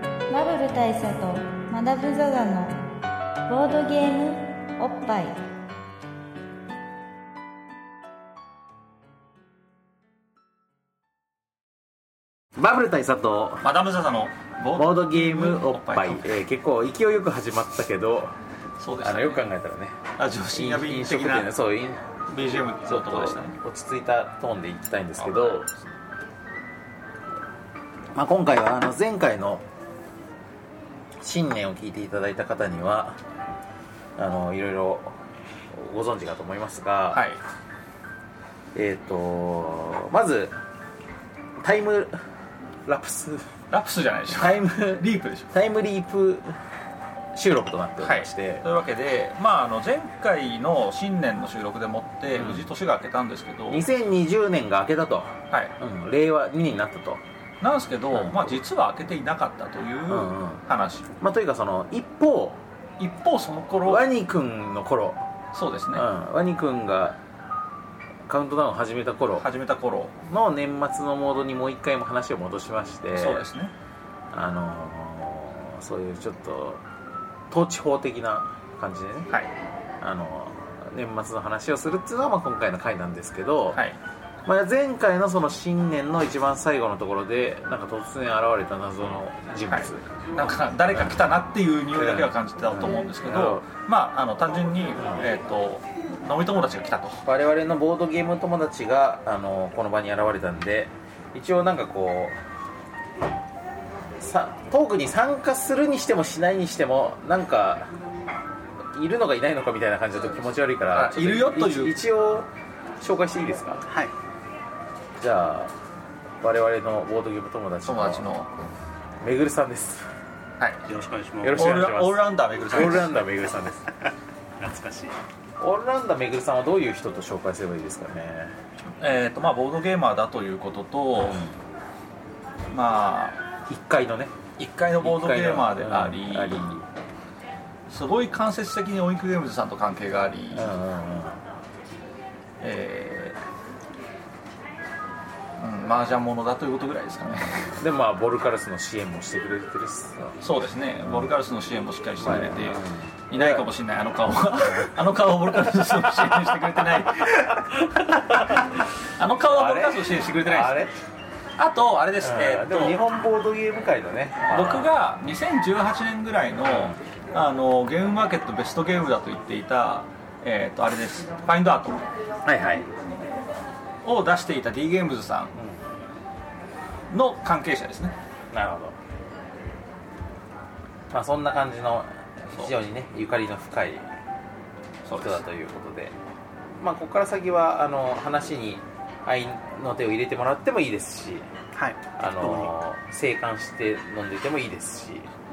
部大佐とマダブザザのボードゲームおっぱいバブル大佐とマダム・ザ・ザのボボードゲームおっぱい、えー結構勢いよく始まったけどそうでしあたのねよく考えたらねラジオ深夜便飲的食な店のそう飲 BGM ってちょっこととで落したねち着いたトーンでいきたいんですけはいど、まあ、今回はあの前回の新年を聞いていただいた方にはあのいろいろご存知かと思いますが、はいえっ、とまずタイムラプ スラプスじゃないでしょタイムリープでしょタイムリープ収録となっておりはいまして、というわけで、まあ、あの前回の新年の収録でもって無事年が明けたんですけど、はい、 2020年が明けたと、うん令和2年になったと、なんですけど、うんまあ、実は明けていなかったといううんうん話、まあ、というかその一方一方その頃ワニくんの頃、そうですうね、ん、ワニくんがカウントダウンを始めた頃始めた頃、の年末のモードにもう一回も話を戻しましてそうですねあのーそういうちょっと統治法的な感じでね、はいあのー年末の話をするっていうのはまあ今回の回なんですけど、はいまあ、前回のその新年の一番最後のところでなんか突然現れた謎の人物、はいなんか誰か来たなっていう匂いだけは感じてたと思うんですけど、まああの単純に、えー、と飲み友達が来たと我々のボードゲーム友達があのこの場に現れたんで一応なんかこうさトークに参加するにしてもしないにしてもなんかいるのかいないのかみたいな感じだと気持ち悪いからあちょっいるよという一応紹介していいですかはい、じゃあ我々のボードゲーム友達友達の、のはめぐるさんですい、よろしくお願いしまよろしす。くオおー願いしますルオールラウンダーめぐるオさんーですルラウンダーめぐるさんです懐かしい。オールラウンダーめぐるさんはどういう人と紹介すればいいですかねえーとまあ、ボードゲーマーだということと、まあ1階のね1階のボードゲーマーであり,、うんありうんすごい間接的にオインクゲームズさんと関係があり、うんうんえーうん、麻雀者だということぐらいですかねでまあボルカルスの支援もしてくれてるしさそうですねボルカルスの支援もしっかりしてくれて、ういないかもしれないあの顔は あの顔をボルカルスの支援してくれてない あの顔はボルカルスの支援してくれてないですあれ、あとあれですえね、えーっでとも日本ボードゲーム界のね僕が2018年ぐらいのあのゲームマーケットベストゲームだと言っていた、えー、とあれですファインドアーはいはいトを出していた D ゲームズさんの関係者ですねなるほどまあそんな感じの非常にねゆかりの深いそう人でだすということでまあここから先はあの話に愛の手を入れてもらってもいいですしはい、あの静観して飲んでてもいいですし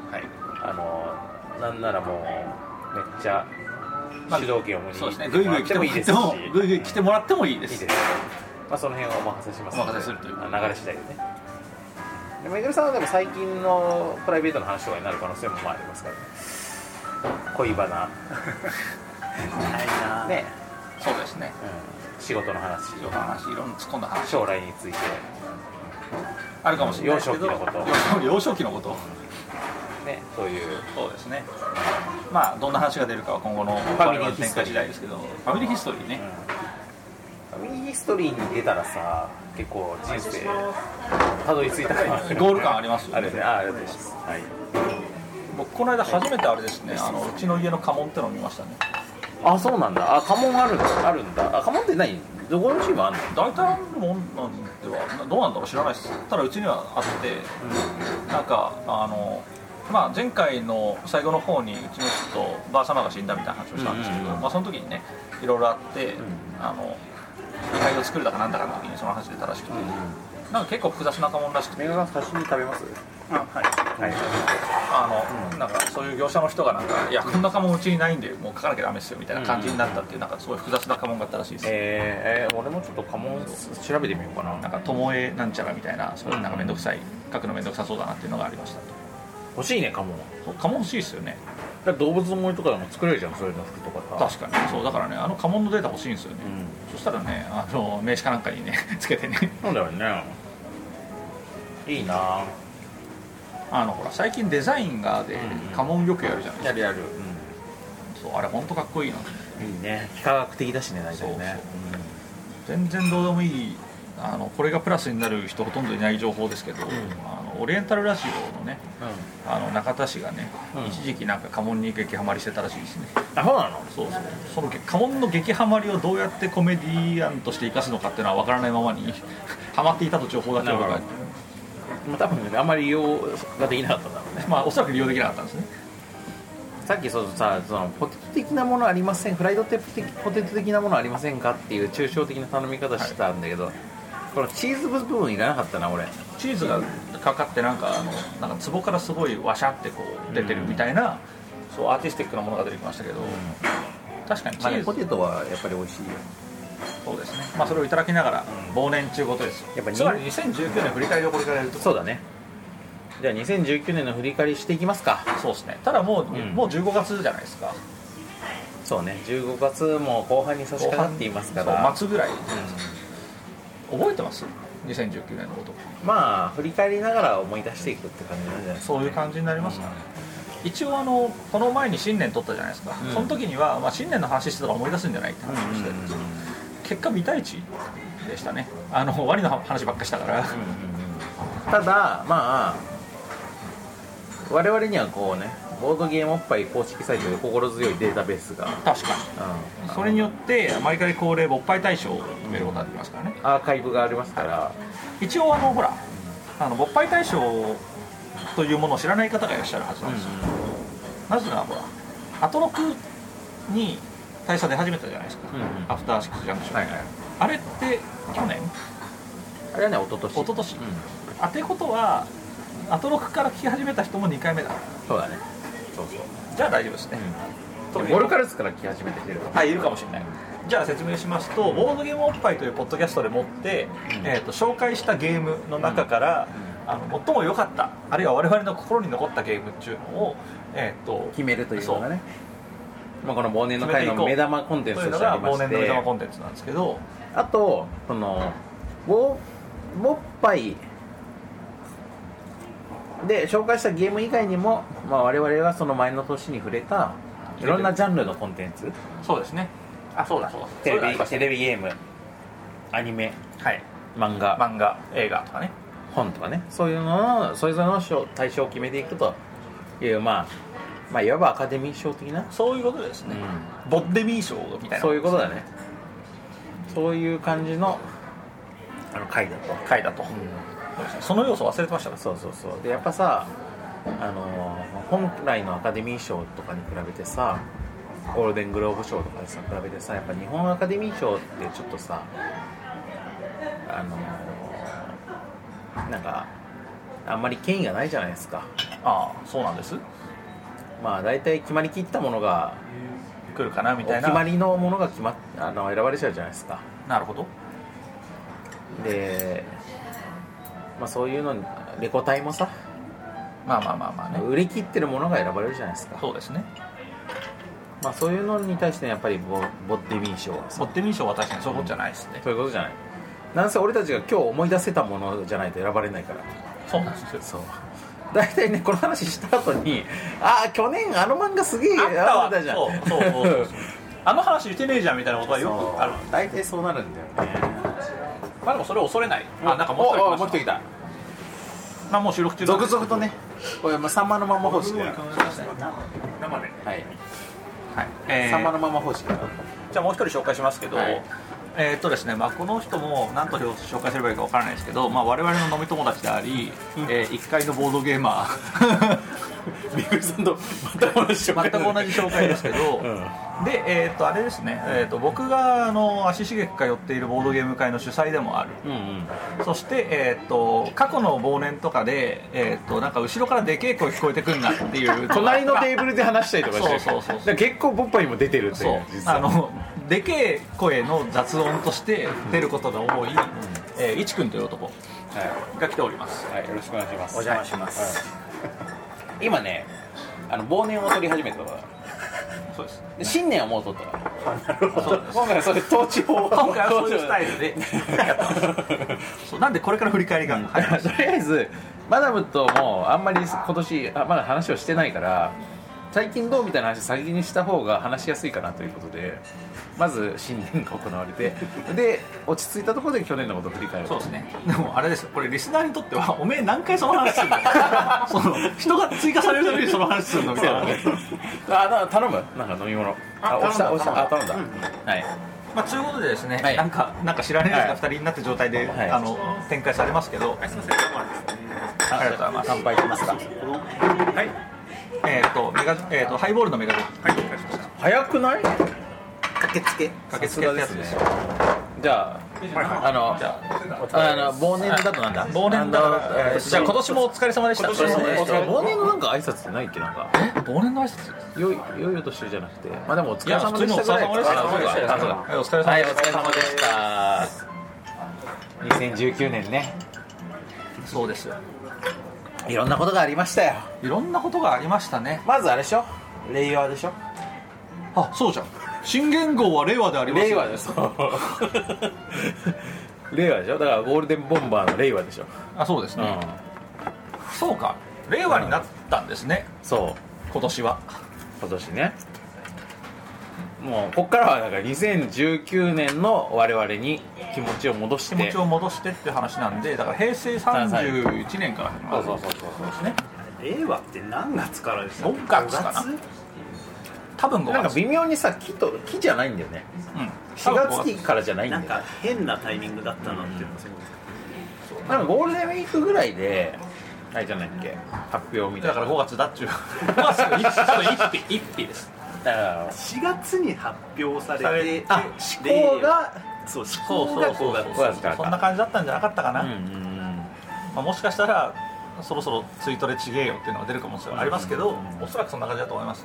はいあのなんならもうめっちゃ主導権を握そうですねっグてイもグらイっ来ててももいいですしらってもグイグイ来てもらってもいいでいいですすね、まあ、その辺はお任せしますお任せするというあ流れ次第でねでめぐるさんはでも最近のプライベートの話とかになる可能性もまあありますからね恋 バナはいな。ね、そうですねうん、仕事の話いろんな話いろんな突っ込んだ話将来についてあるかもしれないですけど幼少期のこ幼幼少期のことねそういうそうですねまあどんな話が出るかは今後のァミリーヒ展スト開リー次第ですけどファミリーヒストリーねファミリーヒストリーに出たらさ結構人生たどり着いた感あるゴール感ありますよねあるねあありがとうございます、はい、僕この間初めてあれですねあのうちの家の家紋ってのを見ましたねあそうなんだあ家紋あるんだあるんだあ家紋って何どこのチームあんの大体あるもんなんではなどうなんだろう知らないですただうちにはあってなんかあのまあ前回の最後の方にうちの父とばあ様が死んだみたいな話をしたんですけど、うんうんうんまあ、その時にねいろいろあって、んあの遺体を作るだかなんだかの時にその話出たらしくて、なんか結構複雑な家紋らしくてメガさん刺身食べますあ、ははい。いあのなんかそういう業者の人がなんかいやこんな家紋うちにないんでもう書かなきゃダメですよみたいな感じになったっていうなんかすごい複雑な家紋があったらしいです、えーえー俺もちょっと家紋調べてみようかななんか巴なんちゃらみたいなそういうなんか面倒くさい書くの面倒くさそうだなっていうのがありました欲しいね家紋そう家紋欲しいですよね動物の森とかでも作れるじゃんそういうの服とか確かにそうだからねあの家紋のデータ欲しいんですよね、うんそしたらねあの名刺かなんか にねつけてねそうだよねいいなあのほら最近デザインがでうんうん家紋よくやるじゃないでやすかるやる、そうあれ本当かっこいいなうん、いいね非科学的だしね大体ね全然どうでもいいあのこれがプラスになる人ほとんどいない情報ですけど、あのオリエンタルラジオのねうん、うんあの中田氏がね、うん一時期なんか家紋に激ハマりしてたらしいですねあそうなのそうそうその家紋の激ハマりをどうやってコメディアンとして生かすのかっていうのは分からないままに ハマっていたと情報だけを伺なるいほまあ多分ねあんまり利用ができなかったんだろうねまあおそらく利用できなかったんですねさっきそのさそのポテト的なものありませんフライドテ的ポテト的なものありませんかっていう抽象的な頼み方したんだけど、このチーズ部分いらなかったな俺チーズがかかってなんかあのなんか壺からすごいワシャってこう出てるみたいな、そうアーティスティックなものが出てきましたけど、確かにチまあーねズ、ポテトはやっぱり美味しいよそうですね、まあ、それをいただきながら忘年中ごとですよやっぱりつまり2019年振り返りをこれからやるとそうだねじゃあ2019年の振り返りしていきますかそうですねただもう、んもう15月じゃないですかそうね15月も後半に差し掛かっていますか後ら半そう末ぐらいうん覚えてます2019年のことまあ振り返りながら思い出していくって感じなんじゃないですかそういう感じになりますかね、一応あのこの前に新年撮ったじゃないですか、うんその時には、まあ、新年の話してたから思い出すんじゃないって話をして、結果未対地でしたねあのワニの話ばっかしたから、ただまあ我々にはこうねボードゲームおっぱい公式サイトで心強いデータベースが、確かうんにそれによって毎回恒例勃発大賞を決めることができますからね、アーカイブがありますから一応あのほらあの勃発大賞というものを知らない方がいらっしゃるはずなんですよ、なぜならほらアトロクに大差出始めたじゃないですか、うんうんアフターシックスジャンクション、はいはいあれって去年あれはね一昨年一昨年うんあてことはアトロクから聞き始めた人も2回目だそうだねそうそうじゃあ大丈夫ですね、うん、ボルカルスから来始めてきてるはい、いるかもしれない。じゃあ説明しますと、ボードゲームおっぱいというポッドキャストでもって、うんえー、と紹介したゲームの中から、あの最も良かった、あるいは我々の心に残ったゲームっていうのを、えー、と決めるというのがね、まあ、この忘年の会の目玉コンとテいンツとうのしてあがりま忘し年の目玉コてンテンツなんですけど、あとそのぼぼっぱいで紹介したゲーム以外にも、まあ、我々がその前の年に触れたいろんなジャンルのコンテンツそうですね。あ、そうだそうだ。テそれがあレりビましテたレビゲームアニメはい。漫画、漫画、映画とかね。本とかねそういうのをそれぞれの賞対象を決めていくという、まあ、まあいわばアカデミー賞的なそういうことですね。うボッデミー賞みたいな、そういうことだね。そういう感じのあの回だと、回だと、そうですねその要素忘れてましたかそうそうそうでやっぱさあのー本来のアカデミー賞とかに比べてさゴールデングローブ賞とかにさ比べてさやっぱ日本アカデミー賞ってちょっとさあのーなんかあんまり権威がないじゃないですかああ、そうなんです。まあ大体決まりきったものが来るかなみおたいな。決まりのものが決まっあの選ばれちゃうじゃないですかなるほど。で、まあ、そういうのにレコ大もさまあまあまあまあね。売り切ってるものが選ばれるじゃないですか、そうですね。まあ、そういうのに対してやっぱりボボッデミー賞はボさッテミー賞は確かにそういうことじゃないですね。そういうことじゃないなんせ俺たちが今日思い出せたものじゃないと選ばれないからそうなんですよ。そう大体ねこの話した後にああ去年あの漫画すげえあった選わばれたじゃんそうそうそう そうあの話してねえじゃんみたいなことはよそうくある。大体そうなるんだよねまあでもそれを恐れない。あ、なんかもう一人来ました。きたまあもう収録中なんで続々とねこれまあサンマのまんま方式だか生でらはいはい。えーサンマのまんま方式 だからじゃあもう一人紹介しますけど、はいえーっとですね、まあ、この人も何と紹介すればいいかわからないですけど、まあ、我々の飲み友達であり、え1階のボードゲーマー ビクさんと全く同じ紹全く同じ紹介ですけど、うんで、えーっとあれですね、えーっと僕があの足しげく通っているボードゲーム会の主催でもあるうんうんそして、えーっと過去の忘年とかで、えーっとなんか後ろからでけえ声聞こえてくんなって いう隣のテーブルで話したりとかしてるそうそうそうそうだから結構ボッパにも出てるっていそうう実際あのでけえ声の雑音として出ることが多い、えー、いちくんという男はが来ておりますい、はい、よろしくお願いしますお邪魔します、はい今ねあの忘年を取り始めたところそうですで新年はもう取ったからなるほど今回はそれ統治法今 回はそういうスタイルでそうなんでこれから振り返りが、はい とりあえずマダムともあんまり今年あまだ話をしてないから最近どうみたいな話を先にした方が話しやすいかなということでまず新年が行われてで落ち着いたところで去年のことを振り返るそうですねでもあれですよこれリスナーにとってはおめえ何回その話する のその人が追加されるたびにその話するのみたいなあな頼むなんか飲み物あ押した頼んだ押したあ頼んだ、頼んはいまあ、ということでですね、はいなんかなんか知らないやつが2人になって状態で、はいあの展開されますけど、あすいませんどうもあれですねありがとうございます乾杯しますかはいえっ、とメガ、えー、とハイボールのメガジはいお願いしました早くない駆けつけ駆けつけってやつですよじゃあはいはいあのじゃああの忘年だとなんだ忘年だかあのら、ええーじゃあ今年もお疲れ様でしたお疲れ様でしたお疲れ様忘年のなんか挨拶ってないっけなんかえ忘年の挨拶よいよいお年じゃなくてまあでもお疲いれや様普で通にしお疲たれぐらい様でしたあそうだあそうだははいいお疲れ様でしたお疲れ様でした2019年ねそうですよいろんなことがありましたよいろんなことがありましたねまずあれでしょ令和でしょあそうじゃん新元号は令和であります令和でしょ令和でしょだからゴールデンボンバーの令和でしょあそうですうねん、そうか令和になったんですねそう今年は今年ねもうこっからはだから2019年の我々に気持ちを戻して気持ちを戻してって話なんでだから平成31年から始まるそうそうそうそうですね令和って何月からでした5月かな5多分なん5か月微妙にさ木と木じゃないんだよねうん4月期からじゃないんだなよんねか変なタイミングだったなっていうのはすごいなんかゴールデンウィークぐらいであれじゃないっけ発表みたいだなから5月だっちゅう5月の一多分一匹一匹ですだから4月に発表されてあ令思和考がそう思考が5月そうですかそんな感じだったんじゃなかったかな、うんうんまあ、もしかしたらそろそろツイートでちげえよっていうのが出るかもしれないありますけど、おそらくそんな感じだと思います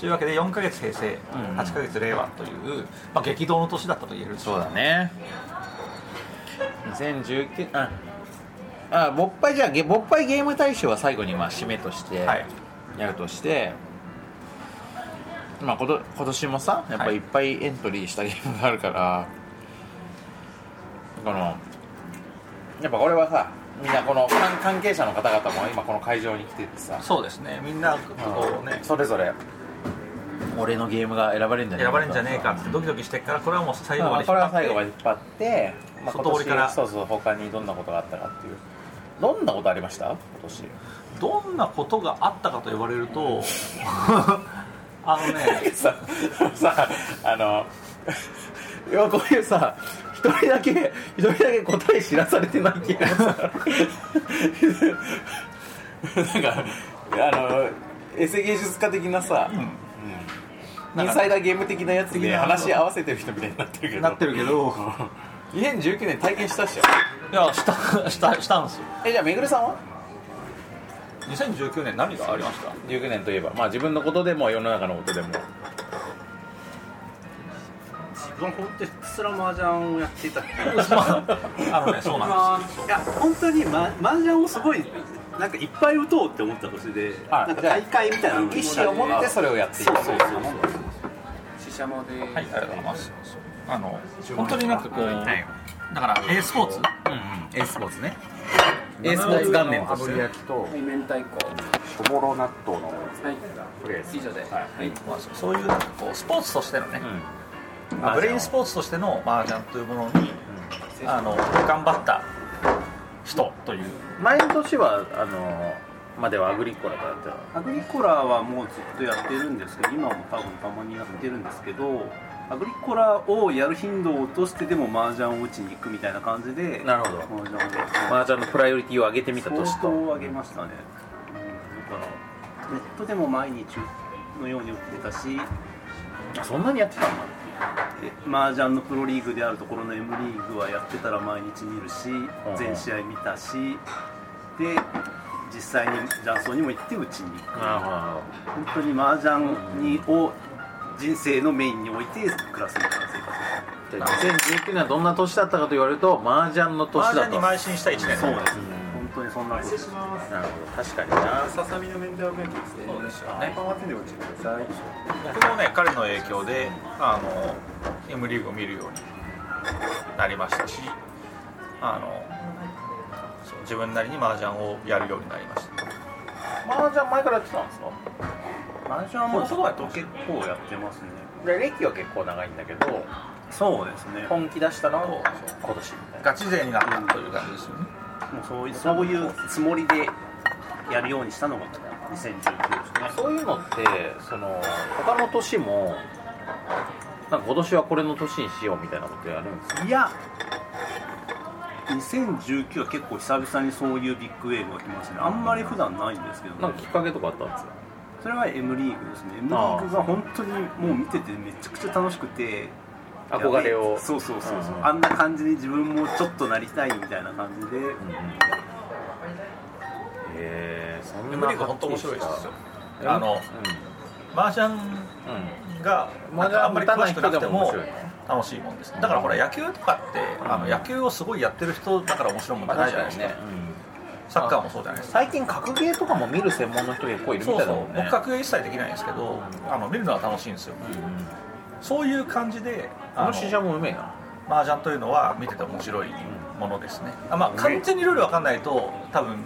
というわけで4ヶ月平成うん8ヶ月令和という、まあ、激動の年だったと言えるそうだね2019ああ勃発じゃあげ勃発ゲーム大賞は最後にまあ締めとしてはいやるとして、まあ、こと今年もさやっぱはいいっぱいエントリーしたゲームがあるから、このやっぱこれはさみんなこの関関係者の方々も今この会場に来ててさそうですねみんなこうねそれぞれ俺のゲームが選ばれるんじゃねえ選ばれんじゃねえかってドキドキしてっからこれはもう最後ままあでこれは最後までで引っ張って、まあ、外堀からそうそう他にどんなことがあったかっていうどんなことありました今年 どんなことがあったかと言われる とあのねささあのいやこういうさ一人だけ一人だけ答え知らされてないっていうかさなんかあのエセ芸術家的なさ、うんインサイダーゲーム的なやつで話合わせてる人みたいになってるけどなってるけど2019年体験したっしょいやしたしたしたんですよえじゃあめぐるさんは2019年何がありました19年といえばまあ自分のことでも世の中のことでも自分本当にひたすら麻雀をやっていたっていうまああのねそうなんですいや本当にま麻雀をすごいなんかいっぱい打とうって思った年であなんか大会みたいなのに意思を持ってそれをやっていそたうそうそうシシャモではい、ありがとうございます。あの、本当になんかこう、だから、A スポーツ。うんうん A スポーツね A スポーツ元年としてきと明太子おもろ納豆のはい以上ではいまあ、そういう、なんかこう、スポーツとしてのね、まあ麻雀をブレインスポーツとしての麻雀というものに。あの、頑張った人という。前の年はあのまではアグリコラからやってアグリコラはもうずっとやってるんですけど今も多分たまにやってるんですけどアグリコラをやる頻度を落としてでも麻雀を打ちに行くみたいな感じでなるほど麻雀をマージャンのプライオリティを上げてみた相年当と上げましたね、うん、だからネットでも毎日のように打ってたしそんなにやってたんだで麻雀のプロリーグであるところの M リーグはやってたら毎日見るしん全試合見たしで実際に雀荘にも行って打ちに行くな本当に麻雀にを人生のメインに置いて暮らすみたいな生活るほど2019年はどんな年だったかと言われるとマージャンの麻年だ雀とにな邁進した一年。そうです、本当にそんなことでするほど確かになささみの明太子焼きですねそうですよねパンは手で打ちてください僕もね、彼の影響で、あの、M リーグを見るようになりましたし、あの、そう自分なりに麻雀をやるようになりましたマージャン前からやってたんですかマージャンもそうだと結構やってますねで歴は結構長いんだけどそうですね本気出したのは今年みたいなガチ勢になったという感じですよねもうそういそういうつもりでやるようにしたのが2019ですねそういうのってその他の年もなんか今年はこれの年にしようみたいなことやるんですかいや2019は結構久々にそういうビッグウェーブが来ましたねあんまり普段ないんですけど、なんかきっかけとかあったんですかそれは M リーグですね M リーグが本当にもう見ててめちゃくちゃ楽しくて憧れをそうそうそうそう、うんあんな感じに自分もちょっとなりたいみたいな感じで、へえそん M リーグ本当面白いですよあの麻雀うんうんがまなんだかああんんままりり詳詳ししくくななくくててもも楽しいもんですねだからほら野球とかってあの野球をすごいやってる人だから面白いもんじゃないじゃないですかサッカーもそうじゃないですか最近格ゲーとかも見る専門の人結構いるみそうたいそだうもんね僕格ゲー一切できないんですけどあの見るのは楽しいんですよそういう感じでああのの試写もうめえな麻雀というのは見てて面白いものですねあまあ完全にルール分かんないと多分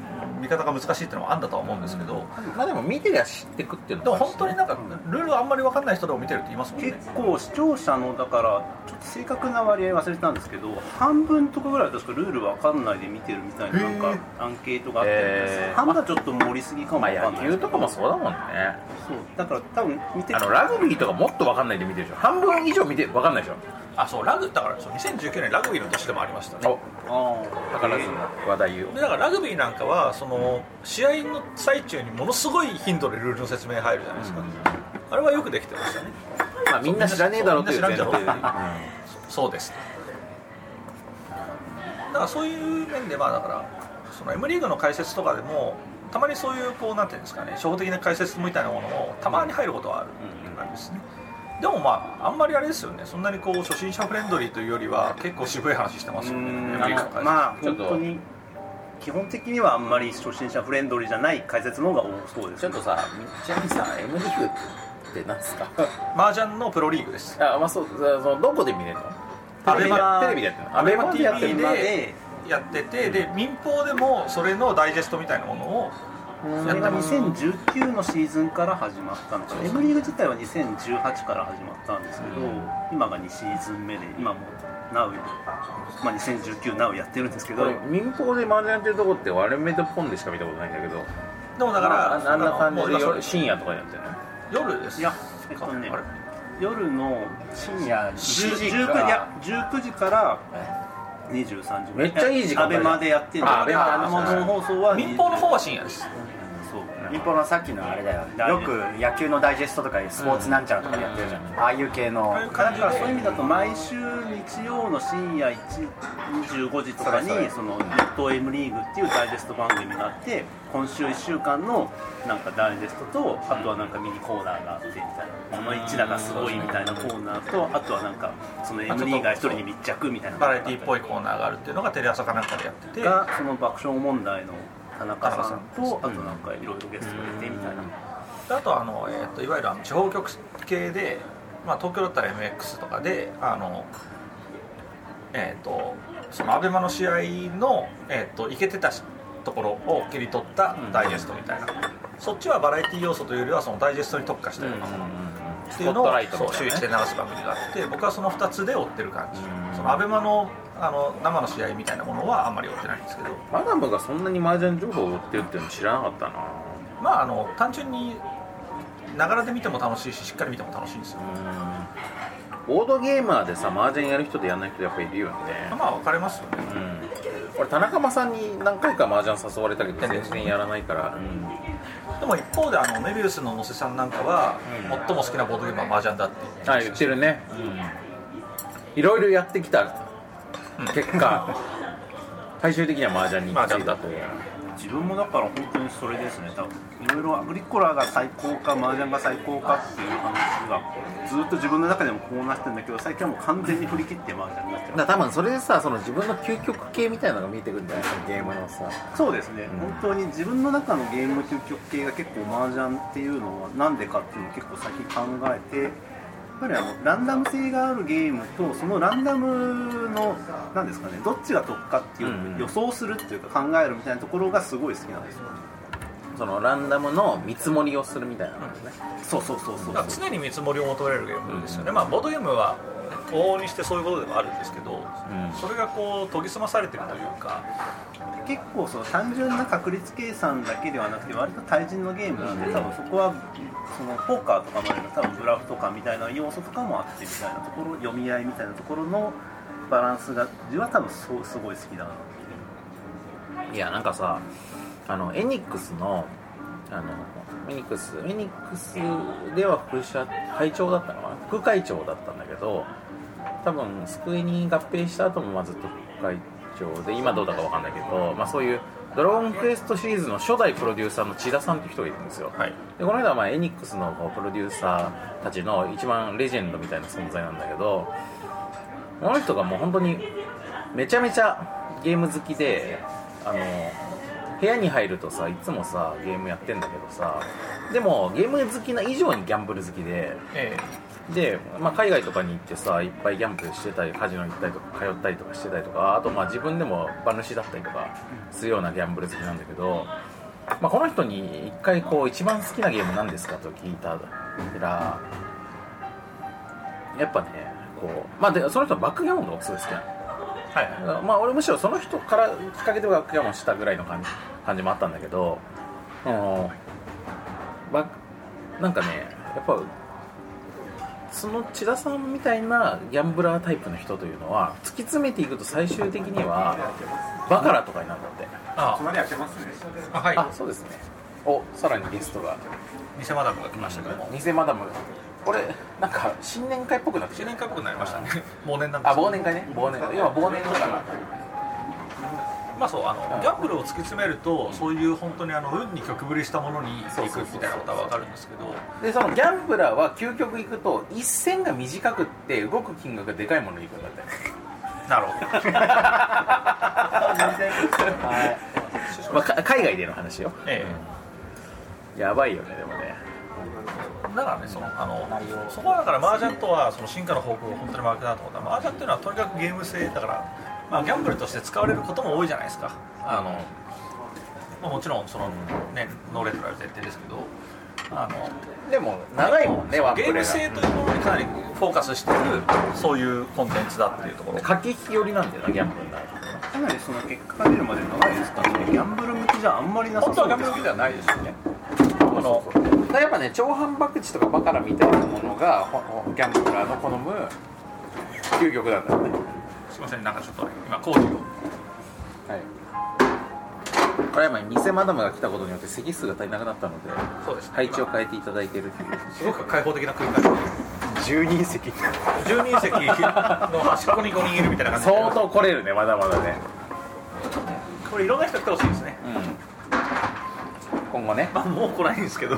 見方が難しいっていうのもあんだとは思うんですけどまあでも見てりゃ知ってくっていうのでももあるし本ね当になんかルールあんまり分かんない人でも見てるって言いますもんね結構視聴者のだからちょっと正確な割合忘れてたんですけど半分とかぐらいは確かルールわかんないで見てるみたいななんかアンケートがあったみたいです、へー半分はちょっと盛りすぎかもまわかあん野ない球ですとかもそうだもんねそうだから多分見てあのラグビーとかもっと分かんないで見てるでしょ半分以上見て分かんないでしあそうラグだからそう2019年ラグビーの年でもありましたねょ宝塚の話題をでだからラグビーなんかはその試合の最中にものすごい頻度でルールの説明入るじゃないですか、あれはよくできてましたねまあみんな知らねえだろうという前提でみんな知らんだそうですだからそういう面でまあだからその M リーグの解説とかでもたまにそういうこうなんていうんですかね初歩的な解説みたいなものもたまに入ることはあるっていう感じですね、でもまああんまりあれですよねそんなにこう初心者フレンドリーというよりは結構渋い話してますよね M リーグの解説まあちょっ本と当に基本的にはあんまり初心者フレンドリーじゃない解説の方が多そうでちすょっねとさちなみにさ M リーグってなんすか 麻雀のプロリーグですあまあそうそのどこで見れるのアベマテレビでやってるのアベマ TV でやってるのでやっててで民放でもそれのダイジェストみたいなものをそれが2019のシーズンから始まったのかな M リーグ自体は2018から始まったんですけど、今が2シーズン目で今もう NOW まあ、2019 NOW やってるんですけこどれ民放でマージャンやってるとこって割れ目とポンでしか見たことないんだけどでもだからああんな感じもうで今それ夜深夜とかにやってるの夜ですいやえっとねあれ夜の深夜10 10時時からいや19時から23時めっちゃいい時間アベマでやってるあのアベマあの生放送は民放の方は深夜ですそう民放のさっきのあれだよよく野球のダイジェストとかでスポーツなんちゃらとかでやってるじゃん、ああいう系のああいう感じだからそういうで意味だと毎週日曜の深夜1 25時とかにその「ネット M リーグ」っていうダイジェスト番組があって今週1週間のなんかダイジェストとあとはなんかミニコーナーがあってみたいなこの一打がすごいみたいなコーナーとあとはなんかその M リーガー一人に密着みたいなバラエティっぽいコーナーがあるっていうのがテレ朝かなんかでやっててがその爆笑問題の田中さ田ん中さんとあとなんかいろいろゲストが出てみたいなであとはあの、えー、といわゆるあの地方局系で、まあ、東京だったら MX とかであのえっ、とそのアベマの試合のえっ、といけてたしところを切り取ったダイジェストみたいな、そっちはバラエティ要素というよりはそのダイジェストに特化したようなものっていうのスポッをトライトみたいそうなね週一で流す番組があって僕はその2つで追ってる感じ、そのアベマのあの生の試合みたいなものはあんまり追ってないんですけどマダムがそんなにマージャン情報を売ってるっていうの知らなかったなまああの単純にながらで見ても楽しいししっかり見ても楽しいんですよボードゲーマーでさマージャンやる人とやんない人やっぱいるよねまあ分かれますよねうん俺田中間さんに何回かマージャン誘われたけど全然やらないから、でも一方であのメビウスの野瀬さんなんかは、最も好きなボードゲームは麻雀だって言あって言ってるね、いろいろやってきた結果最終的には麻雀に行き着いたという自分もだから本当にそれですね多分いろいろアグリコラが最高か麻雀が最高かっていう話がずっと自分の中でもこうなってるんだけど最近はもう完全に振り切って麻雀になってだまから多分それでさその自分の究極系みたいなのが見えてくるんじゃないそのゲームのさすそうですね、本当に自分の中のゲームの究極系が結構麻雀っていうのはなんでかっていうのを結構先考えてぱりあのランダム性があるゲームとそのランダムのなんですかねどっちが得かっていううんのうをん予想するっていうか考えるみたいなところがすごい好きなんですよねそのランダムの見積もりをするみたいなのですね、そうそうそうそうだから常に見積もりを求めれるゲームですよね、まあ、ボードゲームは往々にしてそういうことでもあるんですけど、それがこう研ぎ澄まされてるというか、結構その単純な確率計算だけではなくて割と対人のゲームなんで多分そこはそのポーカーとかまでの多分ブラフとかみたいな要素とかもあってみたいなところ読み合いみたいなところのバランスが自分は多分そうすごい好きだなっていういやなんかさあのエニックスのあのエニックスエニックスでは副社会長だったのかな副会長だったんだけど多分机に合併した後もまあずっと副会長で今どうだかわかんないけど、まあ、そういう「ドラゴンクエスト」シリーズの初代プロデューサーの千田さんっていう人がいるんですよ、はいでこの間はまあエニックスのこうプロデューサーたちの一番レジェンドみたいな存在なんだけどこの人がもう本当にめちゃめちゃゲーム好きであの部屋に入るとさいつもさゲームやってんだけどさでもゲーム好きな以上にギャンブル好きでえで、まあ、海外とかに行ってさいっぱいギャンブルしてたりカジノ行ったりとか通ったりとかしてたりとかあとまあ自分でも馬主だったりとかするようなギャンブル好きなんだけど、まあ、この人に一回こう一番好きなゲームなんですかと聞いたらやっぱねこう、まあ、でその人はバックギャモンが僕すごい好きなの。えはいまあ俺むしろその人からきっかけでバックギャモンしたぐらいの感じ感じもあったんだけど、あのバックなんかねやっぱその千田さんみたいなギャンブラータイプの人というのは突き詰めていくと最終的にはバカラとかになるんだってあまで開けますねあはいあそうですねおさらにゲストが偽マダムが来ましたけども偽マダムこれなんか新年会っぽくなってき新た年会っぽくなりましたね 忘年なんですあけど忘年会ね忘年会今忘年会だからまあそうあのギャンブルを突き詰めるとそういう本当にあの運に曲振りしたものに行くみたいなことは分かるんですけどでそのギャンブラーは究極いくと一線が短くって動く金額がでかいものに行くんだってなるほど まあか海外での話よえやばいよねでもねえだからねそのあのそこはだから麻雀とはその進化の方向を本当に真逆だと思った麻雀っていうのはとにかくゲーム性だから、まあ、ギャンブルとして使われることも多いじゃないですかあの、まあ、もちろんそのねノーレットラル徹底ですけどあのでも長いもんねワンプレゲーーがム性というものにかなりフォーカスしてるそういうコンテンツだっていうところ駆け引き寄りなんだよなギャンブルになるかなりその結果が出るまで長いですからねギャンブル向きじゃあんまりなさ本当そはうギャでンブルすけどではないですよねこのだからやっぱね長反博打とかバカラみたいなものがほほギャンブラーの好む究極なんだよねすいませんなんかちょっと今工事をはいこれは今偽マダムが来たことによって席数が足りなくなったのでそうですね配置を変えていただいているっていうすごく開放的な空間で12席10人席の端っこに5人いるみたいな感じで相当来れるねまだまだねこれいろんな人来てほしいですねうん今後ねまあもう来ない んですけど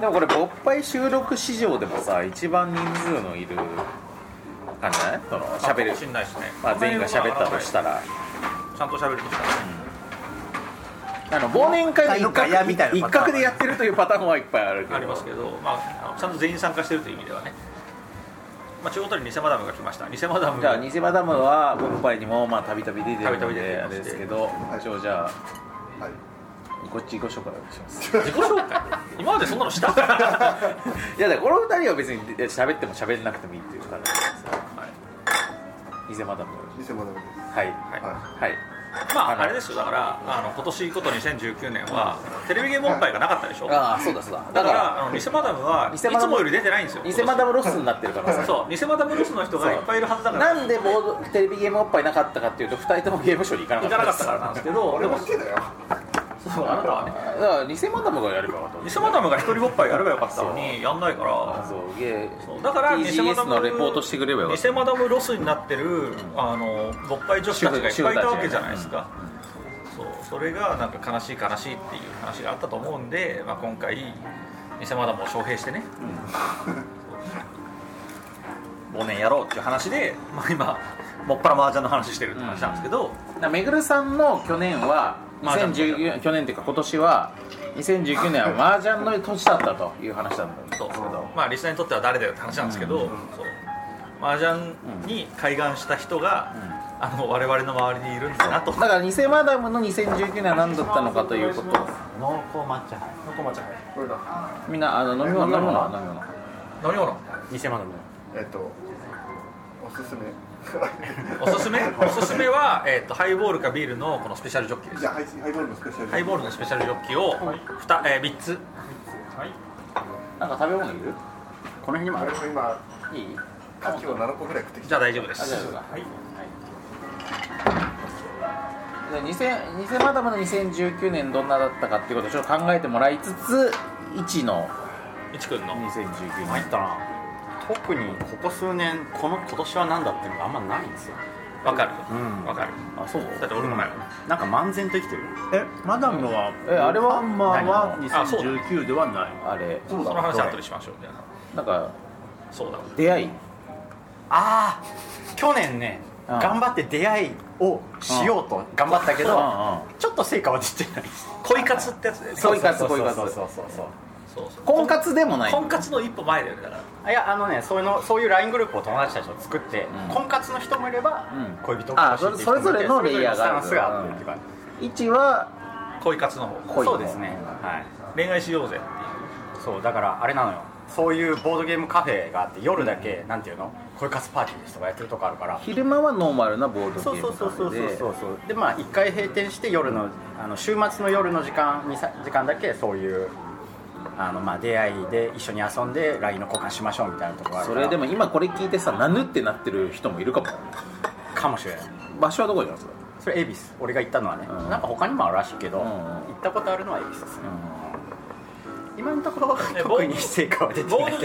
でもこれ勃発収録史上でもさ一番人数のいる感じじゃないその喋かるもしんないですねまあ全員が喋ったとしたらちゃんと喋るとしたらあの忘年会の一なんかやみた角いなパ一ターン角でやってるというパターンはいっぱいあるけどありますけど、まあ、あのちゃんと全員参加してるという意味ではね、まあ、中央通りに偽マダムが来ました偽マダムじゃあニセマダムは勃発にもまあたびたび出てるたのびたび出でてあますれですけど一応じゃあはいこっち自己紹介お願いします自己紹介 今までそんな のしたいやだからこの二人は別に喋っても喋んなくてもいいっていう感じなんですよニセマダム偽物ですはいはいはいまああれですよだからあの今年こと2019年はテレビゲーム音杯がなかったでしょだああそうだそうだだかかららあの偽マダムはいつ偽マダムもより出てないんですよ偽マダムロスになってるからさそう偽マダムロスの人がいっぱいいるはずだからなんでボードテレビゲームおっぱいなかったかっていうと2人ともゲームショーに行かな行かったかなかったからなんですけどでもけだよそうあなたはねだから偽マダムがやればよかった偽マダムが一人ぼっぱいやればよかったのにやんないからそうゲそうーだから偽マ TGS ダムのレポートしてくれればよかった偽マダムロスになってるあのぼっぱい女子たちがいっぱいいたわけじゃないですか、そうそれがなんか悲しい悲しいっていう話があったと思うんで、まあ、今回偽マダムを招聘してね、忘年やろうっていう話で、まあ、今もっぱら麻雀の話してるって話なんですけど、だからめぐるさんの去年は麻雀2019去年っていうか今年は2019年は麻雀の年だったという話なんですけそうどまあリスナーにとっては誰だよって話なんですけど、そう麻雀に開眼した人が、あの我々の周りにいるんだなとだから偽マダムの2019年は何だったのかということ濃厚抹茶杯みんなあの飲み物飲み物飲み物飲み物偽マダムえっとおすすめ おすすめおすすめは、えっとハイボールかビールのこのスペシャルジョッキですじゃあハイハイボールのスペシャルハイボールのスペシャルジョッキを 2,、えー、3つなんか食べ物いるこの辺にもああるれも今いいカキを7個ぐらい食ってきじゃあ大丈夫ですあ大丈夫かはいじゃあ偽偽マダムの2019年どんなだったかっていうことをちょっと考えてもらいつつ1のいちくんの2019入年ったな特にここ数年この今年は何だっていうのがあんまないんですよわかるうんわかるあそうだって俺もないわなんか漫然と生きてるえマダムはえあれはパンマンはあそうだ2019ではないあれその話後でしましょうじゃあなんかそうだ出会いああ去年ねうん頑張って出会いをしようと頑張ったけどうんちょっと成果は出てない恋活ってやつで、ね、恋活そう恋活そうそうそうそうそうそう婚活でもない婚活の一歩前だよねだからあいやあのねそういうのそういう LINE グループを友達たちと作って、うん婚活の人もいれば、うん恋人あ欲しいっていう人もいてそれぞれのレイヤーがあるそれぞれのスタンスがあってって感1は恋活の方じ恋そうですねはい恋愛しようぜっていうそうだからあれなのよそういうボードゲームカフェがあって夜だけ、なんていうの恋活パーティーですとかやってるとこあるから昼間はノーマルなボーそドうゲーそうムそうそうなのでそうそうでまあ一回閉店して夜のあの週末の夜の時間にさ時間だけそういうあのまあ出会いで一緒に遊んで LINE の交換しましょうみたいなとこがあるそかられでも今これ聞いてさ「なぬ」ってなってる人もいるかもかもしれない場所はどこにあるんですかそれ恵比寿俺が行ったのはね、うんなんか他にもあるらしいけど、うん行ったことあるのは恵比寿ですね、今のところえ特に成果は出てボなードいゲけ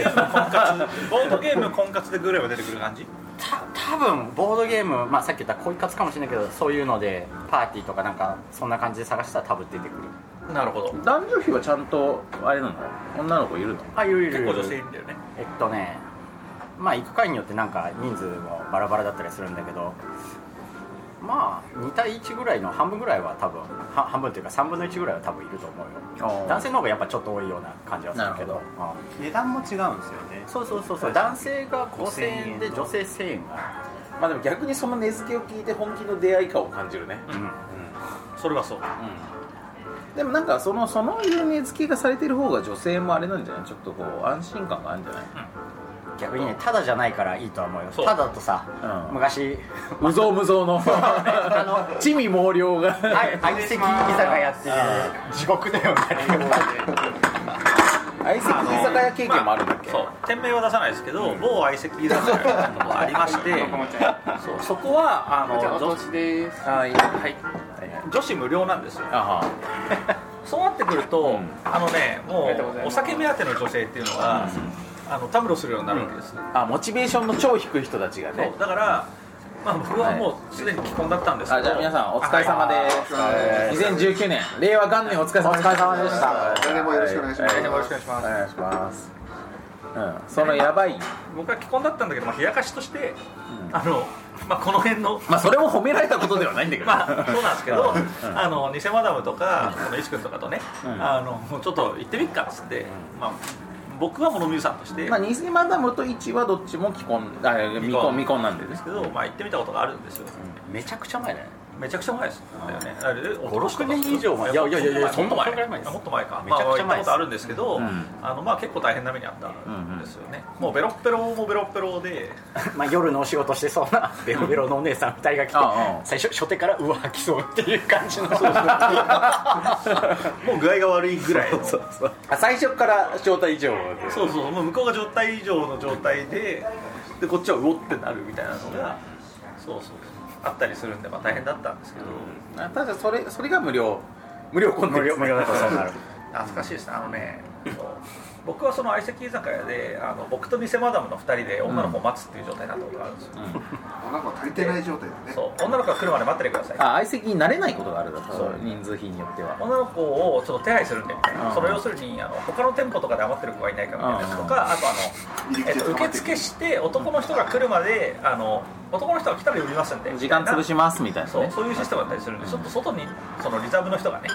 どーム婚活ボードゲーム婚活でグレーは出てくる感じた多分ボードゲーム、まあ、さっき言った恋活かもしれないけどそういうのでパーティーとかなんかそんな感じで探したら多分出てくるなるほど男女比はちゃんとあれなの女の子いるのあいるいる結い構る女性いるんだよねえっとねまあ行く会によってなんか人数もバラバラだったりするんだけどまあ2対1ぐらいの半分ぐらいは多分は半分というか3分の1ぐらいは多分いると思うあーよ男性の方がやっぱちょっと多いような感じはするけどなるうん値段も違うんですよねそうそうそうそう男性が5000 5000円で女性1000円が、まあでも逆にその値付けを聞いて本気の出会い感を感じるねうん、それはそうでもなんかそのそのいう値付けがされてる方が女性もあれなんじゃないちょっとこう安心感があるんじゃない逆にねただじゃないからいいとは思うよそうただとさ、うん昔無造無造のあ 地味毛量 がのあい相席居酒屋っていう地獄だよね相席居酒屋経験もあるんだっけ、まあそう店名は出さないですけど、某相席居酒屋みたいなのもありましてそうそこはあの女ですはいはいはいはい女子無料なんですよあはそうなってくると、うんあのねもりがとうございうおます酒目当ての女性っていうのは、あのたむろするようになるわけです、あモチベーションの超低い人たちがねそうだから、まあ、僕はもうすでに既婚だったんですあけど、じゃあ皆さんお疲れ様です、2019年令和元年お疲れ様でしたお疲れ様でした来年もよろしくお願いします来年もよろしくお願いしますお願いしますうん、そのやばい僕は既婚だったんだけど、まあ、冷やかしとして、あのまあ、この辺のまあそれも褒められたことではないんだけどまあそうなんですけど、うんあの偽マダムとか、この石君とかとね、うんあのもうちょっと行ってみっかっつって、まあ、僕は物見さんとして、まあ、偽マダムと1はどっちも既婚あ未婚未婚なんででねすけど、まあ、行ってみたことがあるんですよ、めちゃくちゃ前だよめちゃくちゃ前ですだよねあれ5 6年以上前いやいやいやいやもっとそんなぐらい前ですもっと前かめちゃくちゃまあ、行ったこ前ですとあるんですけど、うんあのまあ、結構大変な目にあったんですよね、もうベロッベロもベロッベロでまあ、夜のお仕事してそうなベロベロのお姉さん2人が来てああ最初初手からうわ吐きそうっていう感じのもう具合が悪いぐらいのそうあ最初から正体以上そうもう向こうが状態以上の状態ででこっちはうおってなるみたいなのがそうそうあったりするんで、まあ、大変だったんですけど、あただそれそれが無料無料コンテンツ無料無料だとそうなる懐かしいですねあのねそう僕はその相席居酒屋であの僕と店マダムの2人で女の子を待つっていう状態になったことがあるんですよ、なんか足りてない状態だねそう女の子が来るまで待っててください あ相席になれないことがあるだろそう人数比によっては女の子をちょっと手配するんでみたいな、うんそれ要するにあの他の店舗とかで余ってる子がいないかみたいなやつとか、あとあの、入りえっ口でと、受付して男の人が来るまであの男の人が来たら呼びますんで時間潰しますみたいなねそうそういうシステムだったりするんで、ちょっと外にそのリザーブの人がね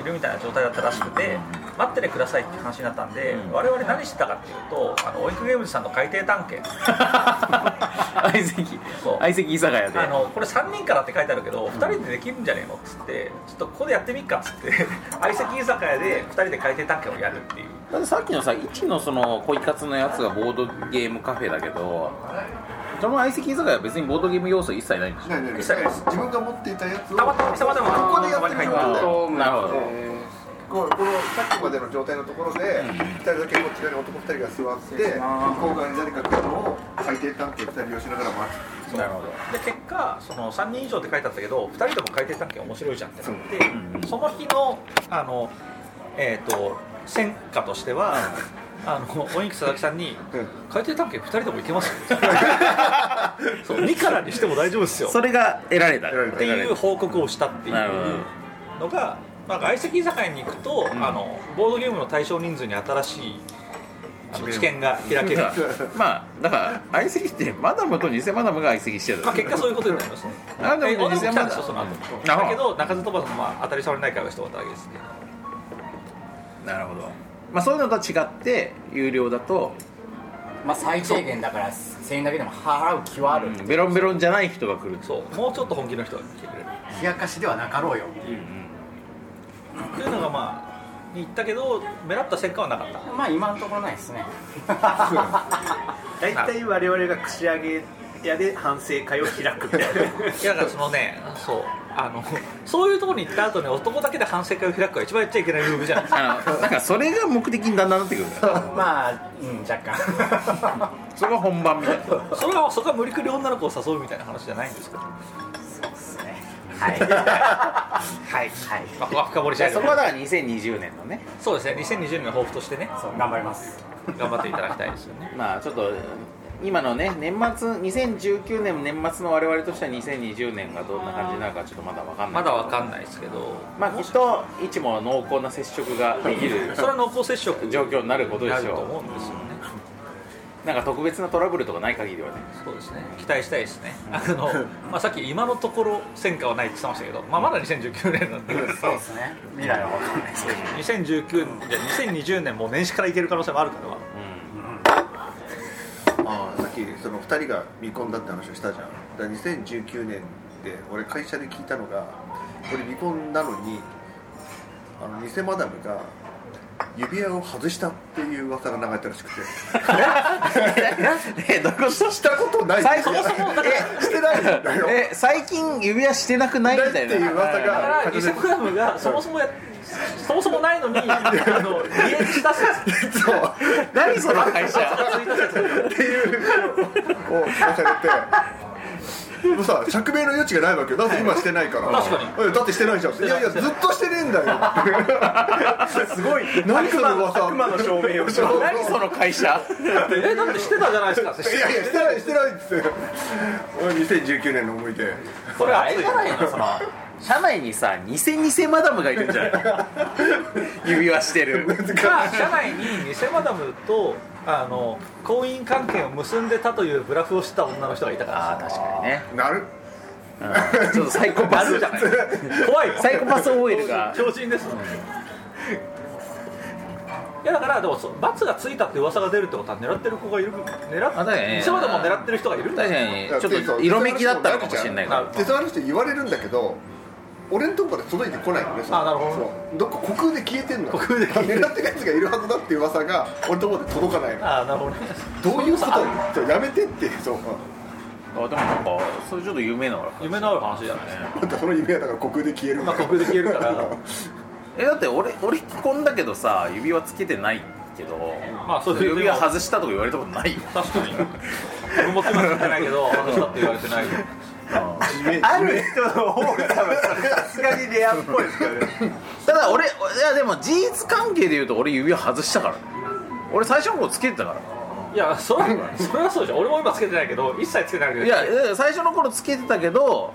いるみたいな状態だったらしくて、待っててくださいって話になったんで、うん我々何してたかっていうとあのオイクゲームズさんの海底探検相席そう相席居酒屋であのこれ3人からって書いてあるけど2人でできるんじゃねえのっつってちょっとここでやってみっかっつって 相席居酒屋で2人で海底探検をやるっていうだってさっきのさ1のその恋活のやつがボードゲームカフェだけどその相席居酒屋は別にボードゲーム要素一切ないんでしょないないない自分が持っていたやつをたまたまたまたまここでやってみるんだよなるほどここのさっきまでの状態のところで2人だけこっち側に男2人が座って向こう側に誰か来るのを海底探検2人をしながら待なるほどで結果その3人以上って書いてあったけど2人とも海底探検面白いじゃんってなって、うんその日のあのえっ、と戦果としてはあのお肉佐々木さんにうん「海底探検2人でも行けます?」そう2からにしても大丈夫ですよそれが得られた得られたっていう報告をしたっていうなるほどのが、なんか相席居酒屋に行くと、んあのボードゲームの対象人数に新しいあの知見が開ける、まあだから相席ってマダムと偽マダムが相席してたまあ、結果そういうことになりますねあでもえ女の子来たんですよ偽その後、うんだけど中津飛ばさんは当たり障りない会話して終わったわけですねなるほどまあそういうのと違って有料だと、まあ最低限だから1000円だけでも払う気はあるベロンベロンじゃない人が来るそうもうちょっと本気の人が来てくれる冷やかしではなかろうよっていうのがまあに行ったけど目立った戦果はなかったまあ今のところないですね大体我々が串揚げ屋で反省会を開くみたいないやだからそのねそうあのそういうところに行った後に男だけで反省会を開くは一番やっちゃいけないルールじゃないですかあのなんかそれが目的にだんだんなってくるんだ よまあうん若干それが本番みたいなそれはそこは無理くり女の子を誘うみたいな話じゃないんですけど、まはい はいはいあ、ここは深掘りしじゃあないそでこはだから2020年のねそうですね2020年の抱負としてねそう頑張ります頑張っていただきたいですよねまあちょっと今のね年末2019年も年末の我々としては2020年がどんな感じになるかちょっとまだわかんなまいだわかんないですけどまあきっといつも濃厚な接触ができ るそれは濃厚接触に状況になることでなしるとょ思うんですよねうなんか特別なトラブルとかない限りはねそうですね期待したいですねあの、まあ、さっき今のところ戦果はないって言ってましたけど、まあ、まだ2019年なんでそうですね未来は分かんないですけど2019年じゃあ2020年もう年始からいける可能性もあるからああさっきその2人が未婚だって話をしたじゃんだから2019年で俺会社で聞いたのが俺未婚なのにあの偽マダムが指輪を外したっていう噂が流れたらしく てえどういうことしたことない最最そもそもだからしてないんだよえ最近指輪してなくないみないたっいていうな噂だかがら偽マダムがそもそもやそもそもないのにあの離縁した説そう何その会社っていうのを聞かされて。でもさ釈明の余地がないわけよだって今してないから確かにだってしてないじゃんいやいやずっとしてねえんだよすごい何その噂悪魔の証明をしよう何その会社 えだってしてたじゃない ですかいやいやしてないしてないっつって俺2019年の思い出それあれじゃないのその社内にさ偽偽マダムがいるんじゃないの指輪してるが社内に偽マダムとあの婚姻関係を結んでたというブラフをした女の人がいたからああ確かにね、なるうんちょっとサイコパあるスじゃない 怖いよサイコパス OL が超人です、いやだからでもそう罰がついたって噂が出るってことは狙ってる子がいる狙っあだよね偽マダムを狙ってる人がいるんだ確よかにちょっと色めきだったのかもしれないから手伝わる人言われるんだけど俺のとこまで届いてこないのねそのあなるほどそうどっか虚空で消えてんの虚空で消えてる狙ってるやつがいるはずだっていう噂が俺のとこまで届かないのああなるほどねどういうことよそうやめてってそうあでもなんかそれちょっと夢なのか夢のある話じゃないですかあんたその夢はだから虚空で消えるんまだあ虚空で消えるから えだって俺俺既婚だけどさ指輪つけてないけどまあそうですね指輪外したとか言われたことないよ確かに俺も決まってないけど外したって言われてないよある人の方が多分さすがにレアっぽいですけどねただ俺いやでも事実関係で言うと俺指輪外したからね俺最初の頃つけてたからいやそれはそれはそうでしょ俺も今つけてないけど一切つけてないけどいやいや最初の頃つけてたけど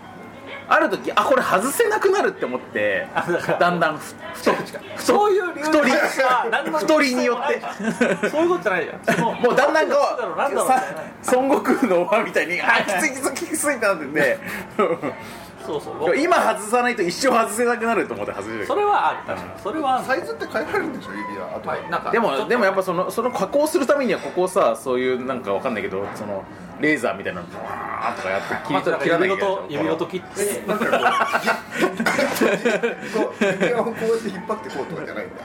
ある時あこれ外せなくなるって思ってあだからだんだんふ太そういう理由太りは何の太りによって そういうことじゃないじゃんそ のもうだんだんこそうだろうなんだろううさみたいな孫悟空の輪みたいにあきついきついきついってなってて そうそう今外さないと一生外せなくなると思って外してそるれはある確かにそれはある サイズって変えられるんでしょ指輪あと、はいなんかでちょっもとでもやっぱそのその加工するためにはここをさそういうなんかわかんないけどそのレーザーみたいなのブワーとかやって切りまずな取んか切らな指いごといけないと指ごと切ってこう指輪をこうやって引っ張ってこうとかじゃないんだ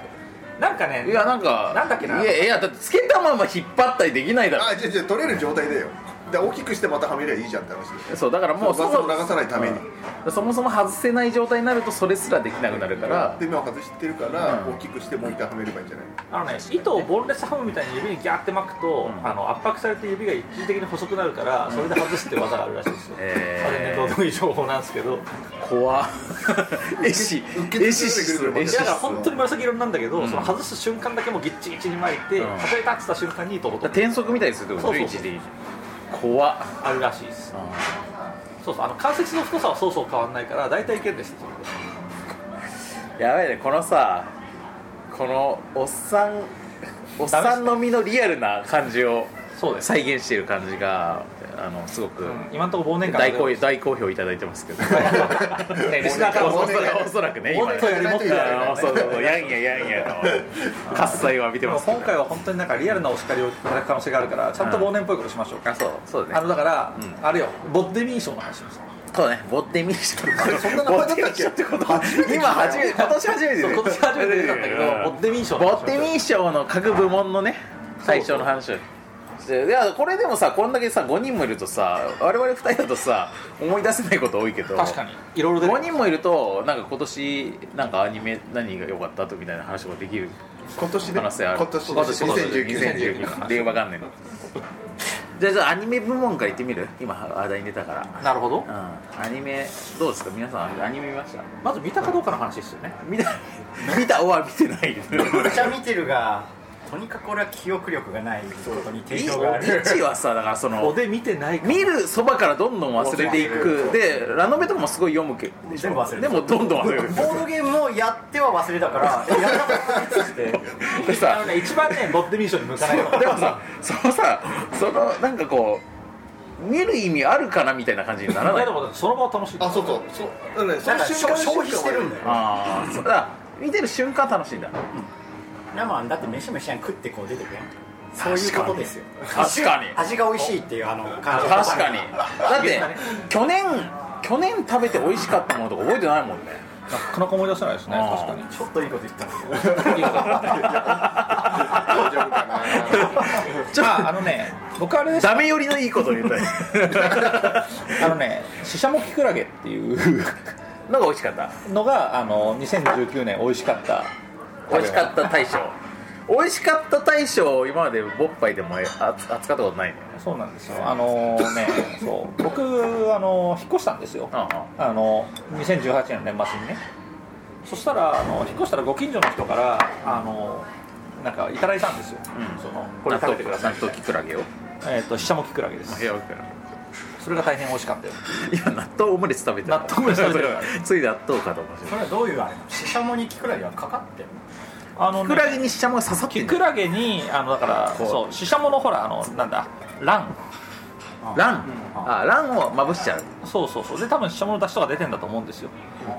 なんかねいやなんかなんだっけないやいやだってつけたまま引っ張ったりできないだろあじゃあじゃあ取れる状態でよで大きくしてまたはめりゃいいじゃんって話でそうだからもうそそのバもスを流さないために、うんそもそも外せない状態になるとそれすらできなくなるからで今は外してるから、うん大きくしてもう一回はめればいいんじゃないあのね糸をボンレスハムみたいに指にギャーって巻くと、あの圧迫されて指が一時的に細くなるからそれで外すって技があるらしいですよ、 えーあれねどうでもいい情報なんですけど怖 えし受けえしし受けいや継いえでしだくれからる本当に紫色になるんだけど、その外す瞬間だけもうギッチギチに巻いて、うん外れ立ってた瞬間に糸を取って転速みたいにするってことそうでそうしょそう1で怖っあるらしいです、そうそうあの関節の太さはそうそう変わんないから大体いけるんですよやばいねこのさこのおっさんおっさんの身のリアルな感じをそうです、再現している感じがあのすごくうん今のところ忘年会大 好大好評いただいてますけどねリスナーか らおもそら くおそらくねも今っねとよりもっとよりあのそうそうそうやんややんやと喝采を浴びてでまもすけど今回は本当になんかリアルなお叱りをいただく可能性があるからちゃんと忘年っぽいことしましょう、あそうそうあだのねだから、うあれよボッデミー賞の話をしたそうねボッテミー賞そんな名前だったっけってことは今初 めて今年初めてね今年初めて出たんだけどうんボッデミー賞のボ話ッテミー賞の各部門のね最初の話をでいやこれでもさこんだけさ5人もいるとさ我々2人だとさ思い出せないこと多いけど確かにいろいろ出て5人もいるとなんか今年なんかアニメ何が良かったとみたいな話もできる今年で可能性ある今年今年2019年2019でわかんないのじゃあじゃあアニメ部門から行ってみる今話題に出たからなるほどうんアニメどうですか皆さんアニメ見ましたまず見たかどうかの話ですよね見た見たは見てないめっちゃ見てるがとにかく俺は記憶力がないことに定評がある1はさだからそおので見てないか見るそばからどんどん忘れていくでラノベとかもすごい読むけでし全部ょ忘れでるもどんどん忘れるボードゲームもやっては忘れたからえやらなかったっつってであさのね一番 ねボッデミー賞に向かないのでもさそのさそのなんかこう見る意味あるかなみたいな感じにならいなやいでもその場は楽しいあそうそうそうだからねそなんのか瞬間消費してるんだよああそうだ見てる瞬間楽しいんだ生だって飯も一緒に食ってこう出てくやんそういうことですよ確かに味が美味しいっていうあの感じ確かにだって去年去年食べて美味しかったものとか覚えてないもんねなかなか思い出せないですねあー確かにちょっといいこと言ったんですよ大丈夫かなちょまああのね僕あれですダメ寄りのいいこと言ったあのねシシャモキクラゲっていうのが美味しかったのがあの2019年美味しかった美味しかった大賞美味しかった大賞を今までボッパイでもあ扱ったことないねそうなんですよあのねそう僕あの引っ越したんですよああの2018年の年末にねそしたらあの引っ越したらご近所の人からあのなんかいただいたんですよ、うんそのこれ食べてください納豆きくらげをえっ、とししゃもきくらげですそれが大変美味しかったよ今納豆オムレツ食べてる納豆オムレツ食べてるつい納豆かと思ってそれはどういうあれなのシシャモにキクラゲはかかってるあのきねくらげにしちゃもが刺さってキんクのラゲにあのだからこうそうししゃものほらあのなんだランランあランをまぶしちゃうそうそうそうで多分ししゃもの出汁とか出てんだと思うんですよ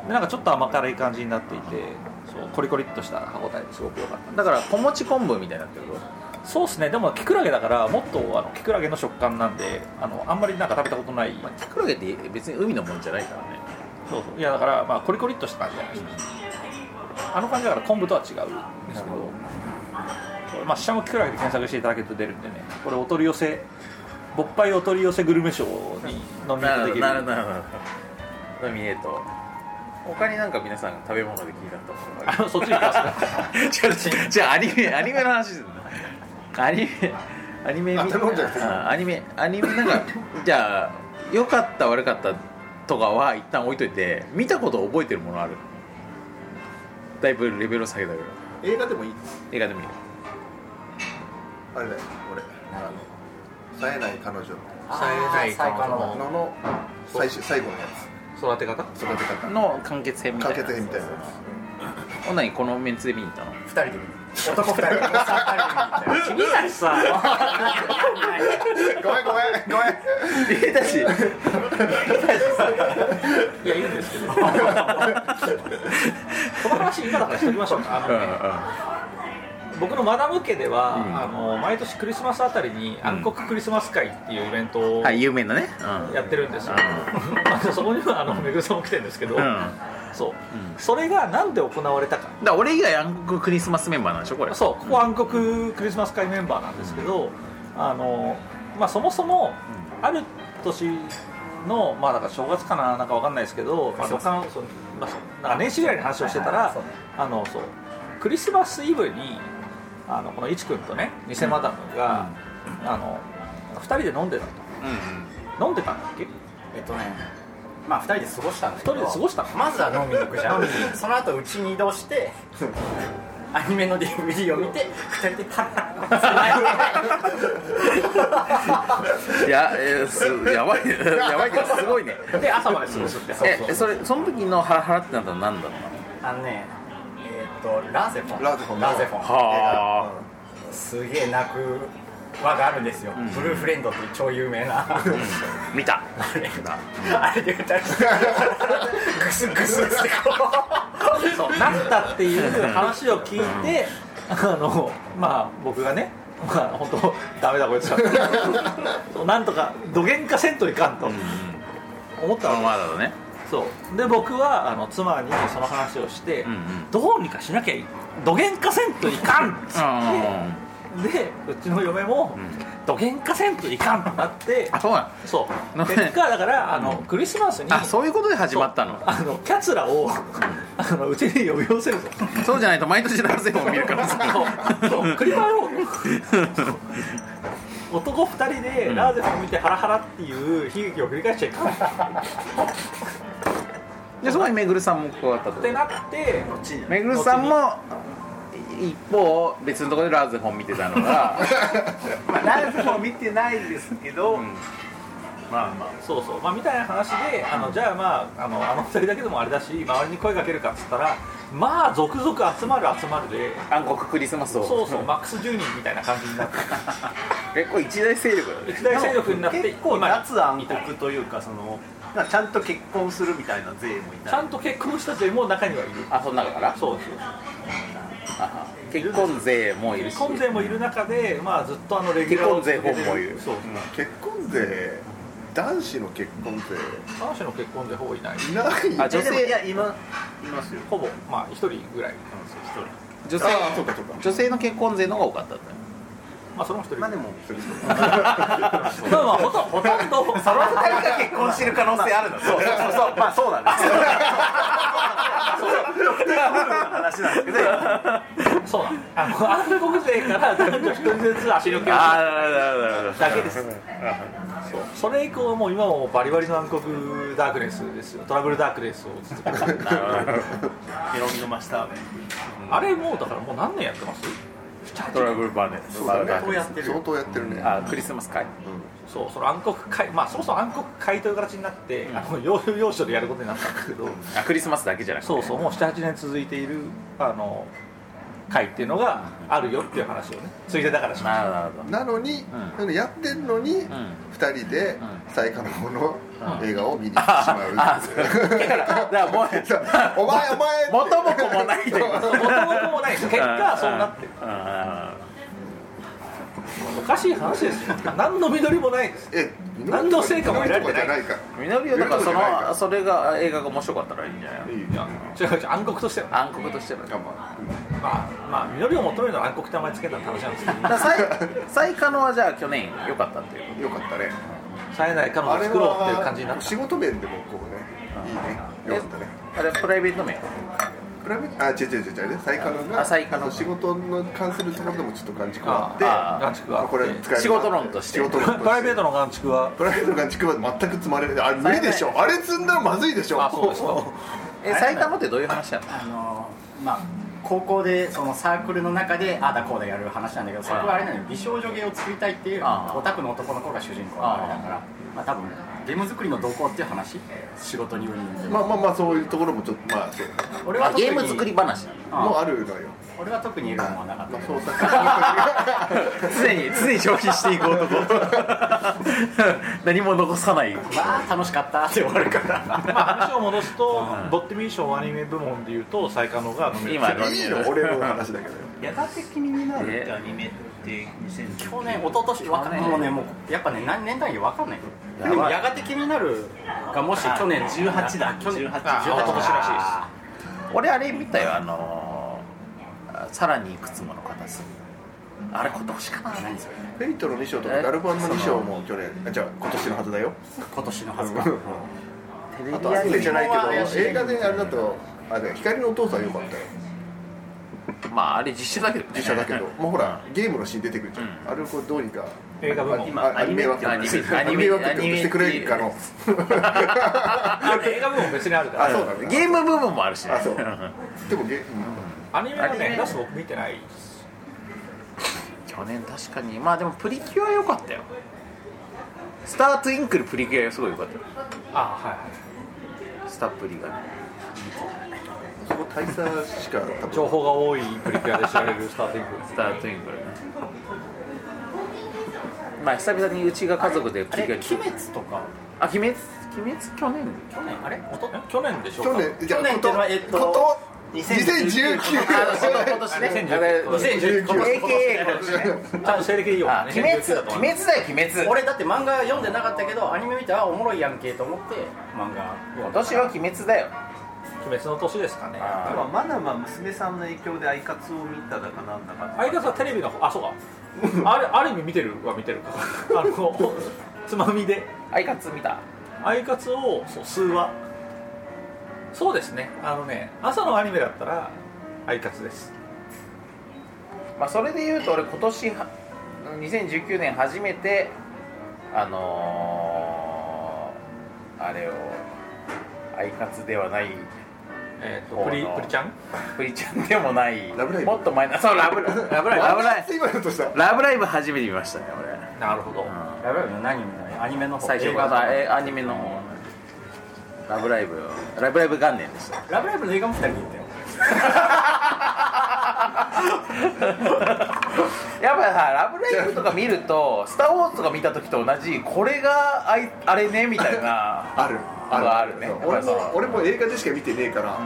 でなんかちょっと甘辛い感じになっていてそうコリコリっとした歯応えですごく良かっただから小餅昆布みたいになってるそうですねでもキクラゲだからもっとあのキクラゲの食感なんであのあんまりなんか食べたことないきくらげって別に海のもんじゃないからねそうそういやだからまあコリコリっとした感じじゃないですかあの感じだから昆布とは違うんですけどこれまあししゃもキクラゲで検索していただけると出るんでねこれお取り寄せ勃発お取り寄せグルメ賞にノミネートできるなるほどなるほどノミネート他になんか皆さん食べ物で聞いたと思うあのそっち行きますかじゃ あじゃあアニメアニメの話ですねアニメアニメあ食べ物じゃなくてあアニメアニメなんかじゃあ良かった悪かったとかは一旦置いといて見たこと覚えてるものあるだいぶレベルを下げたけど映画でもいい映画でもいいあれだよ俺あの冴えない彼女冴えない最彼下女ののの最終最後のや育て方つ育て方の完結編みたい完な結編みたいなやほんなにこのメンツで見に行ったの 2人で見に行った男2人で男3人で見に行 君ったちさつごめんごめんごめんいやいいんですけどこの話今だからしておきましょ うかあのね僕のマダム家では、あの毎年クリスマスあたりに暗黒クリスマス会っていうイベントをはやい有名なねってるんですよ、 まあそこにはあのめぐるさんも来てるんですけど、うん、うん、だかそう、それがなんで行われたから俺以外暗黒クリスマスメンバーなんでしょこれそうここ暗黒クリスマス会メンバーなんですけど、あのまあ、そもそもある年の、まあ、だから正月かななんかわかんないですけど、まあ、旅館そうまあそうなんか年始ぐらいに話をしてたら、はいはいはあいのそうクリスマスイブにあのこのいちくんとね偽マダムが、あの2人で飲んでたと飲んでたんだっけてえっとねまあ2人で過ごしたんだけど二人で過ごしたのまずは飲みに行くじゃんその後うちに移動してアニメの DVD を見て2人でパッパいや、えーすやばい やばいけどすごいねで朝まで過ごすって、えそれその時のハラハラってなったの何だろあのねえっとラーゼフォンラーゼフォンラーゼフォンうはあすげえ泣く輪があるんですよ、ブルーフレンドっていう超有名な、見たあれ あれで 歌人グスグスってこそうなったっていう話を聞いて、あのまあ僕がね、まあ、本当ダメだこいつは そうなんとかどげんかせんといかんと思ったこのわままだとねけですそうで僕はあの妻にその話をして、うんうんどうにかしなきゃいいどげんかせんといかんっつあってでうちの嫁も、どげんかせんといかんってなってあそうなそうなんかね結果だからあのクリスマスにのあそういうことで始まったのあのキャツラをあのうちに呼び寄せるぞそうじゃないと毎年ラーゼフォン見るから そうそう繰り返ろう男2人でラーゼフを見てハラハラっていう悲劇を繰り返しちゃ いかんでそこにめぐるさんも加わったっとてなってめぐるさんも一方別のところでラーゼフォン見てたの がまあ、ライフも見てないですけど、まあまあそうそうまあみたいな話であのじゃあまああのあの2人だけでもあれだし周りに声かけるかっつったらまあ続々集まる集まるで暗黒クリスマスをそうそうマックス10人みたいな感じになって 結構一大勢力だね一大勢力になって結構今夏暗黒というかそのなんかちゃんと結婚するみたいな税もいちゃたんと結婚した勢も中にはいるあその中からそうですよ結婚勢もいるし結婚勢もいる中で、まあ、ずっとあのレギュラーを結婚勢本もいるそう結婚税男子の結婚税彼女の結婚勢ほぼいないいないあ女えでもい性や今いますよほぼまあ一人ぐらい、女性あそうかそうか女性の結婚勢の方が多かったんだよまあそれも一人ぐまあらいでまあもまあほとほとんどその2人が結婚してる可能性あるのそうそうそうまあそうなんです話なんですけどそうだあの暗黒勢から男女一人ずつ足抜 けをあだあけですそうそれ以降はもう今はもうバリバリの暗黒ダークネスですよトラブルダークネスを続けてるメロンのマスターあれもうだからもう何年やってますトラブルバーネットバ相ー当ネやってる相当やってるねあクリスマス会そうその暗黒会まあそもそも暗黒会という形になって、あの要所要所でやることになったんですけどあクリスマスだけじゃなくてそうそうもう78年続いているあの会っていうのがあるよっていう話をねついでだからしましなるたほどなのに、やってんのに、二人で最下の方の映画を見に行ってしまう、あそうだからだからもうお前お前って元も子もないでもともともないですよ結果そうなってるうおかしい話ですよ何の緑もないですえ何の成果も得られてない何の成果ん実りはだからそ見ることじゃないかのそれが映画が面白かったらいいんじゃないもじゃないかいや違ういい違う暗黒としてはね暗黒としては頑張るまあまあ緑を求めるのは暗黒って名前つけたら楽しいんですけどだから最最可能はじゃあ去年良かったっていうよかったね冴えない彼女を作ろうっていう感じになっ仕事面でもこうねいいねよかったねあれプライベート名比べあ違う違う違う違うね最下のがあ最下の仕事の関するところでもちょっと感じ変わってあた眼蓄これは使える仕事論として仕事論としてプライベートの眼蓄はプライベートの感じは全く積まれないあれ無理でしょあれ積んだらまずいでしょあそうですかえ最下のってどういう話なのあのまあ高校でそのサークルの中でああだこうだやる話なんだけどそこはあれなのよ美少女芸を作りたいっていうああオタクの男の子が主人公のあれだからまあ多分ゲーム作りの動向っていう話仕事によりまあまあまあそういうところもちょっとまあそう俺はあ特にゲーム作り話もうあるのよ俺は特に得るものはなかったけど創作常に常に消費していく男 何も残さないまあ楽しかったって終わるからまあ、話を戻すと、ドッテミー賞アニメ部門でいうと、最下のがノミネート今ノミいネいーのト俺の話だけどよやがて君になるってアニメって2010去年一昨年わかんないもうねもうやっぱね何年単位か分かんないやばいでもやがて気になるがもし去年18だ去年18一昨年ら18あしいですか俺あれ見たよあのーさらにいくつもの形あれ今年かな何それフェイトの2章とかガルパンの2章も去年あじゃあ今年のはずだよ今年のはずかうんあとアニメじゃないけど映画であれだとあれ光のお父さんよかったよまああれ実写だけどね実写だけどもうほらゲームのシーン出てくるじゃん、あれをこうどうにか映画部門あアニメ枠ア ニメアニメ枠ってことしてくれるかのあの映画部門別にあるかあらそうだ ねゲーム部分もあるしね あそうでもゲ、アニメはね出す僕見てないです去年確かにまあでもプリキュア良かったよスタートインクルプリキュアすごい良かったよあはいはいスタプリがねうん、そこ大佐しか多分情報が多いプリキュアで知られるスターティングスタートインクルねまあ久々にうちが家族でプあリれキュア鬼滅とかあ鬼滅鬼滅去年去年あれおとえ去年でしょう去か年じゃあ去年っていうのはえっとこと2019 2019今年ね2019 2019ちゃんと西暦でいいよあね鬼滅2019だと思いま鬼滅すだよ鬼滅俺だって漫画読んでなかったけどアニメ見たらおもろいやんけと思って漫画読んだは鬼滅だよ鬼滅の年ですかねでもマナは娘さんの影響でアイカツを見ただかなんだか相方はテレビのあそうかあれある意味見てるは見てる かあのつまみでアイカツ見たアイカツをそう数話そうですねあのね朝のアニメだったらアイカツですまあそれで言うと俺今年は2019年初めてあのー、あれをアイカツではないえっ、ほうとプリほうプリちゃんプリちゃんでもないラブライブもっと前なそうラ ブライブラブライブラブライブ今だとしたラブライブ初めて見ましたね俺なるほど、やばいよね何見ないアニメの方最初映画だえアニメの方ラブライブラブライブ元年でしたラブライブの映画も2人で行ったよ やっぱさラブライブとか見ると「スター・ウォーズ」とか見た時と同じこれがあいあれねみたい なあるあるねそう俺やっぱそうも俺も映画でしか見てねえから、は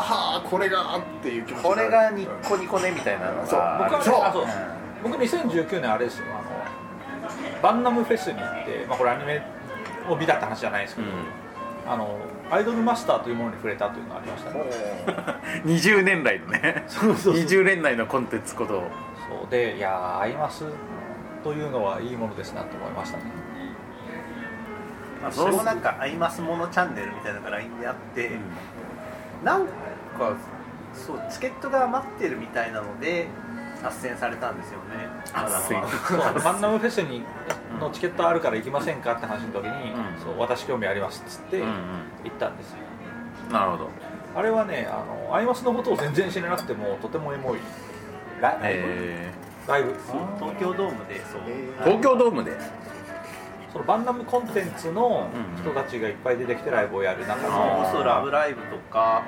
はこれがっていう気持ちこれながるニッコニコねみたいなのそうがある僕はそうあそう僕2019年あれですよあのバンナムフェスに行って、まあ、これアニメを見たって話じゃないですけど、あのアイドルマスターというものに触れたというのがありましたね20年来のねそうそうそう20年来のコンテンツことをそうでいやーアイマスというのはいいものですなと思いましたねまあ、それもなんかアイマスモノチャンネルみたいなのが LINE であって、なんかそうチケットが余ってるみたいなので斡旋されたんですよねまだ斡旋そうバンナムフェスにのチケットあるから行きませんかって話の時に、うんそう私興味ありますっつってう行んったんですよ、なるほどあれはねあのアイマスのことを全然知らなくてもとてもエモいラえライブ東京ドームでそう、ー、東京ドームでそのバンナムコンテンツの人たちがいっぱい出てきてライブをやる中それのこそ「ラブライブ!」とか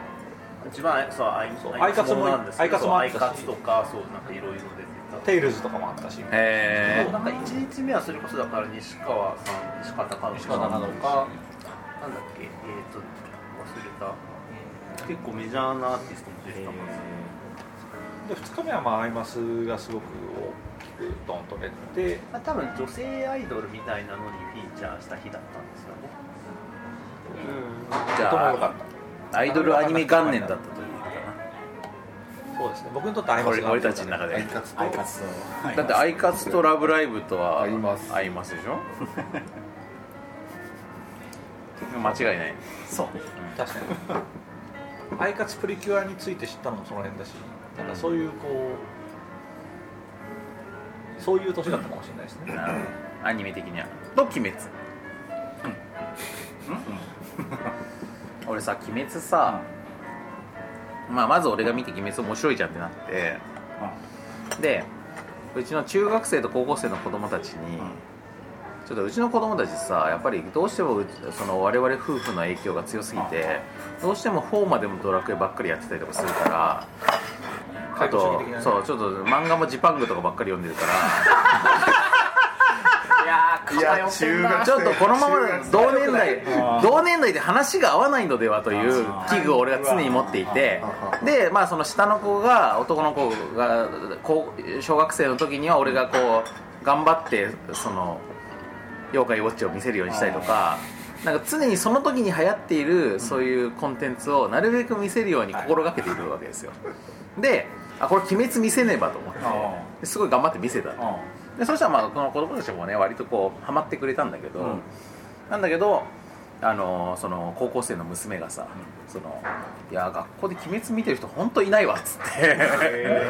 一番そうアイそうアイカツもなんですけどアアイイカカツツもとかそうなんかいろいろ出てたテイルズとかもあったしえそうなんか1日目はそれこそだから西川さん西川貴教西さん川なんだ貴っ教かけえっ、と忘れた結構メジャーなアーティストも出てたもんね、で2日目はまあアイマスがすごく大きくドンと出てまあ、多分女性アイドルみたいなのにフィーチャーした日だったんですよじねとても良ゃかっあアイドルアニメ元年だったというかたそうですね僕にとってアイなマス俺が俺たちの中アイでカツとアイカツだって「アイカツ」と「ラブライブ」とは合います合いますでしょ 間違いないそう確かにアイカツプリキュアについて知ったのもその辺だしなんかそういうこうそういう年だったかもしれないですねなアニメ的にはと「鬼滅」 俺さ「鬼滅さ」まあ、まず俺が見て「鬼滅面白いじゃん」ってなって、でうちの中学生と高校生の子供たちに、ちょっとうちの子供たちさやっぱりどうしてもうその我々夫婦の影響が強すぎてどうしても4までもドラクエばっかりやってたりとかするから。あ解放主義と的なねそうちょっと漫画もジパングとかばっかり読んでるからいやー偏ってんなちょっとこのまま同年代同年代で話が合わないのではという危惧を俺が常に持っていてでまあその下の子が男の子がこう小学生の時には俺がこう頑張ってその妖怪ウォッチを見せるようにしたりとか。なんか常にその時に流行っているそういうコンテンツをなるべく見せるように心がけているわけですよであこれ鬼滅見せねばと思ってですごい頑張って見せたのでそしたらまあこの子供たちもね割とこうハマってくれたんだけど、なんだけどあのーその高校生の娘がさ「そのいや学校で鬼滅見てる人本当いないわ」っつって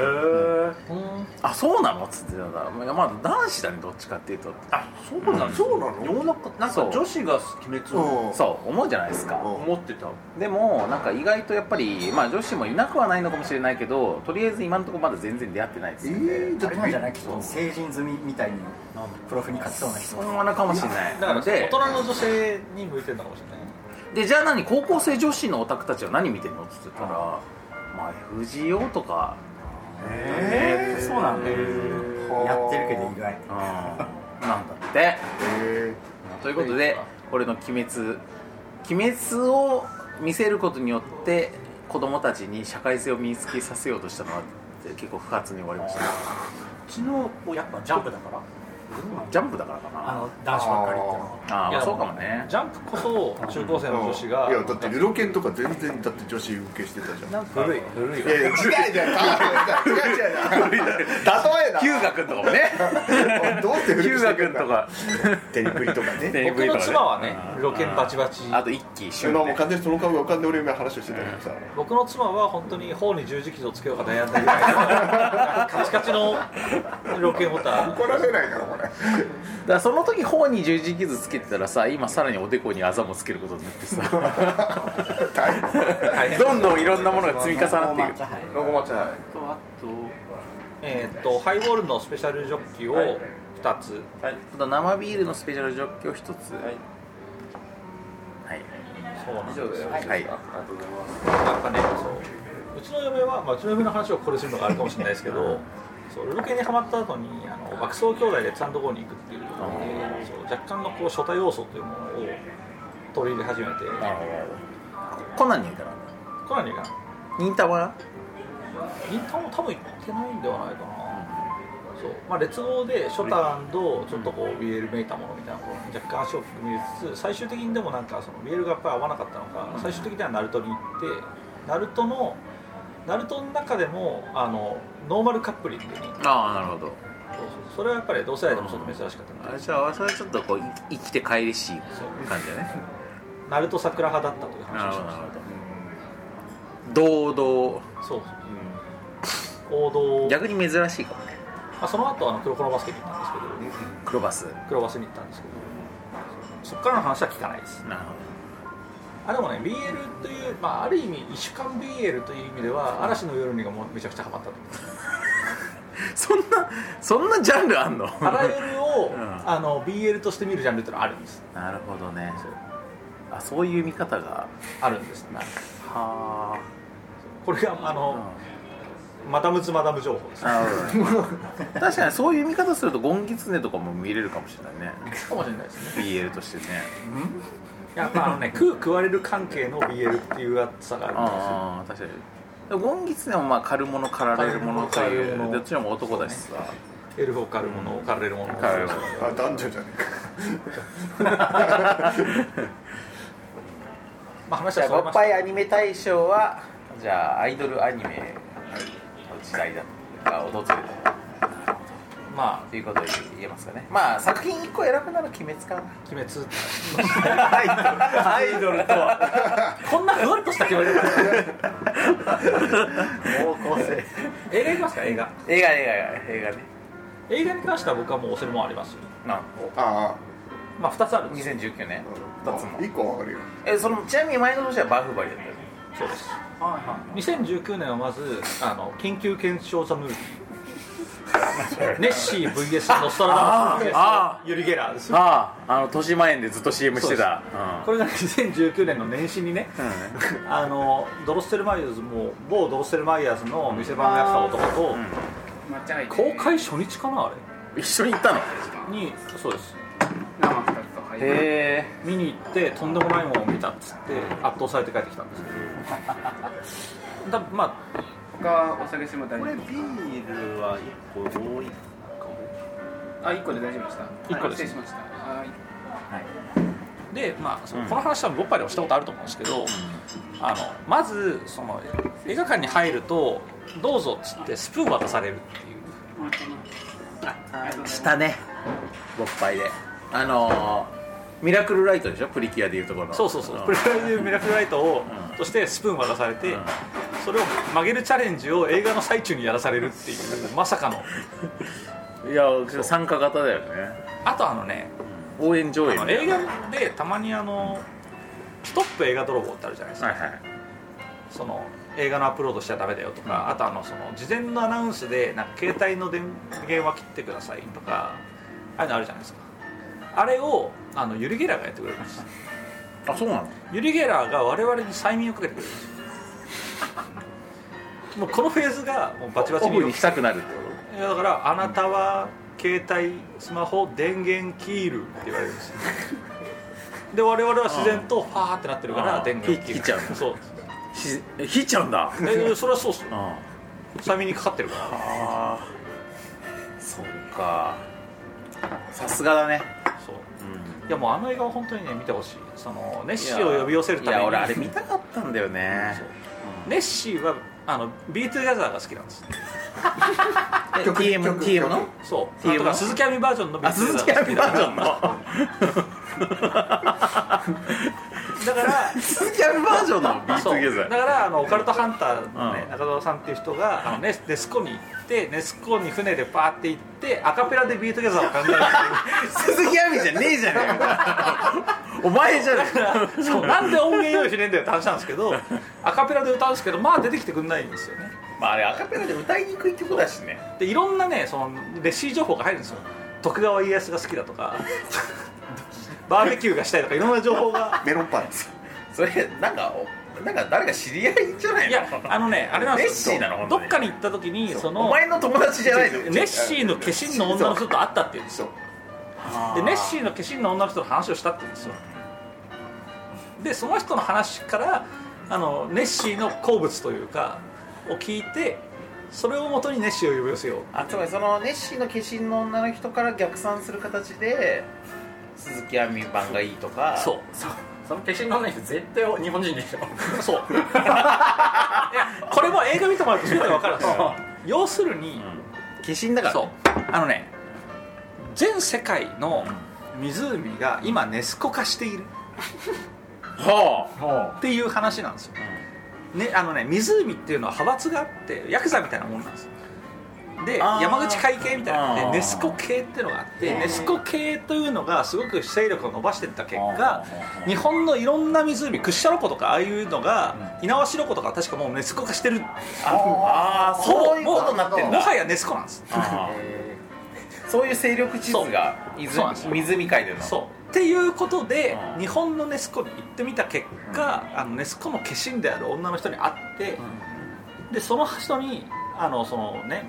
「あそうなの?」っつってたからまあまあ男子だねどっちかっていうとあそうなのそうなの世の中なんかそう女子が鬼滅をうんそう思うじゃないですかうん持ってたでもなんか意外とやっぱりまあ女子もいなくはないのかもしれないけどとりあえず今のところまだ全然出会ってないですよね、あれなんじゃないきっと成人済みみたいにプロフに勝ちそうな人そんなのかもしれないだから大で人の女性に向いてるのかもしれないでじゃあ何高校生女子のオタクたちは何見てるのって言ったら、まあ FGO とか、ええそうなんだやってるけど意外うん、なんだってということで俺の「鬼滅」「鬼滅」を見せることによって子供たちに社会性を身につけさせようとしたのは結構不発に終わりましたうちの親はジャンプだからジャンプだからかあなの男子ばっかりっていうのはああいまやあそうかもねジャンプこそ中高生の女子がいやだってルロケンとか全然だって女子受けしてたじゃんなんか古い古いいやいや違う違う違う違う違う違う違う例えなヒューガ君とかもねどうやっヒて古ューくしてガくん君だとかテニプリとかねテレビ僕とかのね妻はねロケンバチバチあと一期一そ緒にのもうね完全にその顔が浮かんで俺今話をしてたけどさ僕の妻は本当に頬に十字傷をつけようか悩んだぐらいカチカチのロケンボタン怒られないからこれだからその時頬に十字傷つけてたらさ今さらにおでこにあざもつけることになってさ 大変どんどんいろんなものが積み重なっていくロゴマチャとあとえーっとハイボールのスペシャルジョッキを2つあと生ビールのスペシャルジョッキを一つはい、はい、そうなんですよはいなんかねそううちの嫁は、まあ、うちの嫁の話をここでするのがあるかもしれないですけどそうルロケンにハマった後にあの爆走兄弟でサンドゴーに行くっていうところでそう若干のこう初対要素というものを取り入れ始めてコナンにいたらコナンにが忍たまはインターも多分行ってないんではないかな、そうまあ、劣望でショタンとちょっとこう BL めいたものみたいなものに若干足を踏み入れつつ最終的にでもなんかその BL がやっぱり合わなかったのか最終的にはナルトに行ってナルトのナルトの中でもあのノーマルカップリングにそうああなるほどそうそれはやっぱり同世代でもちょっと珍しかったあなれじゃあそれはちょっとこう生きて帰りしい感じだねナルト桜派だったというな話るほどをしまなしるほど堂々たそうそう王道逆に珍しいかもねまあ、その後あの黒子のバスケに行ったんですけど、黒バス黒バスに行ったんですけどそっからの話は聞かないですなるほどあでもね BL という、まあ、ある意味1週間 BL という意味では嵐の夜にがもうめちゃくちゃハマったとそんなそんなジャンルあんのあらゆるを、うんあの BL として見るジャンルってのはあるんです なるほどねあそういう見方があるんですねはこれがあの、マダムズマダム情報ですあなるほど確かにそういう見方するとゴンギツネとかも見れるかもしれないねかもしれないですね BL としてねいやっぱあのね食う食われる関係の BL っていう厚さがあるんですよああ確かにでもゴンギツネもまあ狩るもの狩られるものと狩いるもうのどっちも男だしさエルフを狩るものを狩られるもの狩られるものイあ男女じゃねえかまあ話じはゃあそれ勃ました発アニメ大賞はじゃあアイドルアニメの時代だが訪れたまということで言えますかねまあ作品1個選ぶなら鬼滅かなあ鬼滅アイドルとはこんなふわっとした決ま りだった高校生映画いきますか映画映画映画映画ね映画に関しては僕はもう押せるもんありますよなあまあ2つあるんですよ2019年あ2つも一個わかるよえそのちなみに前の年はバフバリだったよそうですはいは2019年はまずあの緊急検証ザムービー ネッシー VS ノストラダムス VS ユリ・ゲラーですあああの豊島園でずっと CM してたこれが2019年の年始にね、あのドロッセルマイヤーズも某ドロッセルマイヤーズの店番をやってた男と、公開初日かなあうん一緒に行ったのれにそうですへえ見に行ってとんでもないものを見たっつって圧倒されて帰ってきたんですけ どだま他お下げしても大丈こ夫れビールは1個多いかもあ一個で大丈夫でした一個ですはい失礼しましたはいあでまあそのこの話は僕らでもしたことあると思うんですけど、あのまずその映画館に入るとどうぞっつってスプーン渡されるっていうしたね勃発であのーミラクルライトでしょプリキュアでいうところのそうそうそう、んプレイユーミラクルライトを、としてスプーン渡されて、うんそれを曲げるチャレンジを映画の最中にやらされるっていう、まさかの、いや参加型だよねあとあのね、応援上映あの映画でたまにあの、ストップ映画泥棒ってあるじゃないですか、はいはいその映画のアップロードしちゃだめだよとか、あとあのその事前のアナウンスで、なんか携帯の電源は切ってくださいとか、ああいうのあるじゃないですか、あれをあのユリ・ゲラーがやってくれました。あそうなのユリ・ゲラーが我々に催眠をかけてくれるんですよ もうこのフェーズがもうバチバチオにフにしたくなるってこいやだから「あなたは携帯スマホ電源切る」って言われるんです よで我々は自然とファーってなってるかうらん電源切る切っちゃうそうとしえ引いちゃうんだえそれはそうっすよあ催眠にかかってるからあそうかさすがだねそううんいやもうあの映画は本当にね見てほしいそのネッシーを呼び寄せるためいにや俺あれ見たかったんだよねそうネッシーはあのビートゥギャザーが好きなんですえ TM, TM のそう TM あとは鈴木亜美バージョンのビあートゥギ鈴ャザ木ーが亜好き美だバかージョンらだからの 鈴木亜美バージョンのビート そうゥギャザだーからあのオカルトハンターの、ねうん中澤さんっていう人があの、ね、ネスコに行ってネスコに船でパーって行ってアカペラでビートギャザーを考え る鈴木亜美じゃねえじゃねえかお前じゃねっていうだからそうなんで音源用意しねえんだよって話なんですけどアカペラで歌うんですけどまあ出てきてくんないんですよねまああれアカペラで歌いにくい曲だしねでいろんなねそのレシー情報が入るんですよ徳川家康が好きだとかバーベキューがしたいとかいろんな情報 がメロンパンツそれなんかおなんか誰か知り合いじゃないのいやあのねあれなんですよネッシーなの本当どにっかに行った時にそのお前の友達じゃないのネッシーの化身の女の人と会ったっていうんですよでネッシーの化身の女の人と話をしたって言うんですよでその人の話からあのネッシーの好物というかを聞いてそれをもとにネッシーを呼び寄せようあつまりそのネッシーの化身の女の人から逆算する形で鈴木亜美版がいいとかそうその化身のない人絶対日本人でしょそういやこれも映画見てもらうとすごい分かるんですよ要するに、化身だからそうあのね全世界の湖が今ネスコ化しているはっていう話なんですよ、ね、あのね湖っていうのは派閥があってヤクザみたいなもんなんですよであー山口会系みたいなのがああっーてネスコ系っていうのがあってネスコ系というのがすごく勢力を伸ばしていった結果日本のいろんな湖屈斜路湖とかああいうのが猪苗代湖とかは確かもうネスコ化してるああーそういうもことになってんもだはやネスコなんですあーそういう勢力地図がそうなんです泉湖海でのそうっていうことでうん日本のネスコに行ってみた結果、あのネスコの化身である女の人に会って、でその人にあのそのね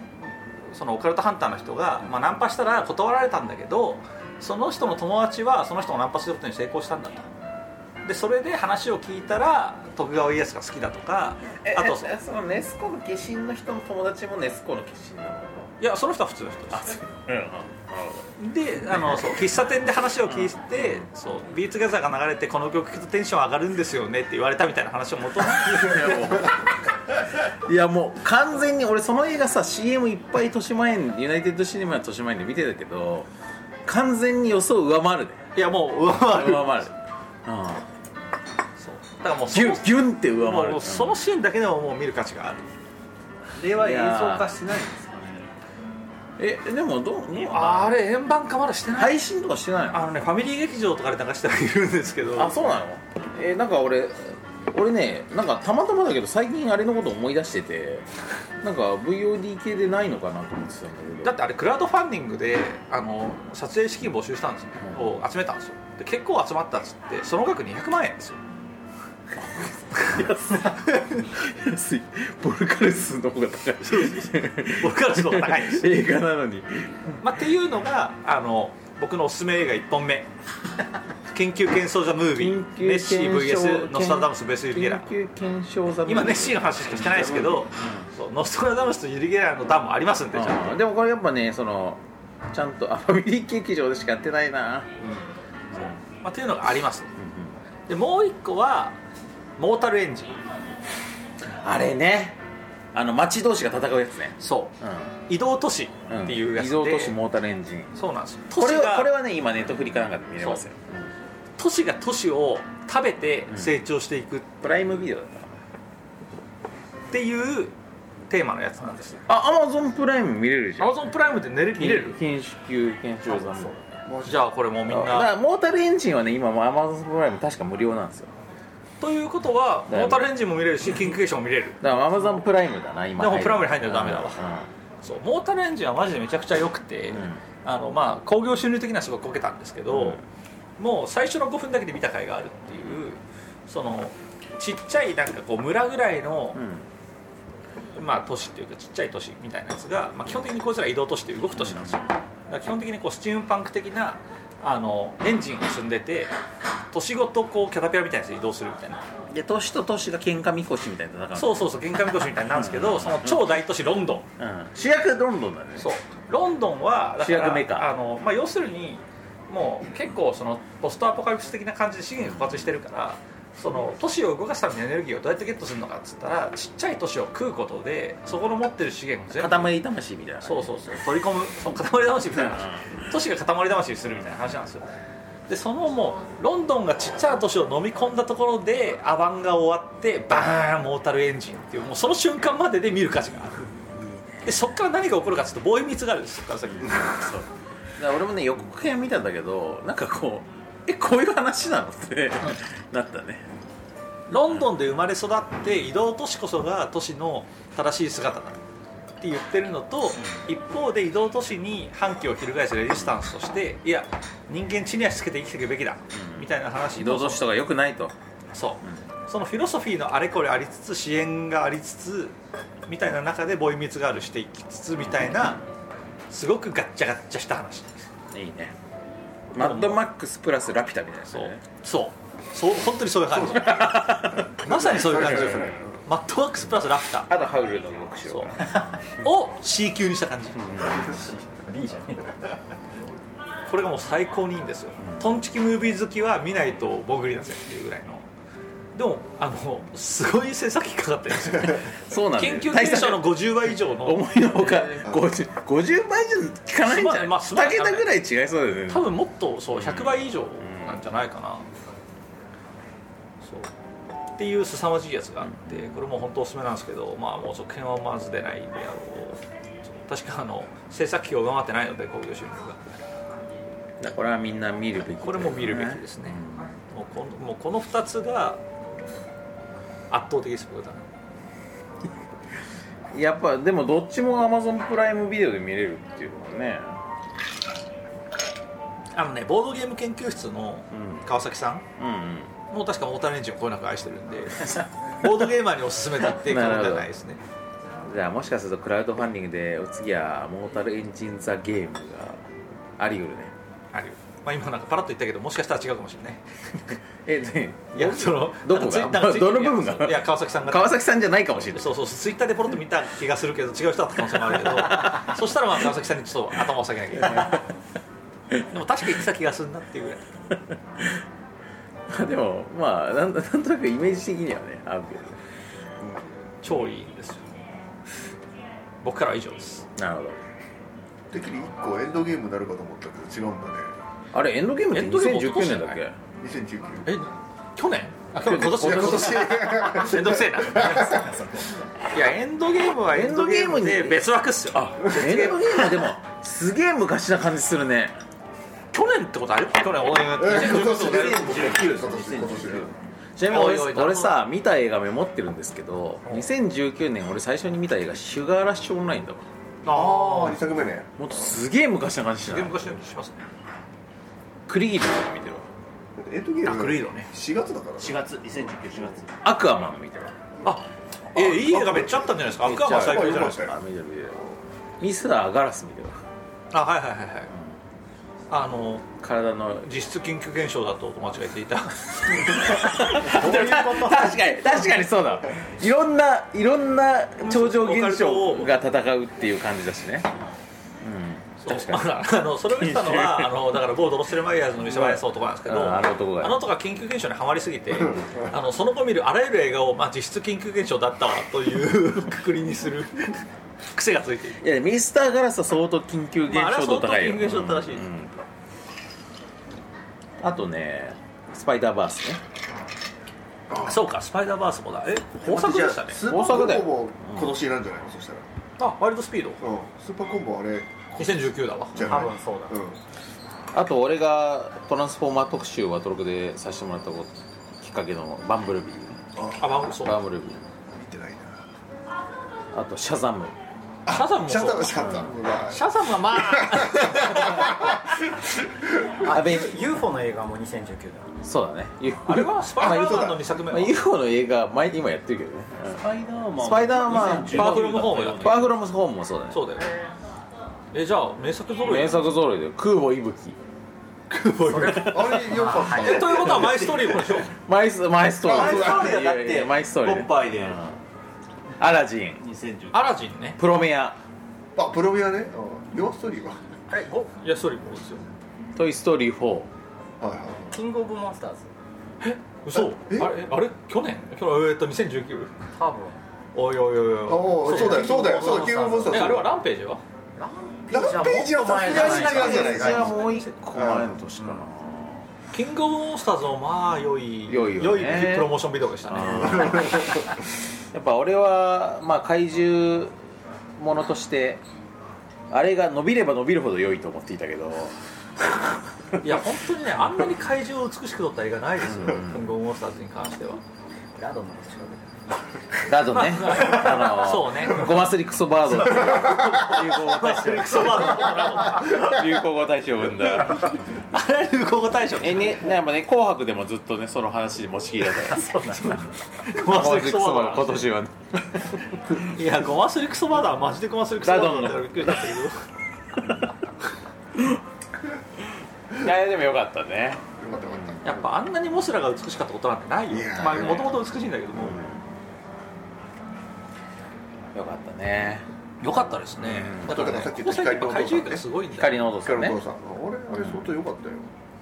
そのオカルトハンターの人が、まあ、ナンパしたら断られたんだけどその人の友達はその人をナンパすることに成功したんだとでそれで話を聞いたら徳川家康が好きだとかえあとえそのネスコの化身の人の友達もネスコの化身なのいやその人は普通の人ですうんであのそう喫茶店で話を聞いて「そうビーツギャザーが流れてこの曲聴くとテンション上がるんですよね」って言われたみたいな話をもとにいやもう完全に俺その映画さ CM いっぱい豊島園ユナイテッドシネマの豊島園で見てたけど完全に予想を上回るね いやもう上回る上回る、うん、そうだからもうそギのュギュンって上も回うるもうそのシーンだけでももう見る価値があるあれは映像化しないんですかねえでもどうどうあれ円盤化まだしてない配信とかしてないのあのねファミリー劇場とかで流してはいるんですけどあそうなのえなんか俺俺ねなんかたまたまだけど最近あれのこと思い出しててなんか VOD 系でないのかなと思ってたんだけどだってあれクラウドファンディングであの撮影資金募集したんですよ、を集めたんですよで結構集まったっつってその額200万円ですよ安いボルカルスの方が高い僕からすると高いです映画なのにまあ、っていうのがあの僕のおすすめ映画1本目 「緊急検証ザ・ムービー」ネッシー VS ノストラダムス VS ユリゲラ緊急検証ザ今ネッシーの話しかしてないですけど、そうノストラダムスとユリゲラのダムありますんでちゃんとあーでもこれやっぱねそのちゃんとあファミリー劇場でしかやってないなまあ、というのがあります、でもう一個はモータルエンジンあれねあの町同士が戦うやつねそうう移動都市ん、っていうやつ移で、動都市モータルエンジンそうなんですよ都こ市れはがこれはね今ネットフリかなんかで見れますよ都市が都市を食べて成長していくっプライムビデオだったかていうテーマのやつなんですよなあアマゾンプライム見れるじゃん Amazon プライムで寝れ見れる研修検証だもじゃあこれもうみんだかならモータルエンジンはね今もアマゾンプライム確か無料なんですよということはだモよねータルエンジンも見れるし緊急検証も見れるだからアマゾンプライムだな今でもプライムに入んないとダメだわうそうモータルエンジンはマジでめちゃくちゃ良くて、んあのまあ興行収入的にはすごいこけたんですけど、もう最初の5分だけで見た回があるっていうそのちっちゃいなんかこう村ぐらいのん、うんまあ、都市っていうかちっちゃい都市みたいなやつが、まあ、基本的にこいつら移動都市って動く都市なんですよだから基本的にこうスチームパンク的なあのエンジンを積んでて都市ごとこうキャタピラみたいなやつで移動するみたいなで都市と都市が喧嘩みこしみたいな戦うそうそうそう玄関見越しみたいになるんですけどその超大都市ロンドンうん、主役ロンドンだねそうロンドンはだか主ら役メーカーあの、まあ、要するにもう結構そのポストアポカリプス的な感じで資源が枯渇してるからその都市を動かすためのエネルギーをどうやってゲットするのかっつったらちっちゃい都市を食うことでそこの持ってる資源を全部塊魂みたいなそうそうそう取り込むその塊魂みたいな話都市が塊魂にするみたいな話なんですよでそのもうロンドンがちっちゃな都市を飲み込んだところでアバンが終わってバーンモータルエンジンっていうもうその瞬間までで見る価値があるでそっから何が起こるかちょっとボーイミツがあるんですよそっから 先だから俺もね予告編見たんだけどなんかこうえこういう話なのってなったねロンドンで生まれ育って移動都市こそが都市の正しい姿だって言ってるのと、一方で移動都市に反旗を翻すレジスタンスとしていや人間地に足つけて生きていくべきだ、みたいな話移の動都市とか良くないとそう、そのフィロソフィーのあれこれありつつ支援がありつつみたいな中でボイミツがあるしていきつつみたいなすごくガッチャガッチャした話いいねマッドマックスプラスラピュタみたいなそうねそうそう本当にそういう感じまさにそういう感じそうそうそうマットワックスプラスラフターあとハウルの動く城そう を C 級にした感じ B じゃねえこれがもう最高にいいんですよ、トンチキムービー好きは見ないとボグリなぜっていうぐらいのでもあのすごい制作費かかってるんですよ そうなんだ研よ究検証の50倍以上の思いのほか 50, 50倍じゃ効かないんじゃない、まあまあ2桁ぐらい違いそうだよね多分もっとそう100倍以上なんじゃないかな、そうっていう凄まじいやつがあってこれも本当おすすめなんですけどまあもう続編はまず出ないであろう確かあの制作費を上回ってないので興行収入がだからこれはみんな見るべきこれも見るべきですね、もうこのもうこの2つが圧倒的です僕だねやっぱでもどっちも Amazon プライムビデオで見れるっていうのはねあのねボードゲーム研究室の川崎さん、うんうんもう確かモータルエンジンをこよなく愛してるんで ボードゲーマーにおすすめ だっていうことじゃないですねじゃあもしかするとクラウドファンディングでお次はモータルエンジン・ザ・ゲームがあり得るねあるよ、まあ、今なんかパラッと言ったけどもしかしたら違うかもしれないえねいやそのどこなんかツイがなんかツイどの部分がいや川崎さんが川崎さんじゃないかもしれないそうそうそうツイッターでポロッと見た気がするけど違う人だった可能性もある けどそしたらまあ川崎さんにちょっと頭を下げなきゃいけないでも確かに言ってた気がするなっていうぐらいでもまあなんなんとなくイメージ的にはね合うけどね超いいんですよ僕からは以上ですなるほどてっきり1個エンドゲームになるかと思ったけど違うんだねあれエンドゲームっエてンドゲーム2019年だっけ2019え去年あ去年今年いや今年めんどくせえないやエンドゲームはエンドゲームで別枠っすよあエンドゲームでもすげえ昔な感じするね去年ってことある去年俺え今年2019 2019今年今年ちなみに俺おいおい俺さ見た映画メモってるんですけど2019年俺最初に見た映画「シュガーラッシュオンライン」だわああ2作目ねもっとすげえ昔な感じしすなげえい昔のしますねクリギリの見てるわエイトゲーあムクリードね4月だから4月2019 4月アクアマン見てるわあえー、いい映画めっちゃあったんじゃないですかアクアマン最高じゃないですかよあ見てる見てるミスラーガラス見てるわあはいはいはいはいあの体 の実質緊急現象だと間違えていた確かに確かにそうだわいろんないろんな超常現象が戦うっていう感じだしねうん確かにあのあのそれを見てたの はあのだから某ドロステルマイヤーズの店林男なんですけど、うんあの男があの男が緊急現象にはまりすぎてあのその後見るあらゆる映画を、まあ、実質緊急現象だったわというくくりにする 癖がついているいやミスターガラスは相当緊急現まああれは象相度当高いよ、緊急現象だったらしいですうんあとねスパイダーバースねそうかスパイダーバースもだえ豊作でしたねスーパーコンボも今年なんじゃないのそしたらあワイルドスピードうんスーパーコンボあれ2019だわじゃな多い分そうだうんあと俺がトランスフォーマー特集をアトロクでさせてもらったこときっかけのバンブルビーねあまあそうバだンブルビ見てないなーあとシャザムシャザムもシそうャザムだシャザムはシャザムはまああべ UFO の映画も2019だそうだねあれはスパイダーマンの2作目まはあ UFO の映画前今やってるけどね、スパイダーうんマンスパイダーマン2019パパワワフフルルののホーホームムだだパワフルのホームもそうだねそうだよねえじゃあ名作揃い名作揃いで空母息吹あれよかったえということはマイストーリーもでしょマイスマイストーリーマイストーリーだいやいやいやだってマイストーリーねボンパイでうんアラジン2019アラジンねプロメアあプロミアねうんヨーストーリーはえおいやストーリーもですよトイ・ストーリー4はいはいキングオブモンスターズ嘘えあれあれ去年去年えーっと2019多分おいおいおいおいおーそうだよそうだよそうだよキングオブモンスターえズあれはランページはラランページはさすがに違うじゃないそれはかもう一個前の年かなキングオブモンスターズもまあ良い良いよねプロモーションビデオでしたねやっぱ俺はまあ怪獣ものとしてあれが伸びれば伸びるほど良いと思っていたけどいや本当にねあんなに怪獣を美しく撮った映画ないですよキングオブモンスターズに関してはラドの近くでだとねあのそうねゴマスリクソバードっていう流行語大賞クソバ流行語大賞を生んだあれ流行語大賞えねなんかね「紅白」でもずっとねその話で持ちきりだ ったそうなんだゴゴママスリスリククソソババーードド今年はねいやゴマスリクソバーダーはマジでゴマスリクソバーダーだったらびっくりしたんだけどいやいやでもよかったねよかったよかっやっぱあんなにモスラが美しかったことなんてないよいやーまあもともと美しいんだけどもよかったね良かったですねうんだからだからさねっきこ言こった最近やっぱ怪獣映画光の音がねすごいんだ光のお父たさん光ねのお父さんあれあれ相当良かったよ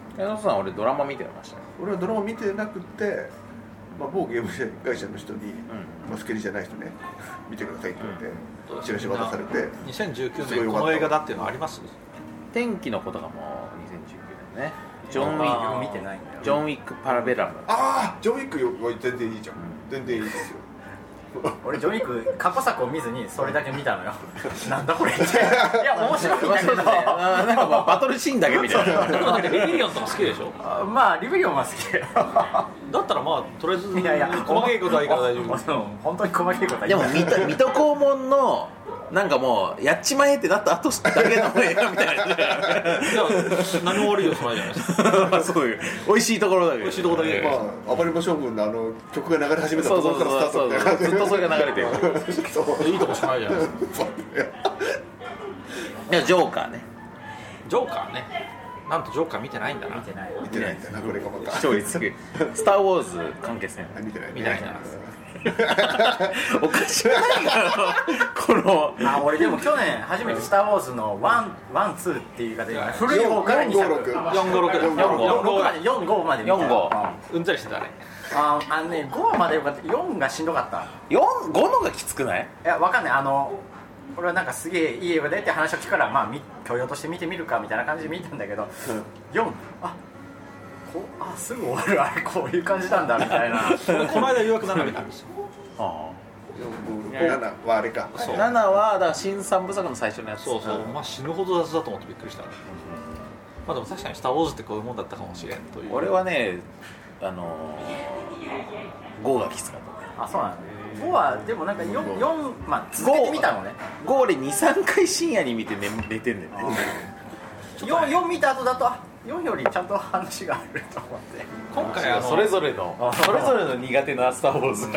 光のお父さん俺ドラマ見てましたね俺はドラマ見てなくて、まあ、某ゲーム会社の人に、まあ、スケリじゃない人ね 見てくださいって言って、チラシ渡されて2019すご年い良こかったの映画だっていうのあります天気の子とかも2019年ねジョン・ウィッあクー見てないんだよジョン・ウィック・パラベラムああジョン・ウィックよ全然いいじゃん全然いいですよ俺ジョニーク過去作を見ずにそれだけ見たのよなんだこれっていや面白いんだけどあーなんかまあバトルシーンだけみたいでもなだってレビリオンとか好きでしょあまあリベリオンは好きだよだったらまあとりあえずい やいや細かいことはいいから大丈夫うん本当に細かいことはで言っもてない水戸水戸黄門のなんかもうやっちまえってなった後だけの映画みたいないや何も悪い要素ないじゃないですかまあそういう美味しいところだけ美味しいとこだけまあ暴れん坊将軍のあの曲が流れ始めたところからスタートみたいなそうそうそうそうずっとそれが流れてるるそういいとこしかないじゃないですかいやジョーカーねジョーカーねなんとジョーカー見てないんだな見てない見てないんだなこれがまた視聴率低いスター・ウォーズ関係戦あ見てないね見てないなおかしくないかなこのあ俺でも去年初めて「スター・ウォーズ」のワンワンツーっていう言い方で古い方から2作456 456だだ6まで45まで見た4号うんざりしてたねああのね5までよかった4がしんどかった4 5のがきつくないいやわかんないあの俺はなんかすげえいい映画だよって話を聞くからまあみ教養として見てみるかみたいな感じで見たんだけど、4あこうあすぐ終わるあれこういう感じなんだみたいな俺この間予約並べたんですよあ456はあれかそう7はだから新三部作の最初のやつそうそうまあ死ぬほど雑だと思ってびっくりしたねまあでも確かに「スター・ウォーズ」ってこういうもんだったかもしれんという俺はねあの5がきつかったあそうなんだ5はでもなんか 4, 四まあ続けてみたのね5俺23回深夜に見て寝寝てんだよね 4, 四見た後だとあ4よりちゃんと話があると思って今回あのそれぞれのそれぞれの苦手な「スター・ウォーズ」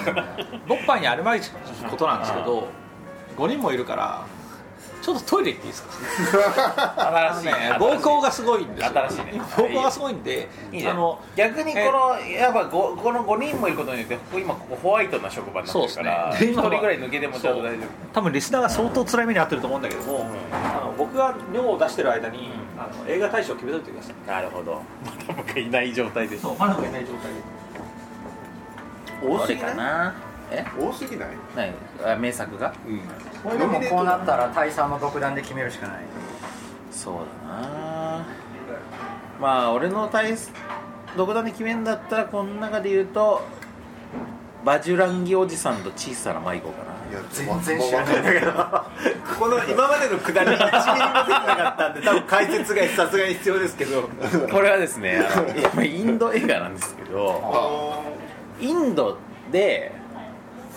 どっぱいにあるまいことなんですけど5人もいるからちょっとトイレ行っていいですか新しいね暴行がすごいんですよ新しいね今暴行がすごいんでいいねあの逆にこのやっぱごこの5人もいることによってここ今ここホワイトな職場になってるから、そうですね1人ぐらい抜けてもちゃんと大丈多分リスナーが相当辛い目に遭ってると思うんだけども、あの僕が尿を出してる間にあの映画大賞を決めといてください夫なるほどまだ僕いない状態でそうまだいない状態で多すぎかなえ多すぎないないあ名作がでもこうなったら大佐の独断で決めるしかないそうだなまあ俺の体独断で決めんだったらこの中で言うとバジュランギおじさんと小さな迷子かないや全然知らないんだけどこの今までのくだりに一ミリも出てなかったんで多分解説がさすがに必要ですけどこれはですねあのいやインド映画なんですけどインドで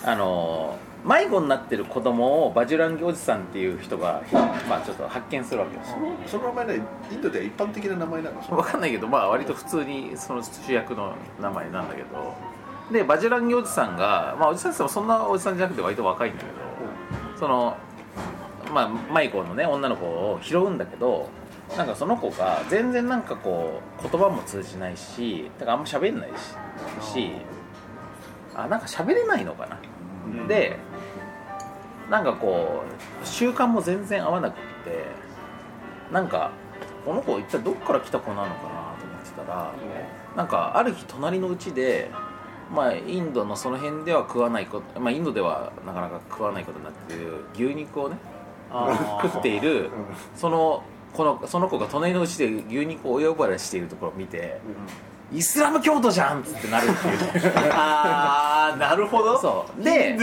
あの迷子になってる子供をバジュランギおじさんっていう人が、まあ、ちょっと発見するわけですよその名前ねインドでは一般的な名前な のそ分かんないけどまあ割と普通にその主役の名前なんだけどでバジュランギおじさんが、まあ、おじさんって言ってもそんなおじさんじゃなくて割と若いんだけどその、まあ、マイコのね女の子を拾うんだけどなんかその子が全然なんかこう言葉も通じないしだからあんま喋んないししあなんか喋れないのかな、でなんかこう習慣も全然合わなくってなんかこの子一体どっから来た子なのかなと思ってたらなんかある日隣のうちで、まあ、インドのその辺では食わないこと、まあ、インドではなかなか食わないことになってる牛肉をね食っているそのこのその子が隣のうちで牛肉を泳ばれしているところを見て、イスラム教徒じゃんっつってなるって いうああなるほどそうで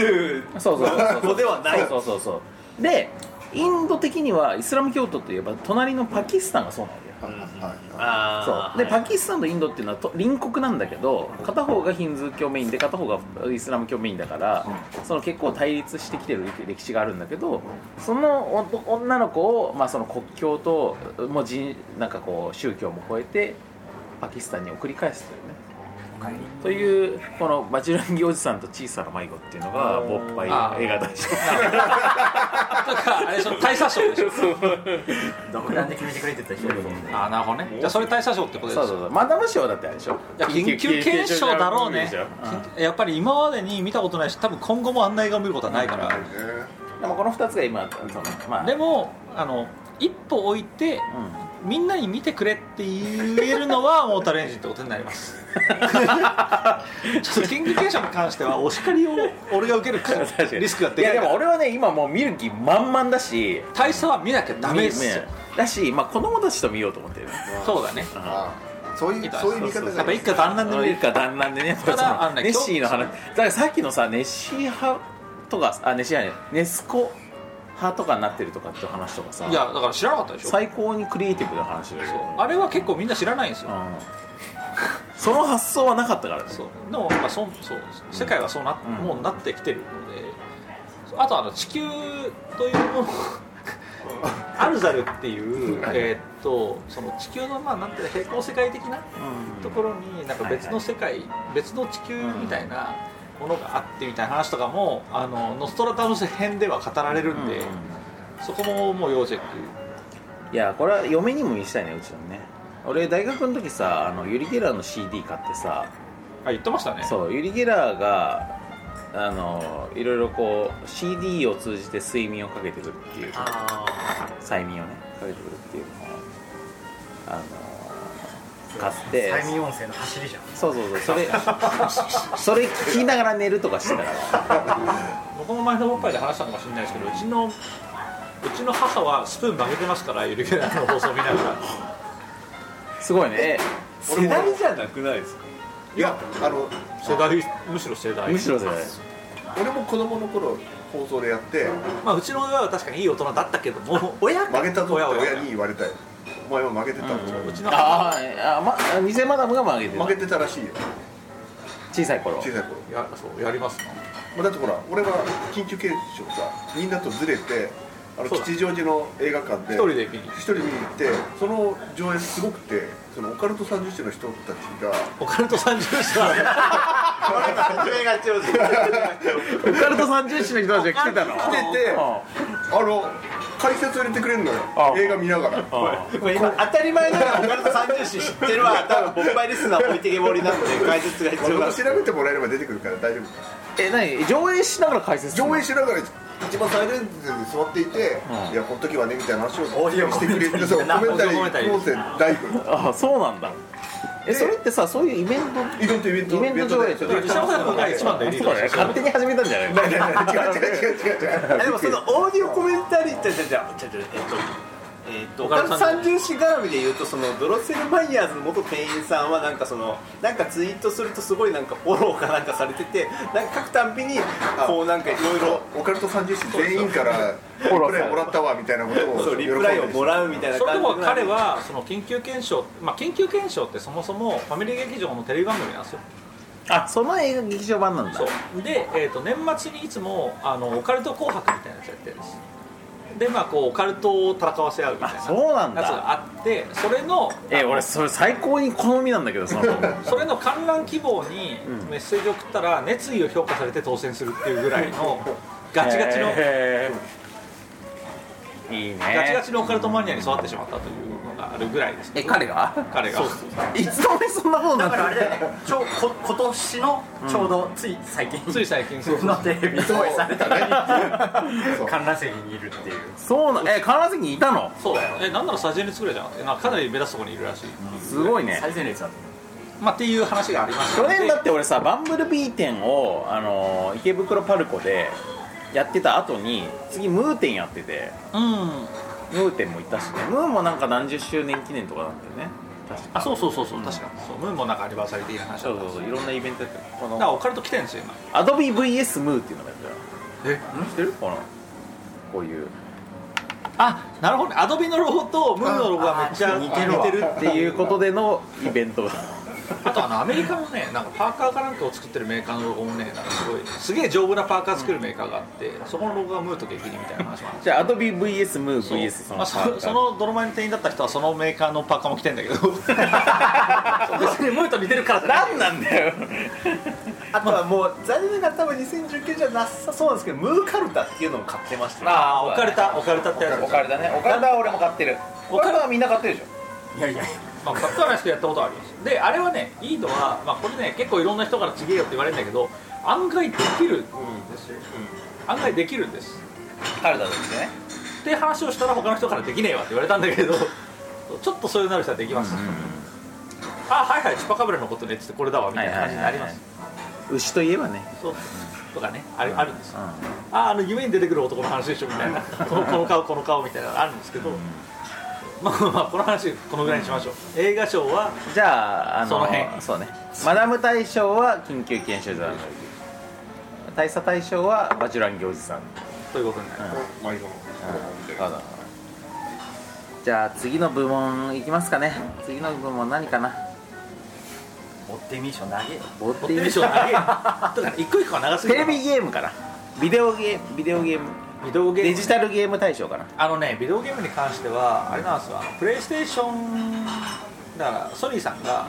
そうそうそうそうのではないそうそうそうそうでインド的にはイスラム教徒といえば隣のパキスタンがそうなんだよあそうでパキスタンとインドっていうのはと隣国なんだけど片方がヒンズー教メインで片方がイスラム教メインだからその結構対立してきてる歴史があるんだけどそのお女の子を、まあ、その国境ともう人なんかこう宗教も超えてパキスタンに送り返すというね。というこの「バチュランギおじさんと小さな迷子」っていうのがボッパイ映画大賞だからあれその大佐賞でしょ独断で決めてくれって言った人ああなるほどねじゃあそれ大佐賞ってことですそうそうそうマダム賞だってあれでしょいや緊急検証だろうねやっぱり今までに見たことないし多分今後もあんな映画を見ることはないから、でもこの2つが今そのまあでもあの一歩置いてうんみんなに見てくれって言える のはモーターレンジってことになります ちょっと緊急傾斜に関してはお叱りを俺が受けるリスクがいでかやいでかもら俺はね今もう見る気満々だし大佐は見なきゃダメですよ見だし、まあ、子供たちと見ようと思ってるそうだねああそういうそういう見方やっぱが一家団らんで見いれいるかだんだんでねやっぱりただそのあのねネッシーの話だからさっきのさネッシー派とかあネッシー派ねネスコ派とかになってるとかっていう話とかさいやだから知らなかったでしょ最高にクリエイティブな話だよあれは結構みんな知らないんですうよんその発想はなかったからねそうでもまあそうそう世界はそうな、うんもうなってきてるのであとあの地球というもの アルザルっていうえーっとその地球のまあなんていうの平行世界的なところになんか別の世界、別の地球みたいなものがあってみたいな話とかも「あのノストラダムス編」では語られるんで、そこももう要チェックいやこれは嫁にも見せたいねうちのね俺大学の時さあのユリ・ゲラーの CD 買ってさあ言ってましたねそうユリ・ゲラーがあのいろいろこう CD を通じて睡眠をかけてくるっていう催眠をねかけてくるっていうのをあの買って催眠音声の走りじゃんそうそうそうそれ それ聞きながら寝るとかしてたから僕も前のおっぱいで話したかもしれないですけどうちのうちの母はスプーン曲げてますからゆるキャラの放送見ながらすごいね世代じゃなくないですかいやあの世代むしろ世代むしろじゃない俺も子供の頃放送でやってまあうちの親は確かにいい大人だったけども親が曲げたぞって親親親に言われたよお前は曲げてたんだうちの母あーあま偽マダムが曲げてる曲げてたらしいよ小さい頃小さい頃やそうやりますなまあだってほら俺は緊急軽症さみんなとずれてあのそうだ吉祥寺の映画館で一人で見に行く一人見に行ってその上演すごくてそのオカルト三重師の人たちがオカルト三重師はオカルト三重師の人たちが来てたの来ててあの解説を入れてくれるのよ映画見ながらこれ今当たり前ながらオカルト三重師知ってるわ多分勃発リスナー置いてけぼりなので解説が必これ要だも調べてもらえれば出てくるから大丈夫 え何上映しながら解説するの上映しながら一番最前列に座っていて、いやこの時はねみたいな話をしてくれてそうコメンタリオーディオコメンタリーー構成ライブあそうなんだえでそれってさそういうイベントイベントイベントイベント上映イベンちトょっと北村君が一番のエリートだよ勝手に始めたんじゃないの違う違う違う違う違う違うあでもそのオーディオコメンタリーってじゃじゃじゃじゃえっとえっとオカルト三重師絡みで言うとそのドロッセルマイヤーズの元店員さんはなんかそのなんかツイートするとすごいなんかフォローかなんかされててなんか書くたんびにこうなんかいろいろオカルト三重師全員からリプライもらったわみたいなことをそうリプライをもらうみたいなそれ感でじも彼はその緊急検証、まあ、緊急検証ってそもそもファミリー劇場のテレビ番組なんですよあその映画劇場版なんだそうで、えー、と年末にいつもあのオカルト紅白みたいなやつやってるんですでまあこうオカルトを戦わせ合うみたいなあそうなんだやつがあってそれのえ俺それ最高に好みなんだけどそのそれの観覧希望にメッセージを送ったら熱意を評価されて当選するっていうぐら いのガチガチのへーいいねガチガチのオカルトマニアに育ってしまったというのがあるぐらいですえ彼が彼がいつの間にそんなことになっだかたらあれだよねちょこ今年のちょうどつい最近、つい最近そうのテレビ放映されたそ う観覧席にいるっていうそうなんえ観覧席にいたのそうだよえなんなら最前列ぐらいじゃなくてなんかかなり目立つところにいるらしい、すごいね最前列だとまあっていう話がありました去年だって俺さバンブルビー店を、あのー池袋パルコでやってた後に次ムー店やっててうんムー店も行ったしねムーもなんか何十周年記念とかなんだよね確あかそうそうそうそう、確かにそうムーンもなんかアニバーサリー的な話だそっうたんそうそですよういろんなイベントやってるこだからのオカルト来てんですよ今アドビ VS ムーっていうのがやってたえ知ってるこのこういうあなるほどねアドビのロゴとムーンのロゴがめっちゃ似てる似てるっていうことでのイベントがあとあのアメリカのねなんかパーカーかなんかを作ってるメーカーのロゴもねなんかすごいすげえ丈夫なパーカー作るメーカーがあって、そこのロゴがムーと激似みたいな話もあるじゃあアドビ VS ムー VS そまのあ、パーカそーその泥前の店員だった人はそのメーカーのパーカーも着てんだけどそう別にムーと似てるからじゃな何いなんだよあとはもう残念ながら多分2019じゃなさそうなんですけどムーカルタっていうのを買ってましたよああオカルタオカルタってやつオカルだねオカルだは俺も買ってるオカルだはみんな買ってるでしょいやいやまあ、買ったはないですけどやったことはありますであれはねいいのは、まあ、これね結構いろんな人からちげえよって言われるんだけど案外できるんですよ、案外できるんですカルダですねって話をしたら他の人からできねえわって言われたんだけどちょっとそういうなる人はできます、あはいはいチュパカブラのことねっつってこれだわみたいな感じになります、牛といえばねそうとかねあれあるんですよ、ああの夢に出てくる男の話でしょみたいなこのこの顔この顔みたいなのあるんですけど、まあまあこの話このぐらいにしましょう、映画賞はじゃああのその辺そうねマダム大賞は緊急検証座大佐大賞はバチュラン行事さんということになります、毎度のじゃあ次の部門いきますかね次の部門何かな持ってみーしょ投げよボッ持ってるでしょ長えよだから一個一個が長すぎテるレビゲームかなビデオゲームビデオゲームビデオゲームデジタルゲーム大賞かなあのねビデオゲームに関してはあれなんですよあのプレイステーションだからソニーさんが、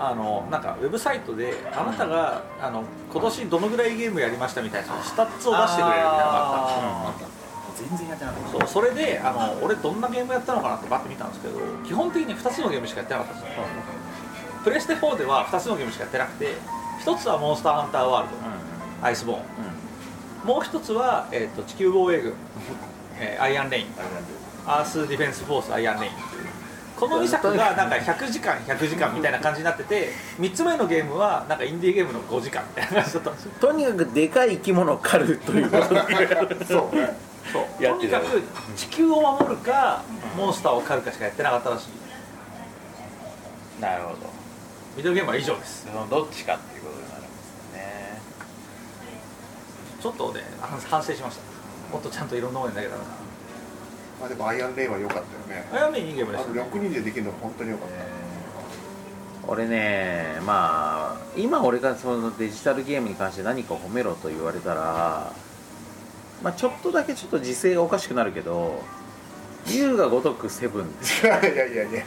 あのなんかウェブサイトであなたがあの今年どのぐらいゲームやりましたみたいなそのスタッツを出してくれるみたいなのがあったんですよ全然やってなかったそうそれであの俺どんなゲームやったのかなってバッて見たんですけど基本的に2つのゲームしかやってなかったんですよ、プレステ4では2つのゲームしかやってなくて1つはモンスターハンターワールド、アイスボーン、もう1つは、えー、と地球防衛軍、 えーアイアンレインアースディフェンスフォースアイアンレインこの2作がなんか100時間100時間みたいな感じになってて3つ目のゲームはなんかインディーゲームの5時間みたいな感じだったんですよとにかくでかい生き物を狩るということでそう そうやとってにたかく地球を守るか、モンスターを狩るかしかやってなかったらしいなるほビデオゲームは以上ですどそのどっちかっていうことになるんですねちょっとね反反省しましたもっとちゃんといろんなものに投げたのかまあでもアイアンレインは良かったよねあやめいいゲームであしとた6人でできるのは本当に良かっ俺ねまあ今俺がそのデジタルゲームに関して何か褒めろと言われたらまあちょっとだけちょっと時勢がおかしくなるけど優が如くセブンいやいやいやいや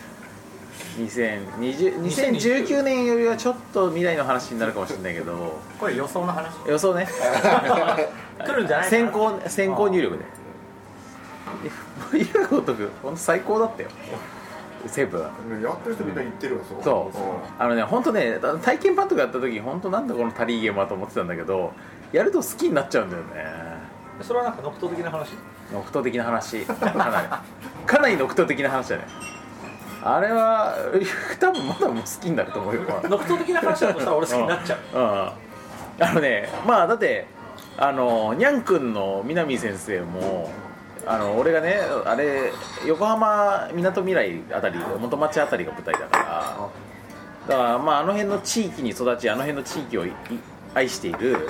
2020 2019年よりはちょっと未来の話になるかもしれないけどこれ予想の話予想ね来るんじゃない先行先行入力で優が如く本当最高だったよセブンやってる人みんな言ってるわそうそうあのね本当ね体験版とかやった時本当なんだこのタリーゲームはと思ってたんだけどやると好きになっちゃうんだよねそれはなんかノクト的な話ノクト的な 話かなりかなりノクト的な話だねあれは 多分まだもう好きになると思う よノクト的な話だとしたら俺好きになっちゃううん、あのねまあだってあのにゃんくんの南先生もあの俺がねあれ横浜みなとみらいあたり元町あたりが舞台だからだからまああの辺の地域に育ちあの辺の地域をいい愛している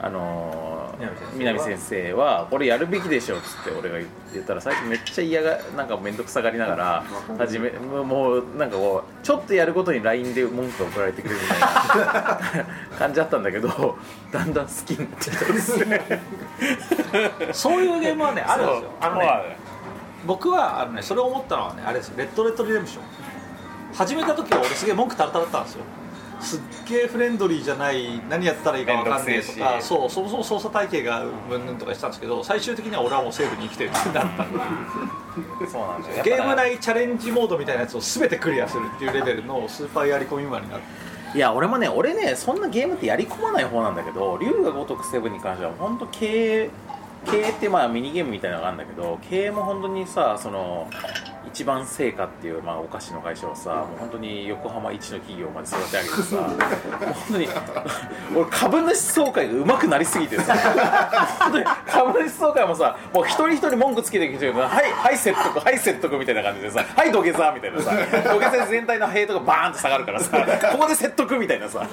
あのー南先生はこれやるべきでしょっつって俺が言ったら最初めっちゃ嫌がなんか面倒くさがりながら始めもうもうなんかこうちょっとやることに LINE で文句送られてくるみたいな 感じだったんだけどだんだん好きになってきたんですね そういうゲームはねあるんですそうよあのね僕はあのねそれを思ったのはねあれですよレッドレッドリデンプション始めた時は俺すげえ文句たらたらだったんですよすっげえフレンドリーじゃない何やってたらいいかわかんねえとかそうそもそも操作体系がうんぬんとかしてたんですけど最終的には俺はもうセーブに生きてるってなったんでそうなんですよゲーム内チャレンジモードみたいなやつを全てクリアするっていうレベルのスーパーやり込み馬になっていや俺もね俺ねそんなゲームってやり込まない方なんだけど竜が如くセブンに関しては本当経営経営ってまあミニゲームみたいなのがあるんだけど経営も本当にさその一番製菓っていう、まあ、お菓子の会社をさもう本当に横浜一の企業まで育て上げてさもう本当に俺株主総会がうまくなりすぎてさ本当に株主総会もさもう一人一人文句つけてきてるからはいはい説得はい説得みたいな感じでさはい土下座みたいなさ土下座全体の塀とかバーンと下がるからさここで説得みたいなさ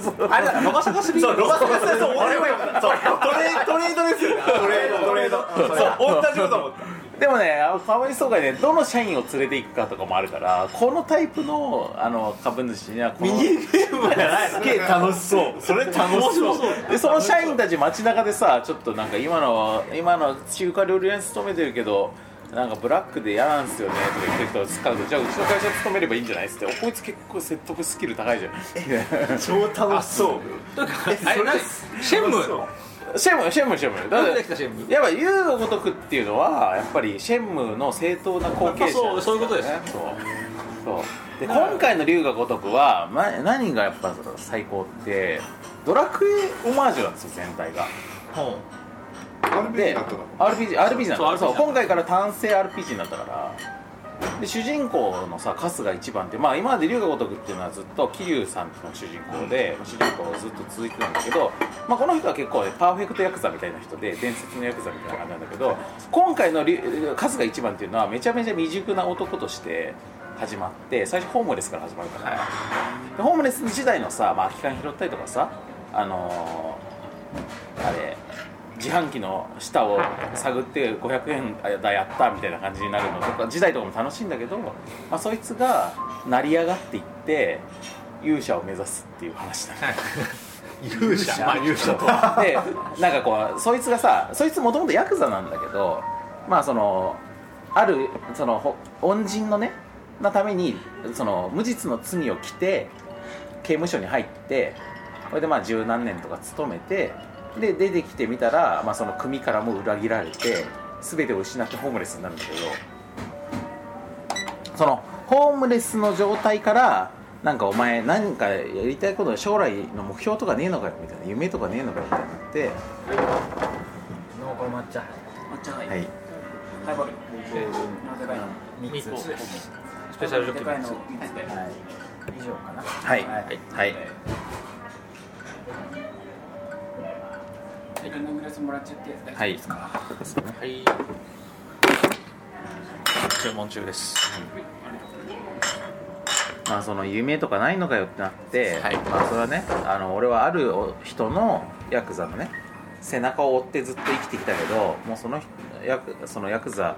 そうあれだロバサガスリーロバスカさんと俺もよかったそうトレトレードですよねトレードトレードそう同じこと思ったでもね、あの株主総会でどの社員を連れていくかとかもあるから、このタイプのあの株主にはこの、ゲームじゃないすげえ楽しそう。それ楽しそうでその社員たち街中でさちょっとなんか今の今の中華料理屋に勤めてるけどなんかブラックで嫌なんすよねとか言ってる人を使うとじゃあうちの会社に勤めればいいんじゃないっつってこいつ結構説得スキル高いじゃん超楽しそうあれなんかシェンムーのシェムシェムシェムだ出てきたシェンムやっぱ龍が如くっていうのはやっぱりシェンムの正当な後継者ですよやっぱそうそういうことですそうそうで今回の龍が如くは、ま、何がやっぱ最高ってドラクエオマージュなんですよ全体がほで RPG だったの RPG, RPG なんそうだそう RPG 今回から単性 RPG になったからで主人公のさ春日一番って、まあ、今まで龍が如くっていうのはずっと桐生さんっていうのが主人公で、主人公がずっと続いてたんだけど、まあ、この人は結構ねパーフェクトヤクザみたいな人で伝説のヤクザみたいな感じなんだけど今回の龍春日一番っていうのはめちゃめちゃ未熟な男として始まって最初ホームレスから始まるから、でホームレス時代のさ、まあ、空き缶拾ったりとかさあのーあれ自販機の下を探って500円あだやったみたいな感じになるのとか時代とかも楽しいんだけど、まあ、そいつが成り上がっていって勇者を目指すっていう話だね勇者まあ勇者と でなんかこうそいつがさそいつもともとヤクザなんだけどまあそのあるそのほ恩人のねなためにその無実の罪を着て刑務所に入ってこれでまあ十何年とか勤めてで出てきてみたら、まあ、その組からも裏切られて全てを失ってホームレスになるんだけどそのホームレスの状態からなんかお前何かやりたいこと将来の目標とかねえのかよみたいな夢とかねえのかよみたいになってのこれ抹茶はいハイボールでかいの3つスペシャルジョッキでかいーのですはい以上かなはいはい、いろんなグラスもらっちゃって大丈夫ですかはいはい注文中ですまあその夢とかないのかよってなって、まあそれはねあの俺はある人のヤクザのね背中を追ってずっと生きてきたけどもうその人ヤクそのヤクザ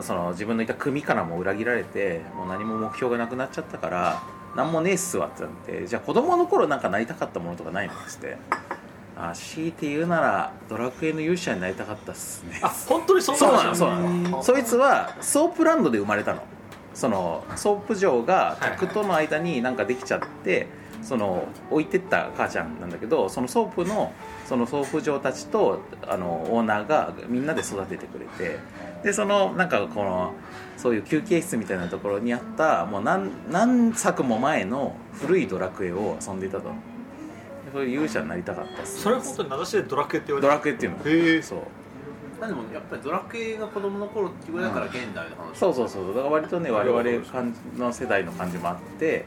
その自分のいた組からも裏切られてもう何も目標がなくなっちゃったからなんもねえっすわってなってじゃあ子供の頃なんかなりたかったものとかないのっつってあ強いて言うならドラクエの勇者になりたかったっすねあ本当にそそうなのそうなのそいつはソープランドで生まれたのそのソープ城が客との間になんかできちゃってその置いてった母ちゃんなんだけどそのソープのそのソープ嬢たちとあのオーナーがみんなで育ててくれてでそのなんかこのそういう休憩室みたいなところにあったもう何何作も前の古いドラクエを遊んでいたとでそういう勇者になりたかったっすそれ本当に名指しでドラクエって言われドてラクエっていうのへえそうまあでもやっぱりドラクエが子供の頃っていうぐらいだから現代の話、そうそうそうだから割とね我々感じの世代の感じもあって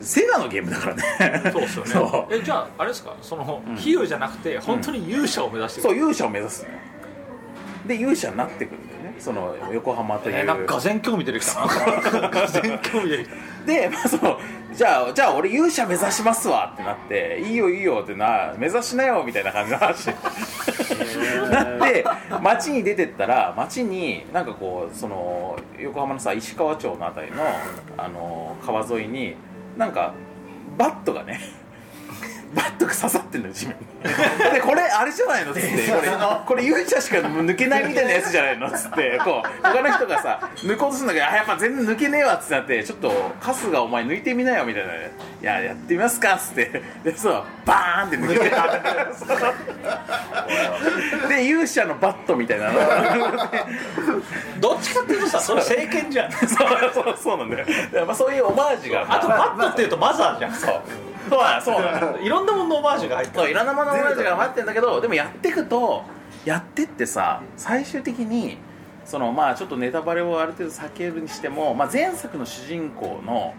セガのゲームだからねそうですよねそうえじゃああれですかその、うんヒーローじゃなくて本当に勇者を目指してそうう勇者を目指すのよで勇者になってくるんだよねその横浜という、えー、なんか全興味出てきたながぜん興味出てきで、まあ、そのじゃあじゃあ俺勇者目指しますわってなっていいよいいよってな目指しなよみたいな感じの話なって街に出てったら街になんかこうその横浜のさ石川町のあたりのあの川沿いになんかバットがねバットが刺さってんのよ地面にでこれあれじゃないのっつってこれこれ勇者しか抜けないみたいなやつじゃないのっつってこう他の人がさ抜こうとするんだけどあやっぱ全然抜けねえわっつってなってちょっと春日お前抜いてみなよみたいなねいややってみますかっつってでそうバーンって抜けたそうで勇者のバットみたいなのた どっちかっていうとさそれ政権じゃ んそうそうそうなんだよやっぱそういうオマージュがあとバットっていうとマザーじゃんそうそうなんそうなんだいろんなもののオマージュが入ってそういろんなものたちが待ってんだけどでもやってくとやってってさ最終的にそのまあちょっとネタバレをある程度避けるにしても、まあ、前作の主人公の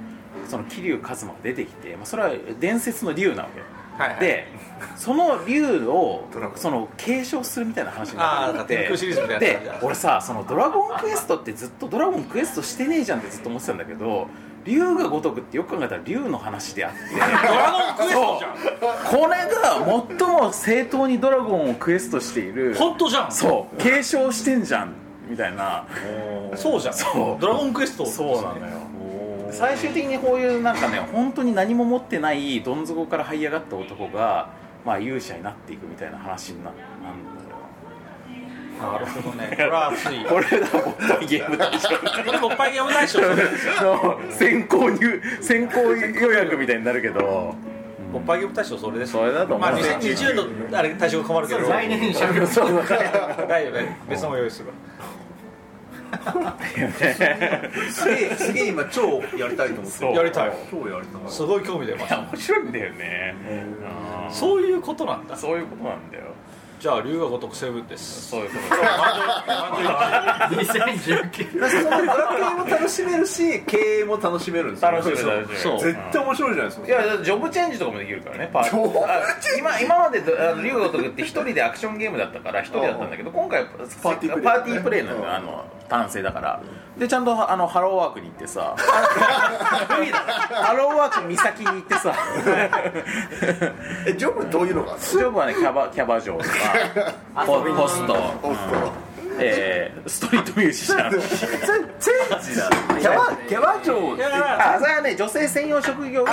その桐生一馬が出てきて、まあ、それは伝説の竜なわけよ、はいはいでその竜をドラゴンその継承するみたいな話になあーっなんかて天空シリーズみたいなやつで俺さその「ドラゴンクエスト」ってずっと「ドラゴンクエスト」してねえじゃんってずっと思ってたんだけど竜が如くってよく考えたら竜の話であってドラゴンクエストじゃんこれが最も正当にドラゴンをクエストしている本当じゃんそう継承してんじゃんみたいなそうじゃんそうドラゴンクエストそうなのよ最終的にこういうなんかね本当に何も持ってないどん底から這い上がった男が、まあ、勇者になっていくみたいな話にななんだよなるほどねこれは熱いこれだもっとゲーム大賞これもいっぱいゲーム大賞の先行入先行予約みたいになるけど勃発ゲーム大賞それですそれだと思うまあ2020のあれ大賞が困るけど来年にしゃべる ないよね別のも用意するすげえすげえ今超やりたいと思ってそうやりたい超やりたいすごい興味出ました面白いんだよねうんそういうことなんだそういうことなんだよじゃあ龍が如くセブンですそういうことドラクエも楽しめるし経営も楽しめるんですよ楽しみだしそう絶対面白いじゃないですかいやだってジョブチェンジとかもできるからねパージョブチェンジあ今今まであの竜が如くって一人でアクションゲームだったから一人だったんだけど今回パパーティープレイだねパーティープレイなのよあの男性だからでちゃんとあのハローワークに行ってさ無理だハローワーク岬に行ってさえジョブどういうのがある ジョブはねキャバキャバ嬢と かポポスト、のおっえーストリートミュージシャンキャバキャバ嬢だからあそれはね女性専用職業が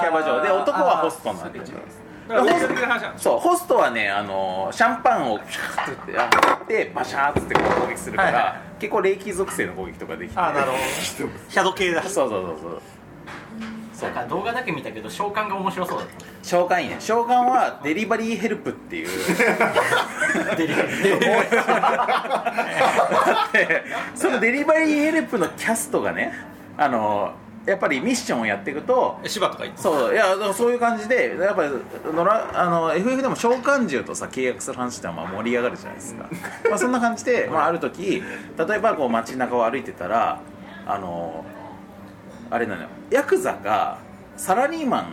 キャバ嬢で男はホストなんだよだから的な話なんですそうホストはねあのシャンパンをピャーってやってバシャーってこう攻撃するから、はいはいは結構霊気属性の攻撃とかできてあなるほどシャド系だそうそうそうそなうんか動画だけ見たけど召喚が面白そうだった召喚いいね召喚はデリバリーヘルプっていうデリバリーそのデリバリーヘルプのキャストがねあのやっぱりミッションをやっていくと芝とか言ってそういやだからそういう感じでやっぱりのらあの FF でも召喚獣とさ契約する話ってのはまあ盛り上がるじゃないです か、まあ、そんな感じで、まあ、ある時例えばこう街中を歩いてたらあのあれなのよヤクザがサラリーマン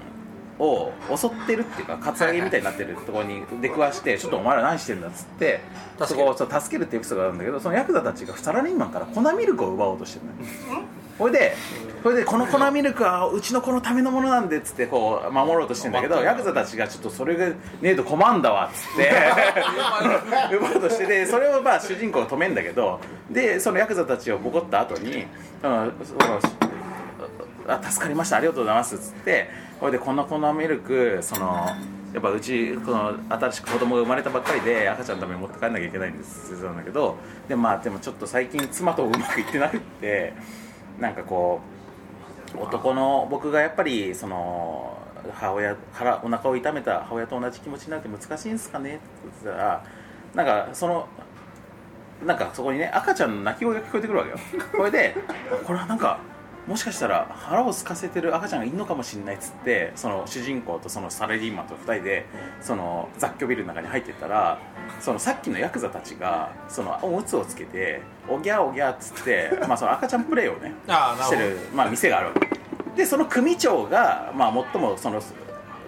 を襲ってるっていうかカツアゲみたいになってるところに出くわして「ちょっとお前ら何してんだ」っつってそこをそう助けるってエピソードがあるんだけどそのヤクザたちがサラリーマンから粉ミルクを奪おうとしてるのよほいでそれでこの粉ミルクはうちの子のためのものなんでっつってこう守ろうとしてんだけどヤクザたちがちょっとそれがねえと困んだわっつって奪おうとしてでそれをまあ主人公が止めんだけどでそのヤクザたちをボコった後にあのそのあ助かりましたありがとうございますっつってこれでこの粉ミルクそのやっぱうちこの新しく子供が生まれたばっかりで赤ちゃんのために持って帰んなきゃいけないんですって言ってたんだけどで,、まあ、でもちょっと最近妻とうまくいってなくってなんかこう男の僕がやっぱりその母親からお腹を痛めた母親と同じ気持ちになるって難しいんですかねって言ってたらなんかそのなんかそこにね赤ちゃんの泣き声が聞こえてくるわけよこれでこれはなんかもしかしたら腹を空かせてる赤ちゃんがいるのかもしれないっつってその主人公とそのサラリーマンと2人でその雑居ビルの中に入ってったらそのさっきのヤクザたちがそのおむつをつけておぎゃおぎゃっつって、まあ、その赤ちゃんプレイをねああしてる、まあ、店があるわけでその組長が、まあ、最もその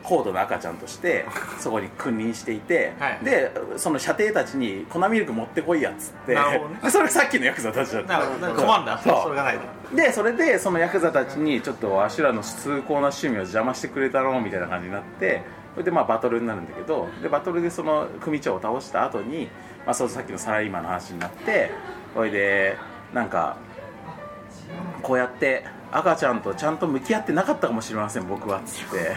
高度な赤ちゃんと してそこに君臨していて、はいでその射程たちに粉ミルク持ってこいやっつって、なるほどね でそれさっきのヤクザたちだったなるほど困るんだそうそれがないとでそれでそのヤクザたちにちょっとあしらの崇高な趣味を邪魔してくれたろうみたいな感じになってそれでまあバトルになるんだけどでバトルでその組長を倒した後にまあそのさっきのサラリーマンの話になってそれでなんかこうやって赤ちゃんとちゃんと向き合ってなかったかもしれません僕はっつって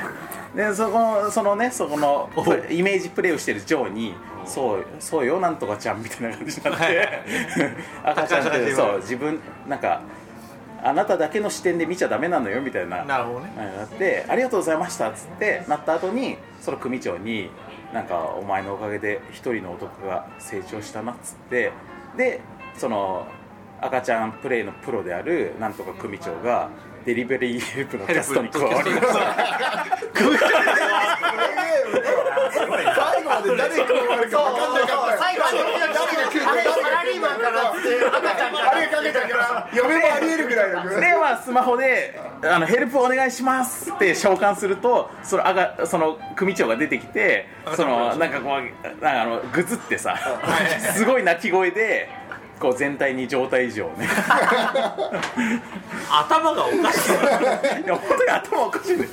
でそこのそのねそこのイメージプレイをしてるジョーに「そうそうよなんとかちゃん」みたいな感じになって 赤ちゃんっ赤ちゃんっててそう自分なんかあなただけの視点で見ちゃダメなのよみたいななるほどねなってありがとうございましたっつってなった後にその組長になんかお前のおかげで一人の男が成長したなっつってでその赤ちゃんプレイのプロであるなんとか組長がデリバリーヘルプのキャストに加わりました最後まで誰が来るか分かんなかった最後誰が来るかサラリーマンからあれかけたから嫁もありえるぐらいだけでどまあスマホであの「ヘルプお願いします」って召喚するとそのあがその組長が出てきてそのなんかこうなんかあのグズってさすごい鳴き声でこう全体に状態異常をね頭がおかし いいや本当に頭おかしいね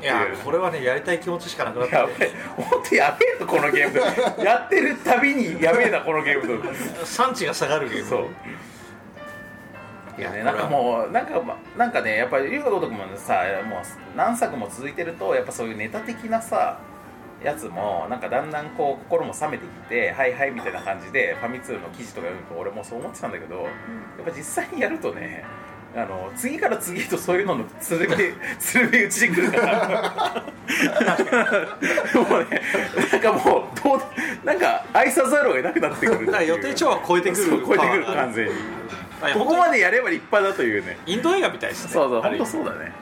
いやこれはねやりたい気持ちしかなくなったやべえ本当やべえとこのゲームやってるたびにやべえなこのゲームと 産地が下がるけどそういやね、なんかもうなんか、ま、なんかねやっぱり龍が如くもさもう何作も続いてるとやっぱそういうネタ的なさやつもなんかだんだんこう心も冷めてきてはいはいみたいな感じでファミ通の記事とか読むと俺もそう思ってたんだけど、やっぱ実際にやるとねあの次から次へとそういうののつ るべつるべ打ちでくるから もうねなんかもうどうなんか愛さざるを得なくなってくるっていうだから予定調和を超えてくるそう超えてくるパワー完全にあいやこ本当こにまでやれば立派だというねインド映画みたいですねそうそうあ本る意味当そうだね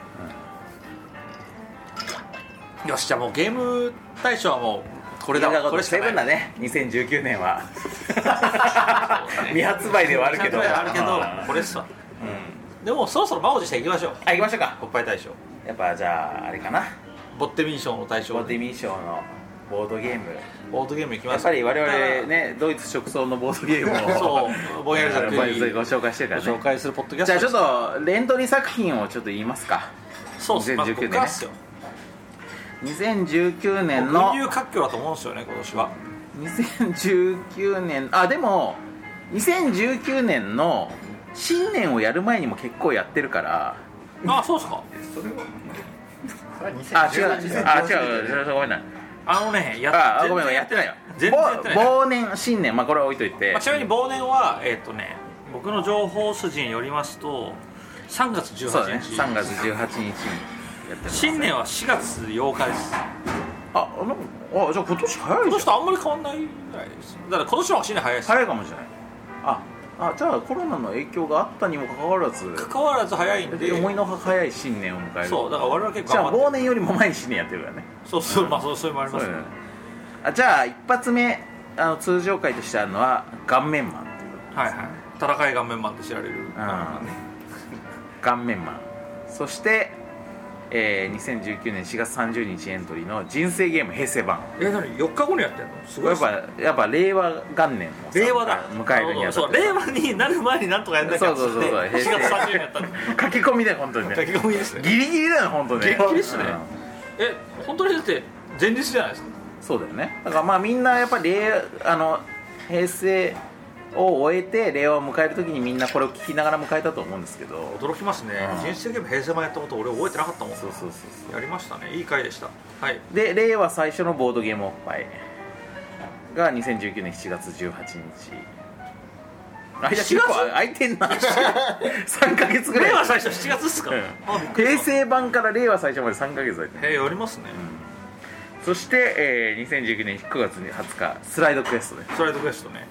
よしじゃあもうゲーム大賞はもうこれだ銀河ごわことれしセブかンなだいね2019年は未発売ではあるけどちゃんとあるけどうんこれっすわでもそろそろ満を持していきましょうあ行きましょうか国会大賞やっぱじゃああれかなボッテミン賞の大賞ボディミー賞のボードゲームボードゲームいきやまっすぱり我々ねドイツ直送のボードゲームを そうぼんやりざっく ごりご紹介してるから紹ね介するポッドキャストじゃあちょっとレントリー作品をちょっと言いますかそうっすまず2019ここ年ねからっすよ2019年の群雄割拠だと思うんですよね今年は2019年あでも2019年の新年をやる前にも結構やってるからあそうっすかあ違うあ違う違うごめんなあのねやああ全然ごめんごめんやってないよ全然やってない忘忘年新年まあこれは置いといてまあ、ちなみに忘年はえっ、とね僕の情報筋によりますと3月18日そうだね3月18日にやってます新年は4月8日ですああのあじゃあ今年早い今じゃ年とあんまり変わんないぐらいですだから今年の方が新年早いですん早いかもしれないああじゃあコロナの影響があったにもかかわらず関わらず早いんで思いのほか早い新年を迎えるそうだから我々結構じゃ頑あ張忘って年よりも前に新年やってるからねそうそうまあそうそういうのもありそまうすだねよねあじゃあ一発目あの通常回としてあるのは顔面マンっていうはいはい戦い顔面マンって知られる、あの顔面マンそして、えー2019年4月30日エントリーの人生ゲーム平成版え何4日後にやってんのすこれごいやっっすねぱやっぱ令和元年をさ令和だ迎えるにあたそうって令和になる前になんとかやんなきゃそうそうそうそう4月30日にやったんで書き込みだよ本当にね書き込みですねギリギリだよ本当ねギリギリっすねうんえ本当にだって前日じゃないですかそうだよねだからまあみんなやっぱり令あの平成を終えて令和を迎える時にみんなこれを聞きながら迎えたと思うんですけど驚きますね、うん人生ゲーム平成版やったこと俺覚えてなかったもんそうそうそうそやりましたねいい回でしたはい、うで令和最初のボードゲームおっぱいが2019年7月18日間結構空いてん な3ヶ月ぐらい 令和最初7月っすか、うんあびっくり平した成版から令和最初まで3ヶ月空いてるへえやりますね、そして、えー2019年9月に20日スライドクエストですスライドクエストね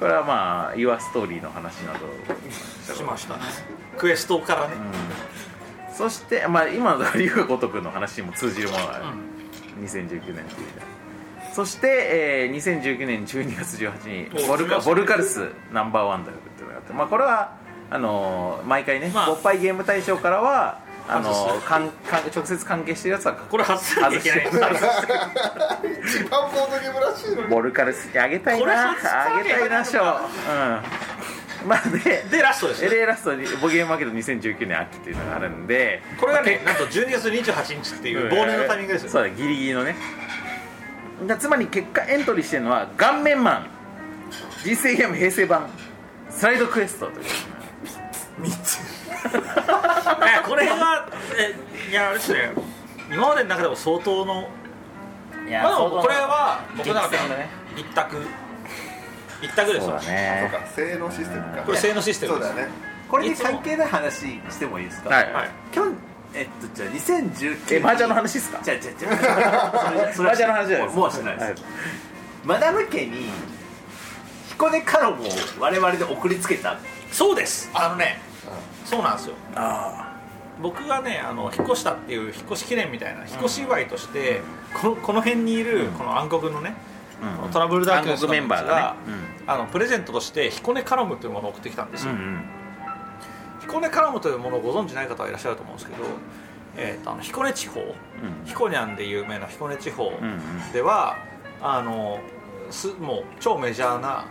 これはまあ「Your Story」の話 などをしましたね クエストからね、そして、まあ、今の龍が如くの話にも通じるものがある、2019年っていうそして、えー2019年12月18日おボルカ来ましたねボルカルスナンバーワンダルっていうのがあって、まあ、これはあのー毎回ね、まあおっぱいゲーム大賞からはあの外ーかんかん直接関係してるやつはこれ外さなきゃいけない外して一番ボードゲームらしいのにボルカルスにあげたいこれな外さなきゃあいげけないたいな賞うんまあででラストですね LA ラストにボゲームマーケット2019年秋っていうのがあるんでこれがねなんと12月28日っていう忘年のタイミングですよ、そうだギリギリのねだつまり結果エントリーしてるのは「顔面マン」「人生ゲーム平成版」「スライドクエスト」といういやこれがえいやあれですね今までの中でも相当のいやまあでもこれは僕の中で激戦だね一択一択ですそうよだそうねか性能システムかこれ性能システムそうですだねこれに関係ない話してもいいですか、はい、はい去年えっとじゃあ2019え麻雀の話ですかじゃあじゃあじゃあそれ麻雀の話じゃないもですうもうしないです、はいマダム家に彦根カロムを我々で送りつけたそうですあのね、そうなんですよ僕がねあの引っ越したっていう引っ越し記念みたいな引っ越し祝いとして、このこの辺にいるこの暗黒のね、このトラブルダークの人たち暗黒メンバーがねあのプレゼントとして彦根カロムというものを送ってきたんでうすよ、んうん彦根カラムというものをご存知ない方はいらっしゃると思うんですけど、えー、とあの彦根地方、彦根庵で有名な彦根地方うんでは、あのすもう超メジャーな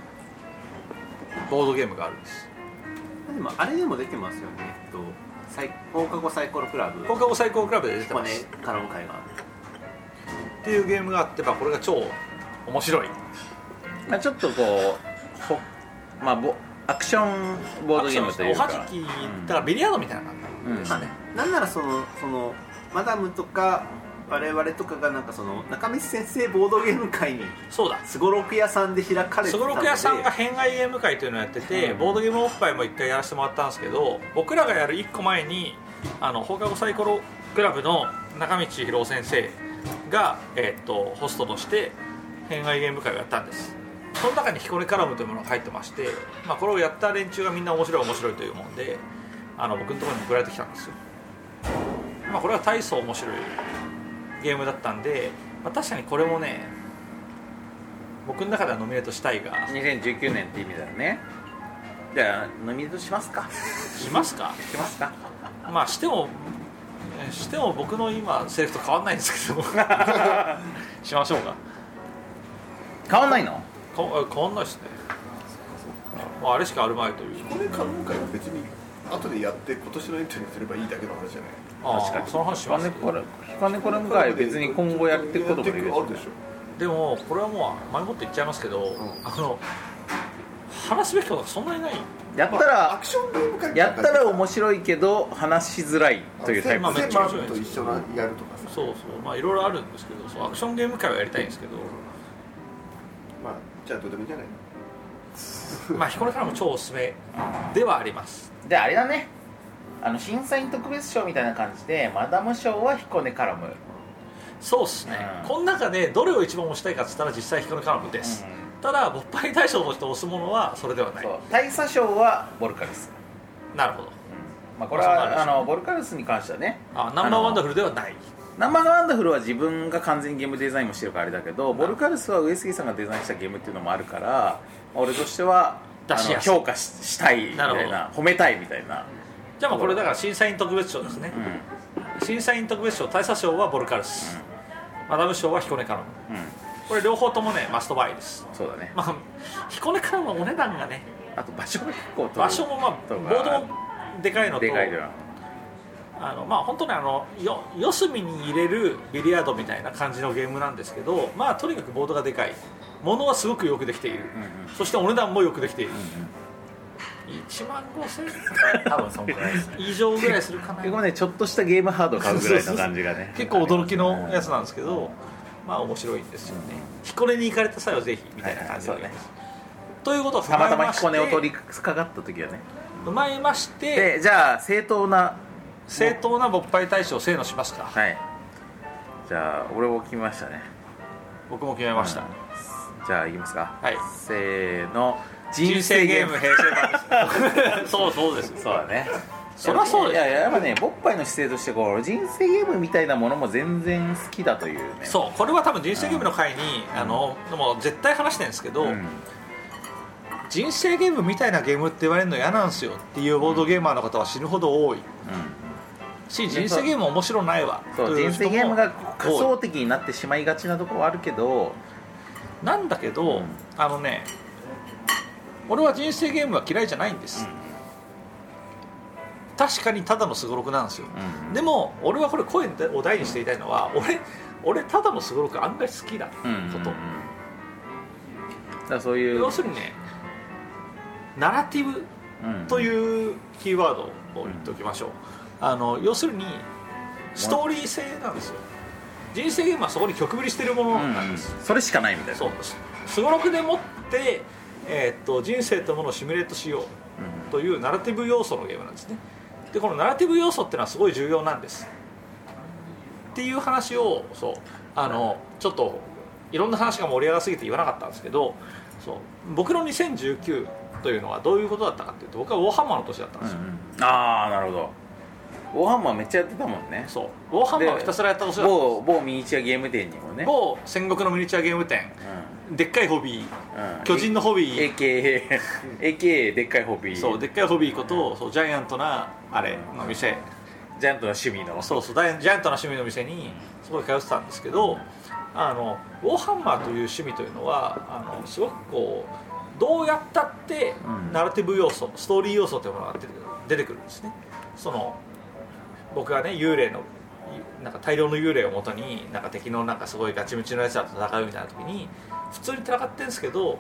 ボードゲームがあるんですでもあれでも出てますよねえっとサイ放課後サイコロクラブ放課後最高クラブで出て彦ま根すカロム会がっていうゲームがあって、まあ、これが超面白いうんまあちょっとこうほまあボアクションボードゲームというおかはじきだからビリヤードみたいな感じですね、なんならそのそのマダムとか我々とかがなんかその中道先生ボードゲーム会にそうだすごろく屋さんで開かれてすたごのでろく屋さんが偏愛ゲーム会というのをやってて、うんボードゲームおっぱいも一回やらせてもらったんですけど僕らがやる1個前にあの放課後サイコロクラブの中道博先生が、えーっとホストとして偏愛ゲーム会をやったんですその中に彦根カラムというものが入ってまして、まあ、これをやった連中がみんな面白い面白いというもんであの僕のところに送られてきたんですよ、まあ、これは大層面白いゲームだったんで、まあ、確かにこれもね僕の中ではノミネートしたいが2019年って意味だよねじゃあ飲みしますかしますかしますかまあしてもえーしても僕の今セリフと変わんないんですけどしましょうか変わんないのこ変わんないですねまああれしかあるまいというこれカロム会は別に後でやって今年のエントリーにすればいいだけの話じゃない確かにその話しヒカまネすコラヒカネコラム会別に今後やっていくこともできるしやっていくあるでしょでもこれはもう前もって言っちゃいますけど、んあの話すべきことがそんなにないやったアらクションゲーム会やったら面白いけど話しづらいというタイプまあめっセちゃマ面白いンと一緒にやるとかさそうそうまあいろいろあるんですけどそうアクションゲーム会はやりたいんですけまあじゃあどうでもいいんじゃないどまあ彦根からも超おすすめではありますであれだねあの審査員特別賞みたいな感じでマダム賞は彦根からもそうっすね、うんこの中でどれを一番推したいかっつったら実際彦根からもです、ただ勃発大賞として押すものはそれではないそう大佐賞はボルカルス、なるほどまあ、これそうなんではすあねのボルカルスに関してはねあナンバーワンダフルではないナンバーワンダフルは自分が完全にゲームデザインもしてるからあれだけどボルカルスは上杉さんがデザインしたゲームっていうのもあるから俺としては出しあのやすい評価ししたいみたいなな褒めたいみたいな、じゃあまあこれだから審査員特別賞ですねう、ん審査員特別賞大佐賞はボルカルス、マダム賞は彦根カノンうん、これ両方ともねマストバイですそうだねまあ彦根カノンはお値段がねあと場所が結構遠い場所もまあとボかードもでかいのとでかいじゃんあのまあ本当にあのよ四隅に入れるビリヤードみたいな感じのゲームなんですけどまあとにかくボードがでかいものはすごくよくできている、そしてお値段もよくできている、1万5000多分そんくらいですね以上ぐらいするかな結構ねちょっとしたゲームハードを買うぐらいの感じがね結構驚きのやつなんですけど、まあ面白いんですよね、彦根に行かれた際はぜひみたいな感じで、はいはいそということを踏たまたまえままして彦根を取りかかった時はね踏まえましてでじゃあ正当な正当な勃発大賞をせーのしますか、はいじゃあ俺も決めましたね僕も決めました、じゃあいきますかはいせーの人生ゲーム平成版 ですそうそうですそうだね そりゃそうでいすやいややっぱね勃発の姿勢としてこう人生ゲームみたいなものも全然好きだというねそうこれは多分人生ゲームの回に、あのもう絶対話してるんですけど、うん人生ゲームみたいなゲームって言われるの嫌なんですよっていうボードゲーマーの方は死ぬほど多いし人生ゲーム面白ないわそうという人人も生ゲームが仮多い想的になってしまいがちなところはあるけどなんだけど、あのね俺は人生ゲームは嫌いじゃないんです、確かにただのすごろくなんですよ、うんでも俺はこれ声を大にしていたいのは俺俺ただのすごろく案外好きだこうんうんうんと、だからそういう要するにねナラティブとういうキーワードを言っておきましょう、あの要するにストーリー性なんですよ人生ゲームはそこに曲振りしてるものんうんなんです、それしかないみたいなそうすごろくでもって、えーっと人生というものをシミュレートしようというナラティブ要素のゲームなんですねでこのナラティブ要素っていうのはすごい重要なんですっていう話をそうあのちょっといろんな話が盛り上がりすぎて言わなかったんですけどそう僕の2019というのはどういうことだったかっていうと僕はウォーハンマーの年だったんうでんすよ、うんああなるほどウォーハンマーめっちゃやってたもんねそうウォーハンマーをひたすらやった年だったんで某某ミニチュアゲーム店にもねす某戦国のミニチュアゲーム店でっかいホビーうんうん巨人のホビー AKA AKA でっかいホビーそうでっかいホビーことそうジャイアントなあれの店ジャントの趣味のそうそうダイジャイアントな趣味の店にすごい通ってたんですけどあのウォーハンマーという趣味というのはあのすごくこうどうやったってうんナラティブ要素ストーリー要素というものが出てくる出てくるんですねその僕がね幽霊のいなんか大量の幽霊をもとになんか敵のなんかすごいガチムチのやつらと戦うみたいな時に普通に戦ってるんですけど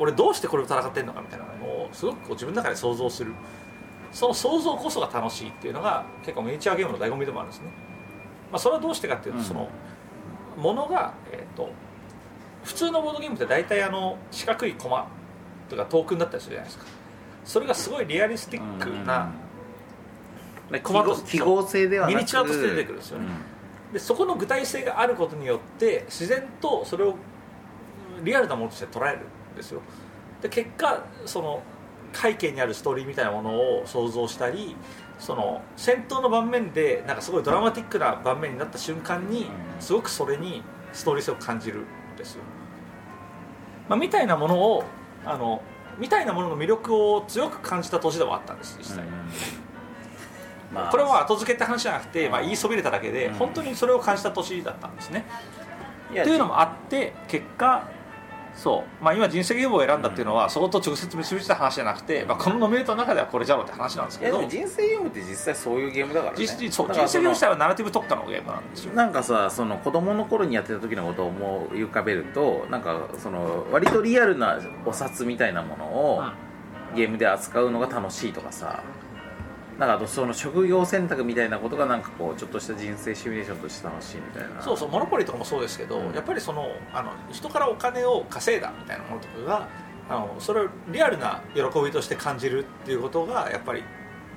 俺どうしてこれを戦ってんのかみたいなのをすごくこう自分の中で想像するその想像こそが楽しいっていうのが結構ミニチュアゲームの醍醐味でもあるんですね、まあ、それはどうしてかっていうと、うんそのものが、えー、と普通のボードゲームって大体あの四角いコマとかトークンだったりするじゃないですかそれがすごいリアリスティックな、で記コマと号記号性ではなくミニチュアとして出てくるんですよねでそこの具体性があることによって自然とそれをリアルなものとして捉えるんですよで結果その背景にあるストーリーみたいなものを想像したりその戦闘の盤面でなんかすごいドラマティックな盤面になった瞬間にすごくそれにストーリー性を感じるんですよ、まあ、みたいなものをあのみたいなものの魅力を強く感じた年でもあったんです実際、まあこれは後付けって話じゃなくて、まあ、言いそびれただけで、本当にそれを感じた年だったんですね。いやというのもあって結果そう、まあ、今人生ゲームを選んだっていうのは、そこと直接結びついた話じゃなくて、まあ、このノミネートの中ではこれじゃろうって話なんですいけやでども人生ゲームって実際そういうゲームだからね実際そうだ人から生そのゲーム自体はナラティブ特化のゲームなんですよなんかさその子供の頃にやってた時のことを思い浮かべるとなんかその割とリアルなお札みたいなものをゲームで扱うのが楽しいとかさなんかあとその職業選択みたいなことがなんかこうちょっとした人生シミュレーションとして楽しいみたいなそうそうモノポリーとかもそうですけど、やっぱりそのあの人からお金を稼いだみたいなものとかがあのそれをリアルな喜びとして感じるっていうことがやっぱり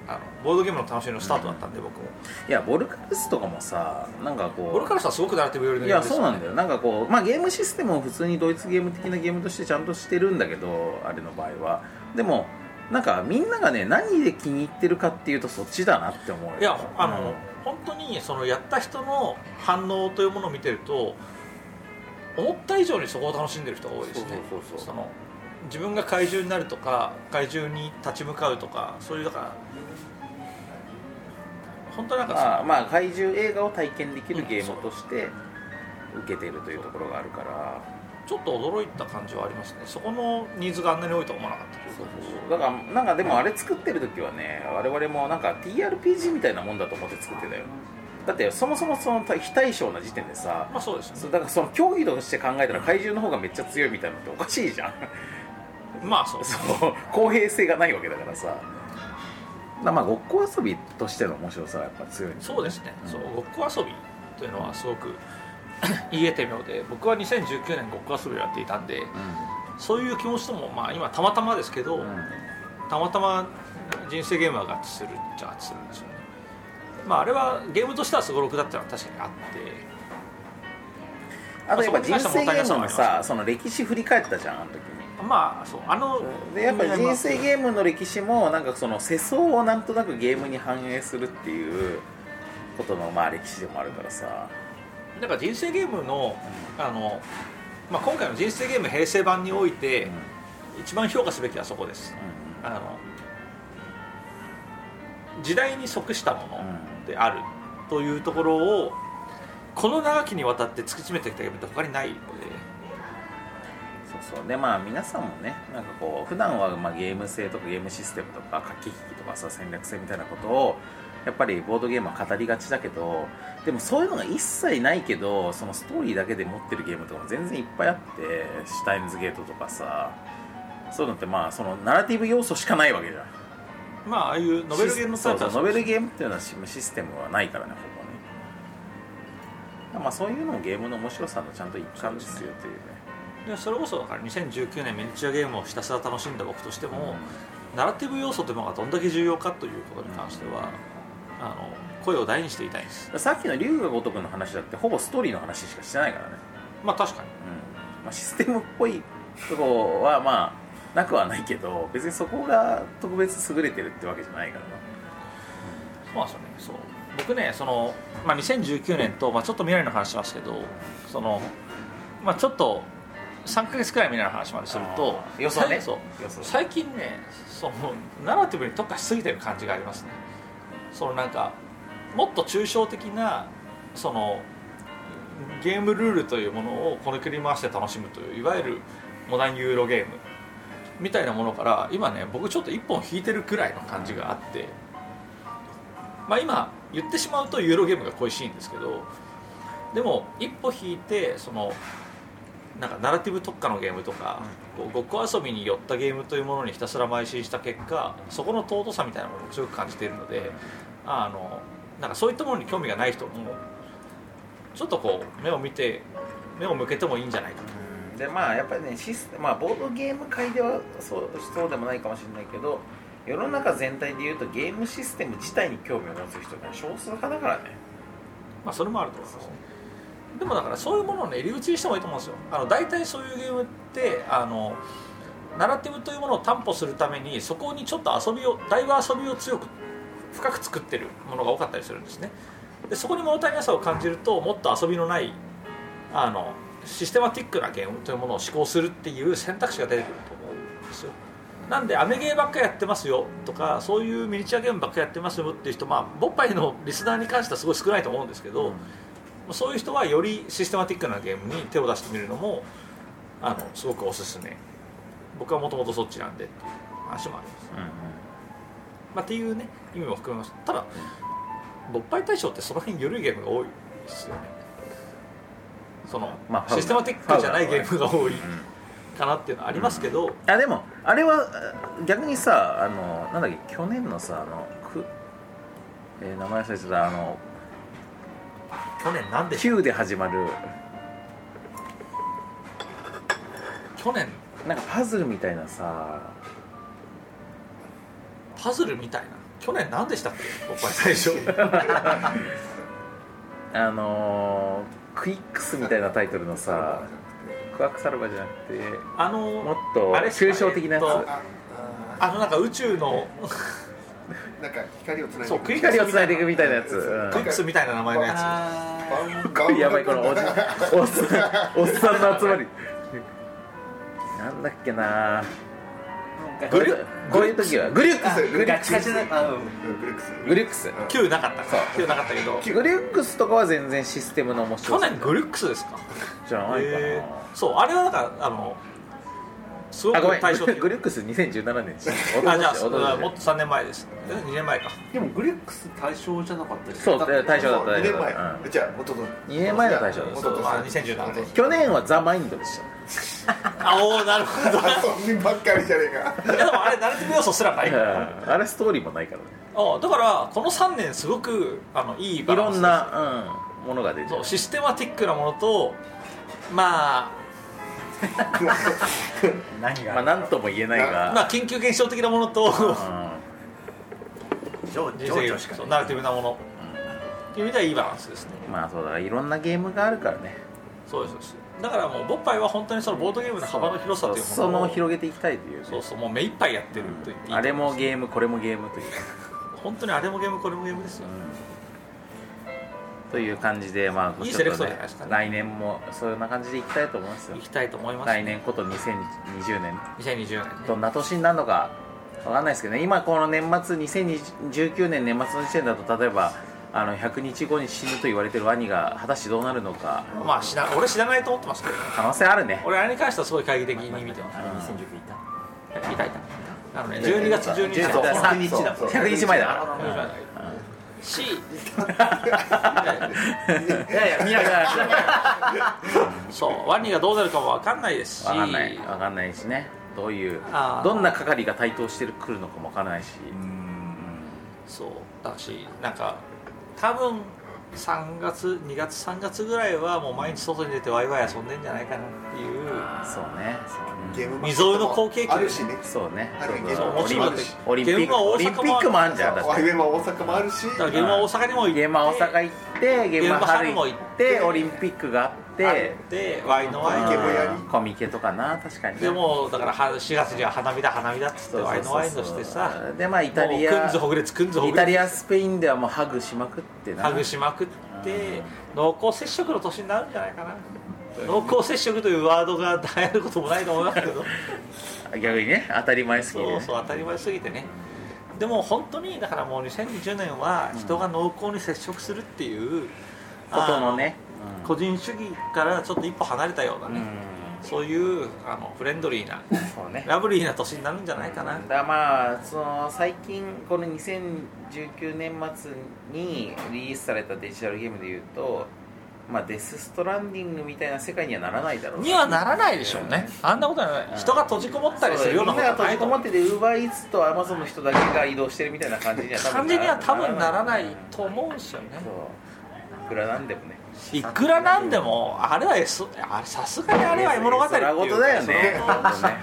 あのボードゲームの楽しみのスタートだったんで、僕もいやボルカルスとかもさなんかこう俺からしたらすごくナラティブ寄りのいゲーやムですそうなんだよなんかこう、まあ、ゲームシステムを普通にドイツゲーム的なゲームとしてちゃんとしてるんだけどあれの場合はでもなんかみんながね何で気に入ってるかっていうとそっちだなって思うよいやあの、本当にそのやった人の反応というものを見てると思った以上にそこを楽しんでる人が多いですねそうそうそうそうの自分が怪獣になるとか怪獣に立ち向かうとかそういうだから本当になんかそのまあ、まあ怪獣映画を体験できるゲームとして受けてるというところがあるからちょっと驚いた感じはありますねそこのニーズがあんなに多いとは思わなかったそうそうだからなんかでもあれ作ってる時はね我々もなんか TRPG みたいなもんだと思って作ってたよだってそもそもその非対称な時点でさ、まあそうですよねそうだからその競技として考えたら怪獣の方がめっちゃ強いみたいなのっておかしいじゃん まあそうですそう公平性がないわけだからさだからまあごっこ遊びとしての面白さはやっぱ強いそうですね、そうごっこ遊びというのはすごく 言えて妙で僕は2019年ごっこ遊びをやっていたんで、そういう気持ちとも、まあ、今たまたまですけど、たまたま人生ゲームは合致するっちゃ合致するんですよねまああれはゲームとしてはすごろくだったのは確かにあってあとやっぱ人生ゲームのさその歴史振り返ったじゃんあの時にまあそうあのでやっぱり人生ゲームの歴史もなんかその世相をなんとなくゲームに反映するっていうことのまあ歴史でもあるからさだから人生ゲームのあの、まあ、今回の人生ゲーム平成版において、一番評価すべきはそこです、あの時代に即したものであるというところをこの長きにわたって突き詰めてきたゲームって他にないのでそうそうでまあ皆さんもねなんかこう普段はまあゲーム性とかゲームシステムとか駆け引きとかさ戦略性みたいなことをやっぱりボードゲームは語りがちだけどでもそういうのが一切ないけどそのストーリーだけで持ってるゲームとかも全然いっぱいあってシュタインズゲートとかさそういうのってまあそのナラティブ要素しかないわけじゃんまあああいうノベルゲームそサイうトそうはノベルゲームっていうのはシシステムはないからねほぼねだからまあそういうのもゲームの面白さのちゃんと一環ですよっていうねでそれこそだから2019年ミニチュアゲームをひたすら楽しんだ僕としても、ナラティブ要素というものがどんだけ重要かということに関しては、あの声を大にしていたいんですさっきの龍が如くの話だってほぼストーリーの話しかしてないからね、まあ確かにうんまあ、システムっぽいとこはまあなくはないけど別にそこが特別優れてるってわけじゃないからなそうなんですよねそう僕ねその、まあ、2019年と、まあ、ちょっと未来の話しますけどその、まあ、ちょっと3ヶ月くらい未来の話までするとあー予想 ねそう予想最近ねそのナラティブに特化しすぎてる感じがありますねそのなんかもっと抽象的なそのゲームルールというものをこねくり回して楽しむといういわゆるモダンユーロゲームみたいなものから今ね僕ちょっと一本引いてるくらいの感じがあってまあ今言ってしまうとユーロゲームが恋しいんですけどでも一歩引いてそのなんかナラティブ特化のゲームとか、こうごっこ遊びに寄ったゲームというものにひたすら邁進した結果そこの尊さみたいなものを強く感じているのであのなんかそういったものに興味がない人もちょっとこう目を見て目を向けてもいいんじゃないかとでまあやっぱりねシスまあ、ボードゲーム界ではそうそうでもないかもしれないけど世の中全体でいうとゲームシステム自体に興味を持つ人が少数派だからねまあそれもあると思いますねでもだからそういうものをね入り口にしてもいいと思うんですよあの大体そういうゲームってあのナラティブというものを担保するためにそこにちょっと遊びをだいぶ遊びを強く深く作ってるものが多かったりするんですねでそこに物足りなさを感じるともっと遊びのないあのシステマティックなゲームというものを思考するっていう選択肢が出てくると思うんですよなんでアメゲーばっかやってますよとかそういうミニチュアゲームばっかやってますよっていう人まあボッパイのリスナーに関してはすごい少ないと思うんですけど、そういう人はよりシステマティックなゲームに手を出してみるのもあのすごくおすすめ僕はもともとそっちなんでっていう話もあります、まあ、っていうね意味も含めますただ勃発対象ってその辺緩いゲームが多いですよねその、まあシステマティックじゃないゲームが多いかなっていうのはありますけど、あでもあれはあ逆にさあのなんだっけ去年のさあのく、えー名前忘れてたあの去年なんでしょう9で始まる去年なんかパズルみたいなさパズルみたいな去年何でしたっけ勃発 対象あのークイックスみたいなタイトルのさクワクサルバじゃなくてあのもっとあれっすか抽象的なやつえっとああのなんか宇宙のーなんか光をつないでそうクイックス光をみつたないいなでいくみたいなやつ、クイックスみたいな名前のやうんやばいこのおじおっさんおっさんの集まりなんだっけなグリュこういう時はグリュックスグリュッガクチガチスなあのグレックスグリュックス9なかったか9なかったけどグリュックスとかは全然システムの面白去さ年グリュックスですかじゃないかえなーそうあれはなんかあのすごあごめくん対照的グリュックス2017年ですあじゃあそおとうとしだもっと3年前ですえ2年前かでもグリックス対象じゃなかったですそう大賞だった2大賞年だ前った、うんじゃあ元の二年前の大賞だったそうまあ2017年去年はザ・マインドでしたあおーなるほ ど遊びばっかりじゃねえかいやでもあれナルティブ要素すらないからあれストーリーもないからねあだからこの3年すごくあのいいバいランろスんな、うん、ものが出てそうるシステマティックなものとま何が、まあ何とも言えないあまがあ研究現象的なものと情人情生緒しかそうなナルティブなものっていう意味ではいいバランスですねうんまあそうだいろんなゲームがあるからねそうですそうですだからもうボッパイは本当にそのボードゲームの幅の広さというものをその広げていきたいというねそうそうもう目いっぱいやってると言っていいあれもゲームこれもゲームという本当にあれもゲームこれもゲームですよ、という感じでまあいいちょっとセレクトじゃないですかね来年もそんな感じでいきたいと思いますよ行きたいと思います、来年こと2020年2020年ねどんな年になるのかわかんないですけどね今この年末2019年年末の時点だと例えばあの100日後に死ぬと言われてるワニが果たしてどうなるのかまあ知ら俺知らないと思ってますけど可能性あるね俺あれに関してはすごい懐疑的に見てますあれ2019いたいたいたあのね12月12日だ100 100日だ100日前だから しいやいや見ながらそうワニがどうなるかも分かんないですしわかんないわかんないしねどういうあーどんな係が台頭してくるのかもわからないしそうだしなんか多分3月2月3月ぐらいはもう毎日外に出てワイワイ遊んでんじゃないかなっていうそうねゲーム未曾有の好景気あるしねそうねあるゲームそうももちちろろんんあるしオリンピゲッームはク大阪もオリンピックもあるじゃんだっワてイウェイは大阪もあるしだから現場は大阪 にも行ってゲームは大阪行ってゲームは春行ってオリンピックがあってでワイのワイゲームはやりうんコミケとかな確かにねでもうだからは4月には花火だ花火だっつってそうワイのそワうイそのうそしうてさでまあイタリもうくんアずほぐれつくんずほイぐれタリアスペインではもうハグしまくってつなハグしまくって濃厚接触の年になるんじゃないかな濃厚接触というワードが流行ることもないと思いますけ ど逆にね当たり前すぎそうそう当たり前すぎてねでも本当にだからもう2020年は人が濃厚に接触するっていうことのねあの個人主義からちょっと一歩離れたようなうんねそういうあのフレンドリーなそうねラブリーな年になるんじゃないかなだからまあその最近この2019年末にリリースされたデジタルゲームでいうとまあデス・ストランディングみたいな世界にはならないだろうにはならないでしょうねあんなことはなうんい人が閉じこもったりするようなみこんとながは閉ないじこと思もうっててウーバーイーツとアマゾンの人だけが移動してるみたいな感じには多分感じには 多分ならないと思うんですよねそういくらなんでもねいくらなんでもあれは S あれさすがにあれは絵物語っていうそことだよねそ本の当ね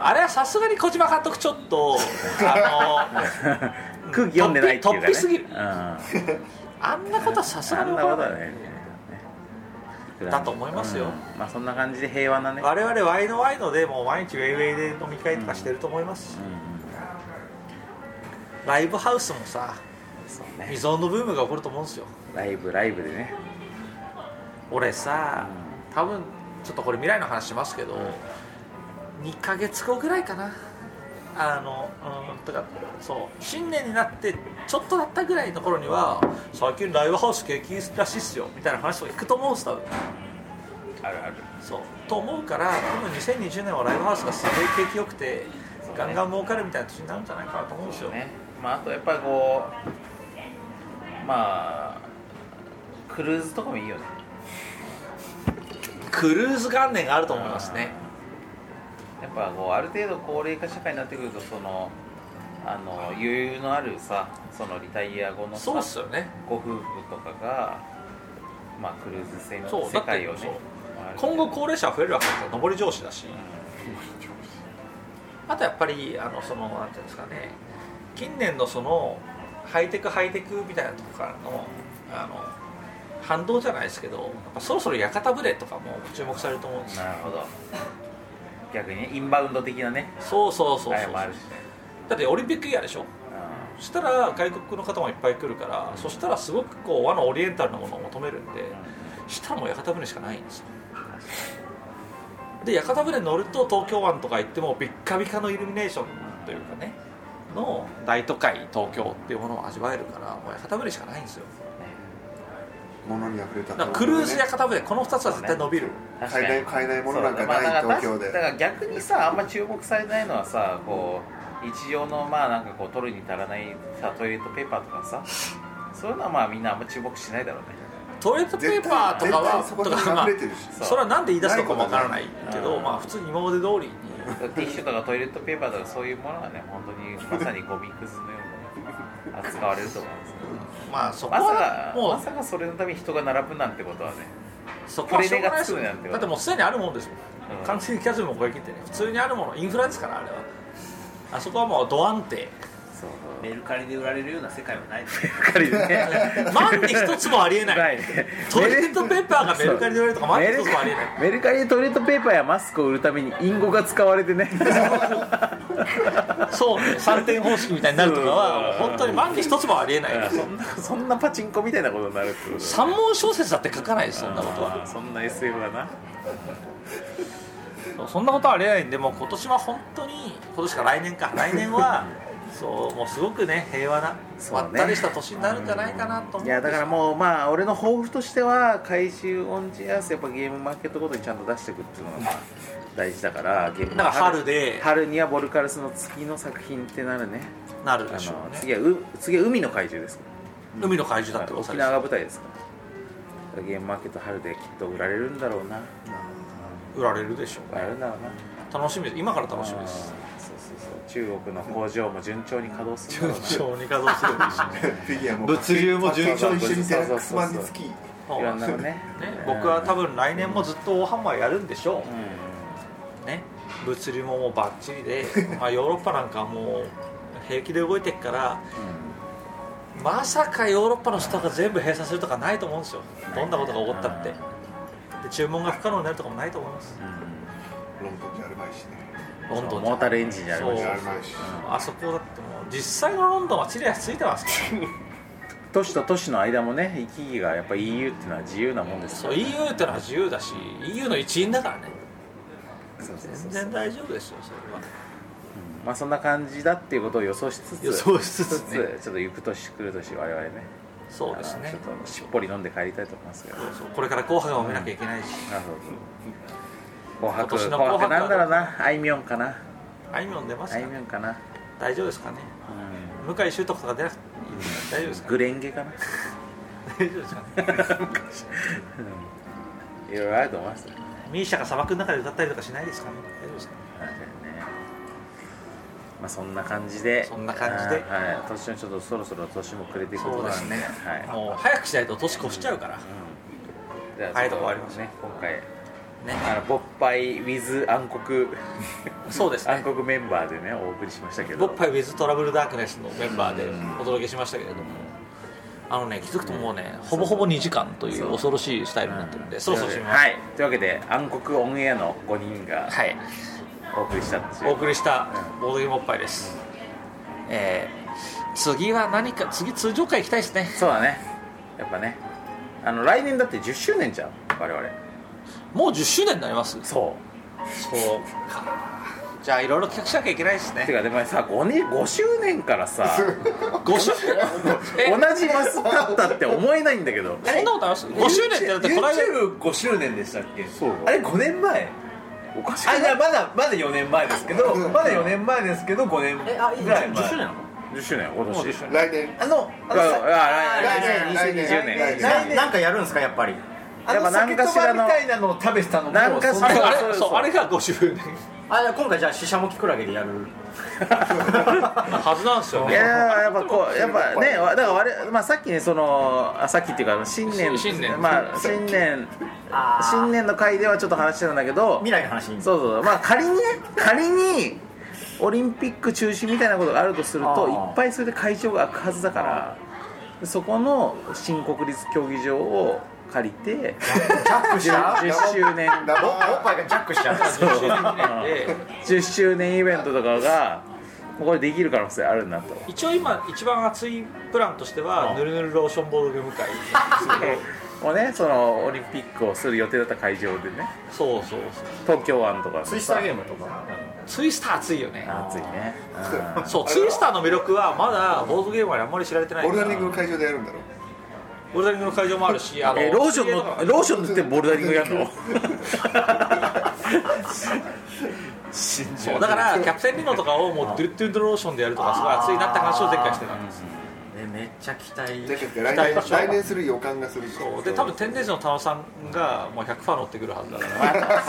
あれはさすがに小島監督ちょっ とあうん空気読んでないっていうかね突飛すぎるうんあのあんなことはさすがにん起なここらとはないねだと思いますようんまあそんな感じで平和なね我々ワイドワイドでもう毎日ウェイウェイで飲み会とかしてると思いますし、ライブハウスもさそうね未曾有のブームが起こると思うんですよライブライブでね俺さ多分ちょっとこれ未来の話しますけど、2ヶ月後ぐらいかなあのうんとかそう新年になってちょっとだったぐらいの頃には最近ライブハウス激らしいっすよみたいな話とか聞くと思うんです多分あるあるそうと思うから多分2020年はライブハウスがすごい景気良くてガンガン儲かるみたいな年になるんじゃないかなと思うんですよ、ねまああとやっぱりこうまあクルーズとかもいいよねクルーズ元年があると思いますねやっぱこうある程度高齢化社会になってくるとそのあの余裕のあるさそのリタイア後のさそうっすよねご夫婦とかがまあクルーズ船そうのだ世って界をねそう回る今後高齢者は増えるわけですよ上り調子だしあとやっぱりあのそのなんていうんですかね近年のそのハイテクハイテクみたいなとこからのあの反動じゃないですけどやっぱそろそろ屋形船とかも注目されると思うんですよなるほど逆にねインバウンド的なねそうそうそうあれそうもあるしねだってオリンピックイヤーでしょそしたら外国の方もいっぱい来るからそしたらすごくこう和のオリエンタルなものを求めるんでしたらもう屋形船しかないんですよで屋形船乗ると東京湾とか行ってもビッカビカのイルミネーションというかねの大都会東京っていうものを味わえるからもう屋形船しかないんですよ物に溢れただからクルーズ屋形船この2つは絶対伸びる、買えない買えないものなんかないそうだまあ東京でだからだから逆にさあんま注目されないのはさこう日常のまあなんかこう取るに足らないさトイレットペーパーとかさそういうのはまあみんなあんま注目しないだろうねトイレットペーパーとかは絶対そこにとかまあ溢れてるしそれはなんで言い出したのかもわからないけないことどないまあ普通に今まで通りにティッシュとかトイレットペーパーとかそういうものがね本当 にまさにゴミくずのように扱われると思うんですよ まあそこまさはかもう、まさかそれのために人が並ぶなんてことはねそこはしょうがないですよこれでがつくなんてだってもうすでにあるもんですもん、うん完全にキャズムを超え切ってね普通にあるものインフラですからあれはあそこはもうド安定そうメルカリで売られるような世界はないですねメルカリでね万に一つもありえな いないねトイレットペーパーがメルカリで売られるとか万に一つもありえないメルカリでトイレットペーパーやマスクを売るためにインゴが使われて ねそうね三点方式みたいになるとかは本当に万に一つもありえないそんなそんなパチンコみたいなことになるってこと三文小説だって書かないですそんなことはあーそんな SF だなそんなことはありえないんでもう今年は本当に今年か来年か来年はそうもうすごくね平和なそうまねったりした年になるんじゃないかなと思うんいやだかららもうまあ俺の抱負としては回収オンチアースやっぱゲームマーケットごとにちゃんと出していくっていうのがまあ大事だからゲームだから春で春にはボルカルスの月の作品ってなるねなるあでしょのうね次はう次は海の怪獣です海の怪獣だって沖噂縄が舞台ですからだからゲームマーケット春できっと売られるんだろうな売られるでしょ売られるんだろうなう楽しみです今から楽しみですあーそうそうそう中国の工場も順調に稼働するんだ順ろうな調に稼働するんでしょうねフィギュアも物流も順調一緒にデラッそうクスそう版そにうつきいろんなのねね僕は多分来年もずっと大ハンマーやるんでしょううね物流ももうバッチリでまあヨーロッパなんかもう平気で動いてっからまさかヨーロッパのスターが全部閉鎖するとかないと思うんですよどんなことが起こったってで注文が不可能になるとかもないと思いますロンドンじゃあるまいしねロンんドンじモゃータルエンジンじゃありましそたうじゃあるまいしあそこだってもう実際のロンドンは地理がついてますから 都市と都市の間もね行き来がやっぱ EU っていうのは自由なもんですそう EU ってのは自由だし EU の一員だからねそうそうそ全うそう然大丈夫ですよそれはまあそんな感じだっていうことを予想しつつ予想しつつねつつちょっと行く年来る年我々ねそうですあねのちょっとしっぽり飲んで帰りたいと思いますけどそうそうこれから紅白も見なきゃいけないし、なるほど紅白今年の紅白紅白はなんだろうなあいみょんかなあいみょん出ますあかいねみょんかな、大丈夫ですかねう向井秀徳とか出なくて大丈夫ですん、かグねレンゲかな大丈夫ですかねいろいろあると思いますよミーシャが砂漠の中で歌ったりとかしないですかね大丈夫ですかね確かにねまあそんな感じでそんな感じであーはい年のちょっとそろそろ年も暮れていくことなんでそうではいもう早くしないと年越しちゃうからじゃあはいちょっとこありますね今回ねあの勃発 with 暗黒そうです暗ね黒メンバーでねお送りしましたけどボッパイ with トラブルダークネスのメンバーでお届けしましたけれどもあのね気づくともうねほぼほぼ2時間という恐ろしいスタイルになってるんでそろそろ締めますはいというわけで暗黒オンエアの5人がはいお送りしたっていうお送りしたボードゲームおっぱいです、えー次は何か次通常回行きたいですねそうだねやっぱねあの来年だって10周年じゃん我々もう10周年になりますそそうかじゃあいろいろ企画しなきゃいけないですうてねかでもさ 5, 年5周年からさ5周年 え同じマスだったって思えないんだけどそんなことあります5周年ってだってこの間 YouTube5 周年でしたっけそうあれ5年前おかしくあじなゃあいまだまだ4年前ですけどまだ4年前ですけど5年えあいいぐらい10前周年なの10周年今年10周年来年あのあのあさあ来来年年2020年来年ななんかやるんですかやっぱりあやっぱの何酒かとしらばみのたいなのを食べてたのも何かしあられのあれそうそうそうあれが5周 年あじゃあ今回じゃあシシャモキクラゲでやるはずなんですよいねやーやっぱこうやっぱねわだから我々まあさっきねそのあさっきっていうか新年新年まあ新年あー新年の回ではちょっと話してたんだけど未来の話にそうそうまあ仮にね仮にオリンピック中止みたいなことがあるとするとあいーっぱいそれで会場が開くはずだからそこの新国立競技場を借りてジャック10しちゃう周年おおっぱいがジャックしちゃう 10周年で10周年イベントとかがもうこれできる可能性あるなと一応今一番熱いプランとしてはぬるぬるローションボードゲーム会をねそのオリンピックをする予定だった会場でねそうそうそう東京湾とかツイスターゲームとかツイスター熱いよね熱いねそうツイスターの魅力はまだボードゲームはあんまり知られてないボルダリングの会場でやるんだろボルダリングの会場もあるしあのえローション水泳とかのローション塗ってボルダリングやるのそうだからキャプテンリノとかをもうドゥルッドゥルドゥルローションでやるとかすごい熱いなって話を前回してたんですえめっちゃ期待だけど来年来年する予感がするそうで多分天然寺の田尾さんがもう100%乗ってくるはずだから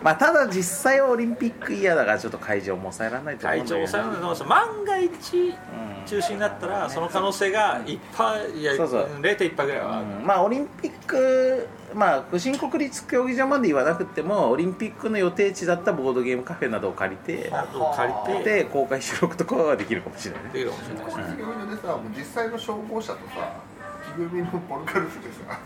まあただ実際はオリンピックイヤーだからちょっと会場も抑えられないと思う体んだ調よをね抑えるのは万が一中止になったらその可能性が1パーいやそうそう0.1パーぐらいはあるうんまあオリンピックまあ新国立競技場まで言わなくてもオリンピックの予定地だったボードゲームカフェなどを借りて借りてで公開収録とかはできるかもしれないねっていうかもしれない国立競技場でさもう実際の消防車とさ着ぐるみのポルカルフでさ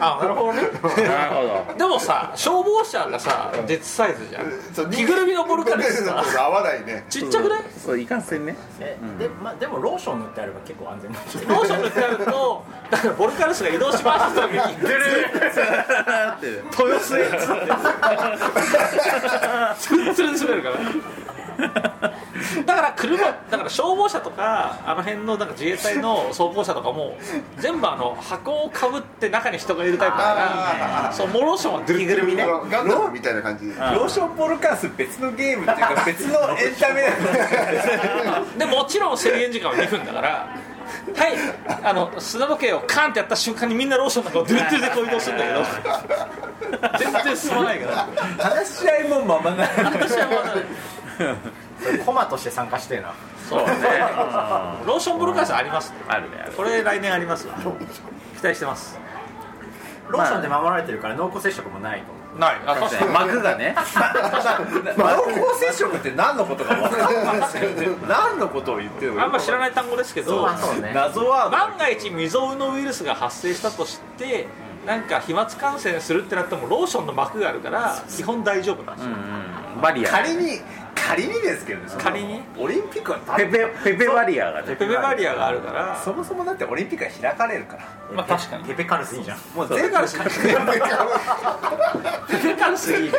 あなるほどね なるほどでもさ消防車がさ絶サイズじゃそうん着ぐるみのボルカルスさ人間の合わないねちっちゃくないそういかんせんねえで,、まあ、でもローション塗ってあれば結構安全なんですよローション塗ってやるとだからボルカルスが移動しますときに ドゥル豊洲へツルツルに滑るからだから車だから消防車とかあの辺のなんか自衛隊の装甲車とかも全部あの箱をかぶって中に人がいるタイプだからそうモローションはドゥル着ぐるみねガンダムみたいな感じでローションポルカース別のゲームっていうか別のエンタメなんだ でもちろん制限時間は2分だからはいあの砂時計をカンってやった瞬間にみんなローションなんかをドゥルドゥルでこう移動するんだけど全然進まないから話し合いもままならない私はもうそれコマとして参加してえなそうねローションブルーカースありますあるねこれ来年ありますわ期待してますローションで守られてるから濃厚接触もないと思うないあ確かに幕 がね濃厚接触って何のことか分かんないですよね 何のことを言ってるのあんま知らない単語ですけどそうね謎は万が一未曾有のウイルスが発生したとしてなんか飛沫感染するってなってもローションの膜があるから基本大丈夫なんですよバリア仮に仮にですけどねその仮にオリンピックはペペペペバリアがねペペバリアがあるからそもそもだってオリンピックは開かれるからまあ確かにペペカルスいいじゃんもう全部ペペカルスいいペ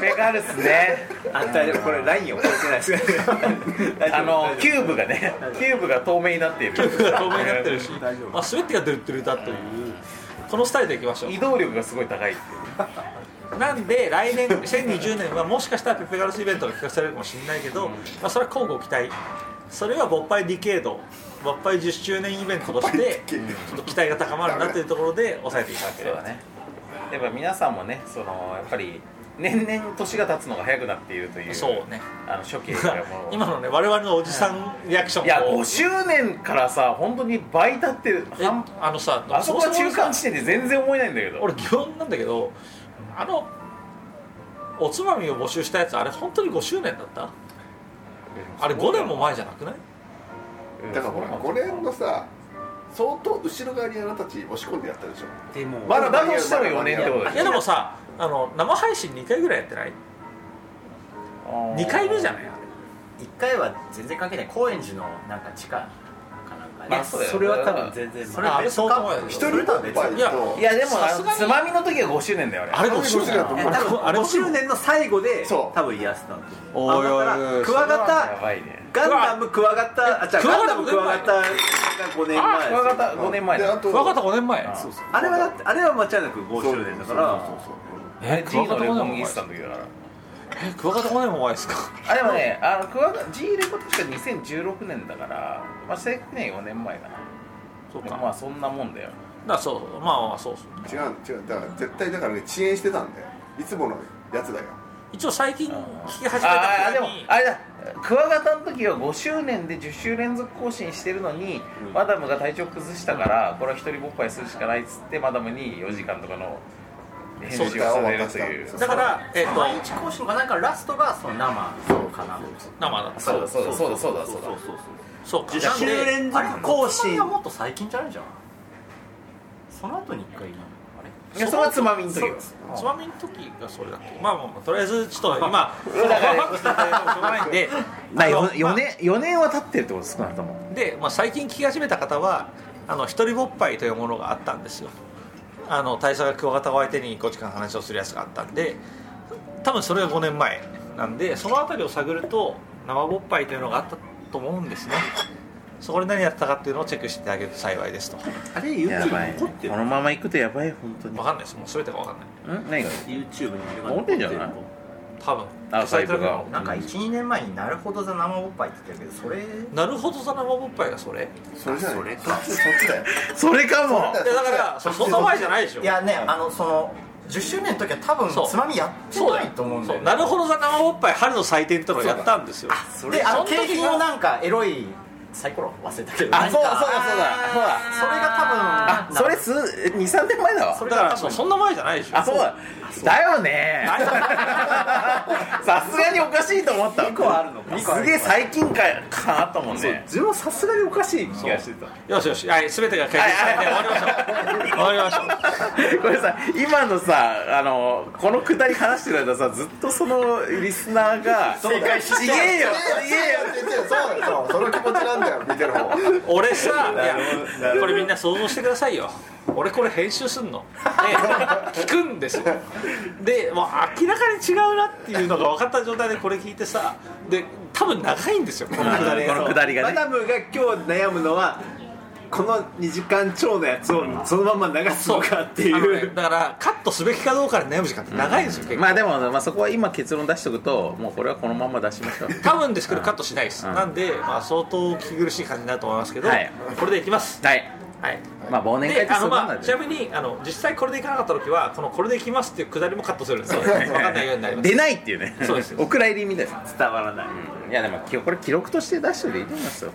ペガルスねあ大丈夫これラインを超えてないですよねあのキューブがねキューブが透明になっ ている透明になってるし、まあ、全てがドゥルドゥルだというこのスタイルでいきましょ移動力がすごい高いっていううなんで来年2020年はもしかしたらペペガルスイベントが企画されるかもしれないけど、まあ、それは交互期待それは勃発ディケード勃発10周年イベントとしてちょっと期待が高まるなというところで抑えていただければねねやっぱ皆さんもねそのやっぱり年々年が経つのが早くなっているというそうねあの初期がもう 今のね我々のおじさんリアクションいやこう5周年からさ本当に倍立ってるえ半あのさあそこは中間そもそもさ地点で全然思えないんだけど俺疑問なんだけどあのおつまみを募集したやつあれ本当に5周年だったあれ5年も前じゃなくないうんだからほら5年のさ相当後ろ側にあなたたち押し込んでやったでしょでもまだだとしても4年ってこといでやしでもさあの生配信2回ぐらいやってないょ2回目じゃないいあ一回は全然関係ない高円寺のなんか地下かなんかまあねそうだよそれは多分全然れあれ相当前だよそれとは別一人にいやいやでもさあすがのにつまみの時が5周年だよあれあれ5周年だあれえよ多分あれ5周年の最後でそう多分癒やしたんだおいおいおいあだからクワガやタばいねガンダムクワガタあじゃあクワガガタンダもムクワガタが5年前クワガタ5年前であだと分かった5年前そうそうあれはだってあれは間違いなく5周年だからえク G ワガのタレ5コ年ンもギ前スタの時だからえクワガタ5年も前ですかあでもねあのクワガ G レコ確か2016年だからまあ正確には4年前だなそうかだまかあそんなもんだよらそうまあまあそうそう違う違うだから絶対だからね遅延してたんだよいつものやつだよ一応最近聞き始めああーたで時もにあれだクワガタの時は5周年で10週連続更新してるのに、マダムが体調崩したから、これは一人ぼっぱいするしかないっつってマダムに4時間とかの編集をされるというそうだからえっと毎日更新かなんかラストがその生かな生だそうだそうだそうだそうだそうだそうか10週連なんで続更新もっと最近じゃないじゃんその後に1回なあれいやそれはつまみの時よつまみの時がそれだっけまあまあまあとりあえずちょっと 今ファックスだったらしょうがないんでまあ あのよ4年4年は経ってるってこと少なくともで、まあ、最近聞き始めた方はあの一人ぼっぱいというものがあったんですよあの大佐がクワガタを相手に5時間話をするやつがあったんで多分それが5年前なんでその辺りを探ると生勃発というのがあったと思うんですねそこで何やってたかっていうのをチェックしてあげると幸いですとあれ YouTube やばいに残ってるこのまま行くとやばい本当に分かんないですもう全てが分かんないん何が YouTube にあれが残ってんじゃない多分アーカイブが消なんかうん12年前になるほどザ生おっぱいって言ってるけどそれなるほどさ生勃発がそれそれじゃないそれそっちそっちだよそれかもいやだからそそんな前じゃないでしょいやねあのその10周年の時は多分そうつまみやってそうだなよいと思うんだそようねなるほどさ生勃発春の祭典ってのをやったんですよであのその時が景品をなんかエロいサイコロ忘れたけどあそうだなんそうかだそうだそうだそれがあ多分それ数23年前だわそれだがから多分そうそんな前じゃないでしょあそうだだよ ねさすがにおかしいと思った2個あるのかすげえ最近かかあったもんね自分はさすがにおかしい気がしてたよしよしはい全てが解決したんで終わりましょう終わりましょうこれさ今のさあのこのくだり話してる間さずっとそのリスナーが「正解しちげえよいやいやいやそうだよそうその気持ちなんだよ見てる方俺さいやこれみんな想像してくださいよ俺これ編集すんので聞くんですよでもう明らかに違うなっていうのが分かった状態でこれ聞いてさで多分長いんですよこのくだりこのくだりがマねダムが今日悩むのはこの2時間超のやつをそのまま流すのかっていあのねうだからカットすべきかどうかで悩む時間って長いんですよ結構、まあでも、まあ、そこは今結論出しとくともうこれはこのまま出しましょう多分ですけどカットしないです、うんなんで、まあ、相当聞き苦しい感じになると思いますけど、はいこれでいきますはいはいまあ忘年会っでてあそのうなんだまあよちなみにあの実際これでいかなかった時はこのこれでいきますっていうくだりもカットするんですよ分かんないようになります出ないっていうねそうですお蔵入りみたいな伝わらないいやでもきこれ記録として出しといていいと思いますよ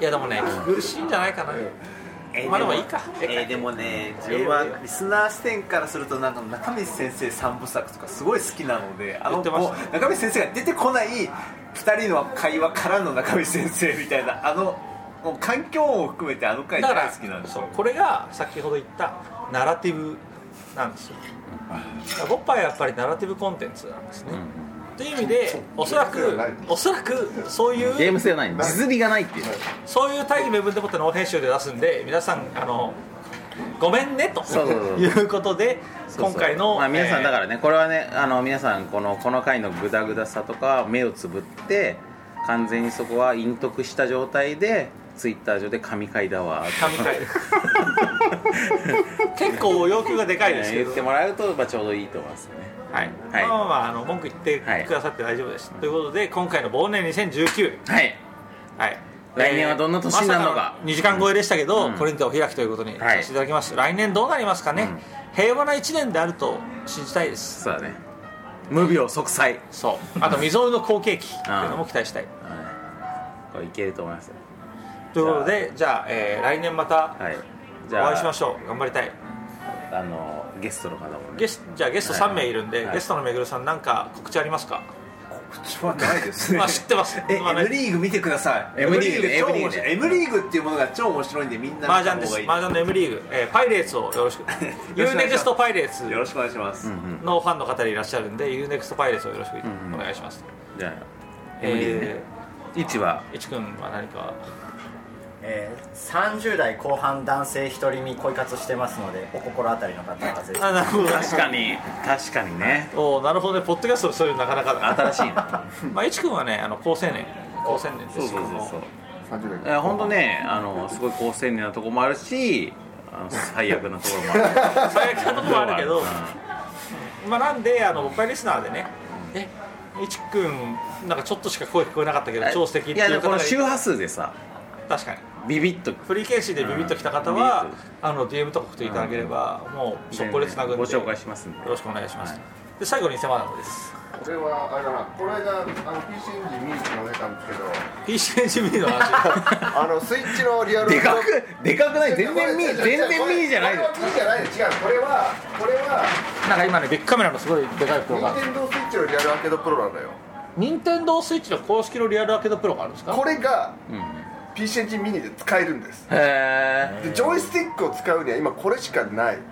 いやでもね苦しいんじゃないかな、えまあでもいいかえーでもね自分はリスナー視点からするとなんか中道先生三部作とかすごい好きなのであ言っのてましたねこう中道先生が出てこない2人の会話からの中道先生みたいなあのもう環境音を含めてあの回だか大ら好きなんですそうよこれが先ほど言ったナラティブなんですよだからボッパイはやっぱりナラティブコンテンツなんですね、という意味でおそらくおそらくそういうゲーム性はない実利がないっていうそういう大義名分でもってノー編集で出すんで皆さんあのごめんねとそうそうそういうことで今回の、まあ、皆さんだかららね、これはねあの皆さんこのこの回のグダグダさとか目をつぶって完全にそこは隠匿した状態でツイッター上で神回だわって 神回結構要求がでかいですけ言どってもらうと、まあ、ちょうどいいと思いますねはいまあまはあまああの文句言ってくださって大丈夫です、ということで今回の忘年2019い、はい、はい来年はどんな年になるのか2時間超えでしたけど、うんこれにてお開きということにはいさせていただきます、来年どうなりますかね、平和な1年であると信じたいですそうだね無病息災、そうあと未曾有の好景 気っていうのも期待したい、はい、これいけると思いますよということでじゃあ、えー来年またはいおじゃあ会いしましょう頑張りたいあのゲストの方もねゲスじゃあゲスト3名いるんで、はいゲストのめぐるさんなんか告知ありま すか、口はないですまあ知ってますえ、まあね M リーグ見てください M リーグ M 超面白い M M リーグっていうものが超面白いんでみんな麻見た雀で方すがいい麻雀の M リーグ、えーパイレーツをよろしく UNEXT パイレーツよろしくお願いします、のファンの方いらっしゃるんで UNEXT パイレーツをよろしくお願いします、じゃあ M リーグね、位置はえーいちくんは何かえー30代後半男性一人身恋活してますのでお心当たりの方はぜひあなるほど確かに確かにね おーなるほどねポッドキャストでそういうのなかなか新だしいねまあいちくんはねあの高青年高青年ですけども30いや本当ねあのすごい高青年なとこもあるしあの最悪なところもある 最悪なとこもあるけどうんまあなんであの僕はリスナーでねえいちくんなんかちょっとしか声聞こえなかったけど超素敵っいていやうでも方こがのい周波数でさ確かにビビッとフリー形式でビビッときた方うはんビビッ、あの DM とか送っていただければ、もう速攻でつなぐんでご紹介しますんでよろしくお願いします、はいで最後に偽マダム ですこれはあれだなこの間あの PC エンジン見に行ってもらったんですけど PCHB の話あのスイッチのリアルでかく でかくない全然ミー全然ミーじゃないこれはミーでじゃないです違うこれはこれはなんか今ねビッグカメラのすごいでかいプロが任天堂スイッチのリアルアーケードプロなんだよ任天堂スイッチの公式のリアルアーケードプロがあるんですかこれがうんへ PC エンジンミニで使えるんですえでジョイスティックを使うには今これしかないで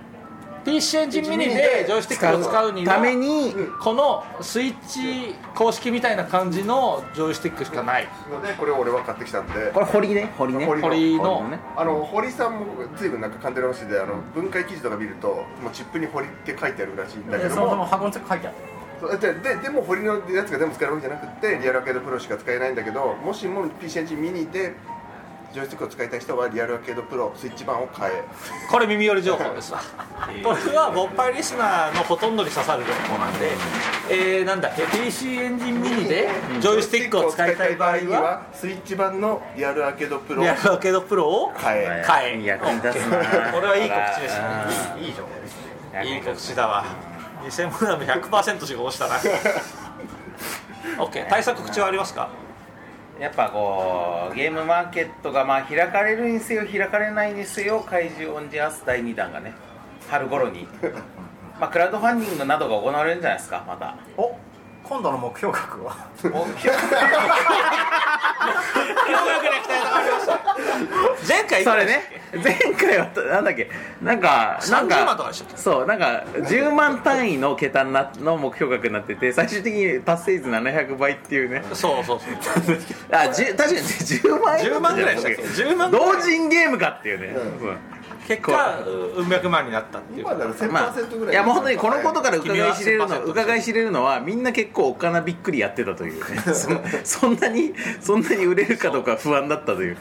PC エンジンミニでジョイスティックを使うにはためにこのスイッチ公式みたいな感じのジョイスティックしかないのでこれを俺は買ってきたんで これ堀ね堀ね堀の堀のねあの堀さんも随分なんか関係の話であの分解記事とか見るともうチップに堀って書いてあるらしいんだけどそもそもも箱の中書いてあるそうでででも堀のやつが全部使えるわけじゃなくてリアルアーケードプロしか使えないんだけどもしも PC エンジンミニでジョイスティックを使いたい人はリアルアーケードプロスイッチ版を買えこれ耳寄り情報ですわこれは勃発リスナーのほとんどに刺さる情報なんで、えー、なんだっけ PC エンジンミニでジョイスティックを使いたい場合ジョイスティックを使いたい場合ははスイッチ版のリアルアーケードプロリアルアーケードプロを買え買え役に立つなこれはいい告知ですねいい情報ですねいい告知だわ偽物ダメ100%仕事したな OK 対策口はありますかやっぱこうゲームマーケットがまあ開かれるにせよ開かれないにせよ怪獣オンジアース第2弾がね春頃 にまあクラウドファンディングなどが行われるんじゃないですかまたお今度の目標額は前回それね前回はなんだっけなんかなん30万とかでしたっそうなんか10万単位の桁になの目標額になってて最終的に達成率700倍っていう ねそうそうそうあじゅ確かに10万円10万ぐらいでしたっけ10万ぐらい同人ゲームかっていうね、うん結果うん百万になったっていう今なら1000%ぐまらい、あ、いやもう本当にこのことから伺い知れる君はの10%伺い知れるのはみんな結構おっかなびっくりやってたと いうねそそんなにそんなに売れるかどうか不安だったという、